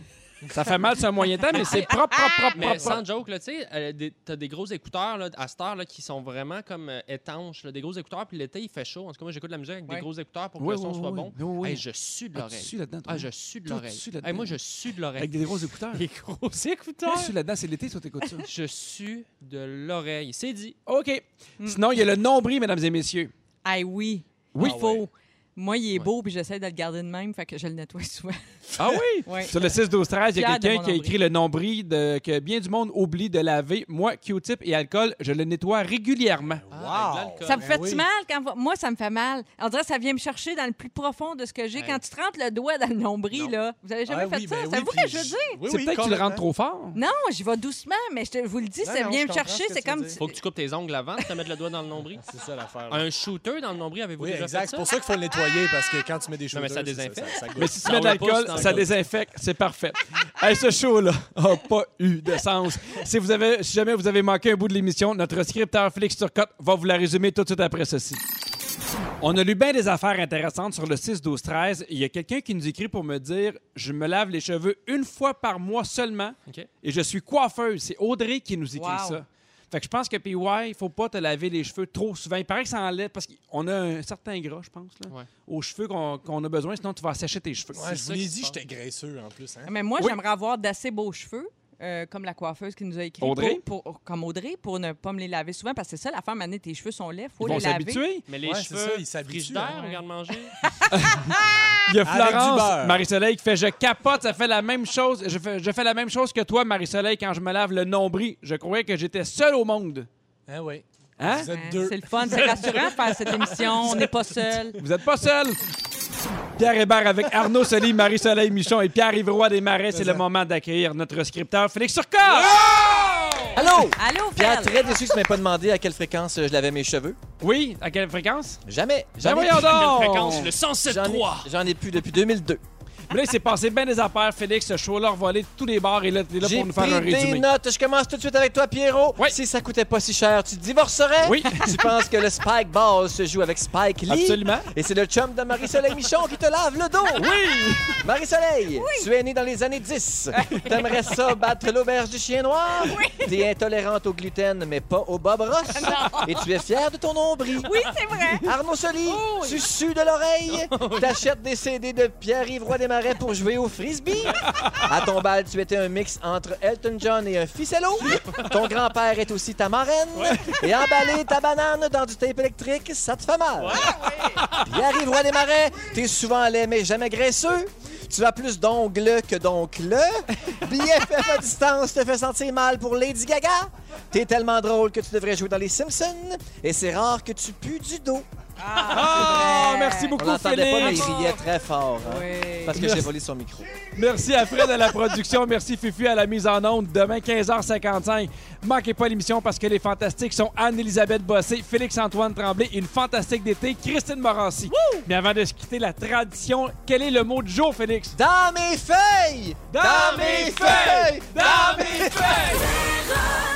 [SPEAKER 1] ça fait mal sur un moyen temps, mais c'est propre, propre, propre,
[SPEAKER 4] Ah, Mais
[SPEAKER 1] propre.
[SPEAKER 4] sans joke, là, tu sais, euh, des- t'as des gros écouteurs là, à cette heure là, qui sont vraiment comme euh, étanches. là, des gros écouteurs, puis l'été, il fait chaud. En tout cas, moi, j'écoute de la musique avec des
[SPEAKER 2] Ouais.
[SPEAKER 4] gros écouteurs pour que
[SPEAKER 1] Oui,
[SPEAKER 4] le son
[SPEAKER 1] oui,
[SPEAKER 4] soit
[SPEAKER 1] oui,
[SPEAKER 4] bon.
[SPEAKER 1] oui, oui.
[SPEAKER 4] Hey, je sue de
[SPEAKER 1] Ah, tu
[SPEAKER 4] l'oreille.
[SPEAKER 1] sues là-dedans, toi?
[SPEAKER 4] Ah, je sue de
[SPEAKER 1] Toi, tu
[SPEAKER 4] l'oreille.
[SPEAKER 1] sues là-dedans.
[SPEAKER 4] Hey, moi, je sue de
[SPEAKER 1] Avec
[SPEAKER 4] l'oreille.
[SPEAKER 1] des gros écouteurs.
[SPEAKER 4] Les gros
[SPEAKER 1] Toi,
[SPEAKER 4] écouteurs.
[SPEAKER 1] tu sues là-dedans, c'est l'été, toi, t'écoutes ça.
[SPEAKER 4] Je sue de l'oreille. C'est dit.
[SPEAKER 1] OK. Sinon, il y a le nombril, mesdames et messieurs.
[SPEAKER 2] Ah oui.
[SPEAKER 1] Oui.
[SPEAKER 2] Il faut. Moi, il est beau, puis j'essaie de le garder de même, fait que je le nettoie *laughs* souvent.
[SPEAKER 1] Ah
[SPEAKER 4] *laughs*
[SPEAKER 1] oui?
[SPEAKER 2] Ouais.
[SPEAKER 1] Sur le 6-12-13, il y a
[SPEAKER 2] Fier de
[SPEAKER 1] quelqu'un
[SPEAKER 2] mon
[SPEAKER 1] qui a
[SPEAKER 2] nombril.
[SPEAKER 1] écrit le nombril de, que bien du monde oublie de laver. Moi, Q-tip et alcool, je le nettoie régulièrement.
[SPEAKER 4] Ah, avec de l'alcool.
[SPEAKER 2] Ça me
[SPEAKER 3] Ben
[SPEAKER 2] fait
[SPEAKER 3] oui.
[SPEAKER 2] mal quand va- moi ça me fait mal. On dirait que ça vient me chercher dans le plus profond de ce que j'ai.
[SPEAKER 4] Hey.
[SPEAKER 2] Quand tu te rentres le doigt dans le nombril
[SPEAKER 4] Non.
[SPEAKER 2] là, vous avez jamais
[SPEAKER 3] Ah
[SPEAKER 2] fait
[SPEAKER 3] oui,
[SPEAKER 2] ça
[SPEAKER 3] ben
[SPEAKER 2] C'est
[SPEAKER 3] oui,
[SPEAKER 2] vous
[SPEAKER 3] puis
[SPEAKER 2] que je veux
[SPEAKER 3] je-
[SPEAKER 2] dire.
[SPEAKER 3] oui,
[SPEAKER 1] c'est
[SPEAKER 3] oui,
[SPEAKER 1] peut-être que tu le
[SPEAKER 3] complètement.
[SPEAKER 1] rentres trop fort.
[SPEAKER 2] Non, j'y vais doucement, mais je te- vous le dis,
[SPEAKER 3] Non,
[SPEAKER 2] ça
[SPEAKER 3] non,
[SPEAKER 2] vient
[SPEAKER 3] je
[SPEAKER 2] me
[SPEAKER 3] comprends
[SPEAKER 2] chercher.
[SPEAKER 3] ce que
[SPEAKER 2] C'est
[SPEAKER 3] tu veux
[SPEAKER 2] comme
[SPEAKER 3] dire.
[SPEAKER 4] Faut que tu coupes tes ongles avant de te mettre le doigt dans
[SPEAKER 3] *laughs*
[SPEAKER 4] le nombril.
[SPEAKER 3] C'est ça l'affaire. là.
[SPEAKER 4] Un shooter dans le nombril, avez-vous
[SPEAKER 3] Oui,
[SPEAKER 4] déjà
[SPEAKER 3] exact.
[SPEAKER 4] fait
[SPEAKER 3] C'est
[SPEAKER 4] ça?
[SPEAKER 3] pour ça qu'il faut le nettoyer parce que quand tu mets des choses.
[SPEAKER 4] Non, mais ça désinfecte.
[SPEAKER 1] Mais si tu
[SPEAKER 4] Ça
[SPEAKER 1] mets de
[SPEAKER 4] roule Ah, pas,
[SPEAKER 1] l'alcool,
[SPEAKER 4] c'est dans le
[SPEAKER 1] ça
[SPEAKER 4] goût.
[SPEAKER 1] désinfecte, c'est parfait. *laughs* hey, ce show-là n'a pas eu de sens. Si, vous avez, si jamais vous avez manqué un bout de l'émission, notre scripteur Félix Turcotte va vous la résumer tout de suite après ceci. On a lu bien des affaires intéressantes sur le 6-12-13. Il y a quelqu'un qui nous écrit pour me dire « Je me lave les cheveux une fois par mois seulement
[SPEAKER 4] Ok.
[SPEAKER 1] et je suis coiffeuse. » C'est Audrey qui nous écrit
[SPEAKER 2] Wow.
[SPEAKER 1] ça. Fait que je pense que PY, il faut pas te laver les cheveux trop souvent. Il paraît que ça enlève parce qu'on a un certain gras, je pense, là,
[SPEAKER 4] Ouais.
[SPEAKER 1] aux cheveux qu'on qu'on a besoin, sinon tu vas assécher tes cheveux.
[SPEAKER 3] Ouais, je vous
[SPEAKER 4] ça qui
[SPEAKER 3] l'ai
[SPEAKER 4] se
[SPEAKER 3] dit,
[SPEAKER 4] passe.
[SPEAKER 3] j'étais graisseux en plus. Hein?
[SPEAKER 2] Mais moi,
[SPEAKER 1] Oui.
[SPEAKER 2] j'aimerais avoir d'assez beaux cheveux. euh, comme la coiffeuse qui nous a écrit
[SPEAKER 1] Audrey?
[SPEAKER 2] Pour, pour- comme Audrey pour ne pas me les laver souvent parce que c'est ça la femme année tes cheveux sont laids faut
[SPEAKER 1] Ils vont
[SPEAKER 2] les laver
[SPEAKER 1] s'habituer.
[SPEAKER 4] Mais les
[SPEAKER 3] Ouais, c'est ça,
[SPEAKER 4] cheveux,
[SPEAKER 3] ils s'habituent,
[SPEAKER 4] frigidaire,
[SPEAKER 2] hein.
[SPEAKER 4] regarde-manger.
[SPEAKER 1] Il y a
[SPEAKER 3] Avec du
[SPEAKER 1] Florence,
[SPEAKER 3] beurre.
[SPEAKER 1] Marie-Soleil, qui fait Je capote, ça fait la même chose. Je fais, je fais la même chose que toi, Marie-Soleil, quand je me lave le nombril. Je croyais que j'étais seul au monde.
[SPEAKER 3] Ah oui.
[SPEAKER 1] Hein?
[SPEAKER 3] Vous êtes deux.
[SPEAKER 2] C'est le fun, c'est rassurant de faire cette émission. On n'est pas seul.
[SPEAKER 1] Vous n'êtes pas seul. Pierre Hébert avec Arnaud Soli, Marie-Soleil Michon et Pierre Ivrois des Marais. C'est le moment d'accueillir notre scripteur Félix Turcotte.
[SPEAKER 6] Allô?
[SPEAKER 2] Allô,
[SPEAKER 6] Pierre,
[SPEAKER 2] Fel.
[SPEAKER 6] très déçu que tu m'aies pas demandé à quelle fréquence euh, je lavais mes cheveux.
[SPEAKER 1] Oui, à quelle fréquence?
[SPEAKER 6] Jamais.
[SPEAKER 1] Ben
[SPEAKER 6] Jamais.
[SPEAKER 1] voyons donc!
[SPEAKER 4] fréquence, le
[SPEAKER 6] J'en
[SPEAKER 4] 107.3.
[SPEAKER 6] ai, j'en ai plus depuis 2002.
[SPEAKER 1] Mais là, il s'est passé bien des affaires, Félix. Ce show-là a volé de tous les bars et là, t'es là
[SPEAKER 6] J'ai
[SPEAKER 1] pour nous faire
[SPEAKER 6] pris
[SPEAKER 1] un
[SPEAKER 6] des
[SPEAKER 1] résumé.
[SPEAKER 6] notes. Je commence tout de suite avec toi, Pierrot.
[SPEAKER 1] Oui.
[SPEAKER 6] Si ça coûtait pas si cher, tu te divorcerais?
[SPEAKER 1] Oui.
[SPEAKER 6] *laughs* tu penses que le Spike Ball se joue avec Spike Lee?
[SPEAKER 1] Absolument.
[SPEAKER 6] Et c'est le chum de Marie-Soleil Michon qui te lave le dos.
[SPEAKER 1] Oui!
[SPEAKER 6] Marie-Soleil, tu es née dans les années 10. T'aimerais ça battre l'auberge du chien noir? Oui. T'es intolérante au gluten, mais pas au Bob Ross. Et tu es fière de ton nombril.
[SPEAKER 2] Oui, c'est vrai.
[SPEAKER 6] Arnaud Soli, tu sues de l'oreille, t'achètes des CD de Pierre-Yves Roy Desmarais pour jouer au frisbee. À ton bal, tu étais un mix entre Elton John et un ficello. Ton grand-père est aussi ta marraine. Et emballer ta banane dans du tape électrique, ça te fait mal. Pierre-Yves Roy Desmarais, t'es souvent laid mais jamais graisseux. Tu as plus d'ongles que d'oncles. Bien fait à distance te fait sentir mal pour Lady Gaga. T'es tellement drôle que tu devrais jouer dans les Simpsons. Et c'est rare que tu pues du dos.
[SPEAKER 1] Ah,
[SPEAKER 2] Ouais.
[SPEAKER 1] merci
[SPEAKER 6] On
[SPEAKER 1] beaucoup,
[SPEAKER 6] l'entendait pas, mais
[SPEAKER 1] Félix.
[SPEAKER 6] il riait très fort. hein,
[SPEAKER 2] Oui.
[SPEAKER 6] Parce que j'ai volé son micro.
[SPEAKER 1] Merci à Fred à la production. Merci Fufu à la mise en onde. Demain, 15h55. Manquez pas l'émission parce que les fantastiques sont Anne-Elisabeth Bossé, Félix-Antoine Tremblay, une fantastique d'été, Christine Morancy. Mais avant de se quitter, la tradition, quel est le mot du jour, Félix?
[SPEAKER 6] Dans mes feuilles!
[SPEAKER 1] Dans mes feuilles! Dans mes feuilles!
[SPEAKER 7] Erreur.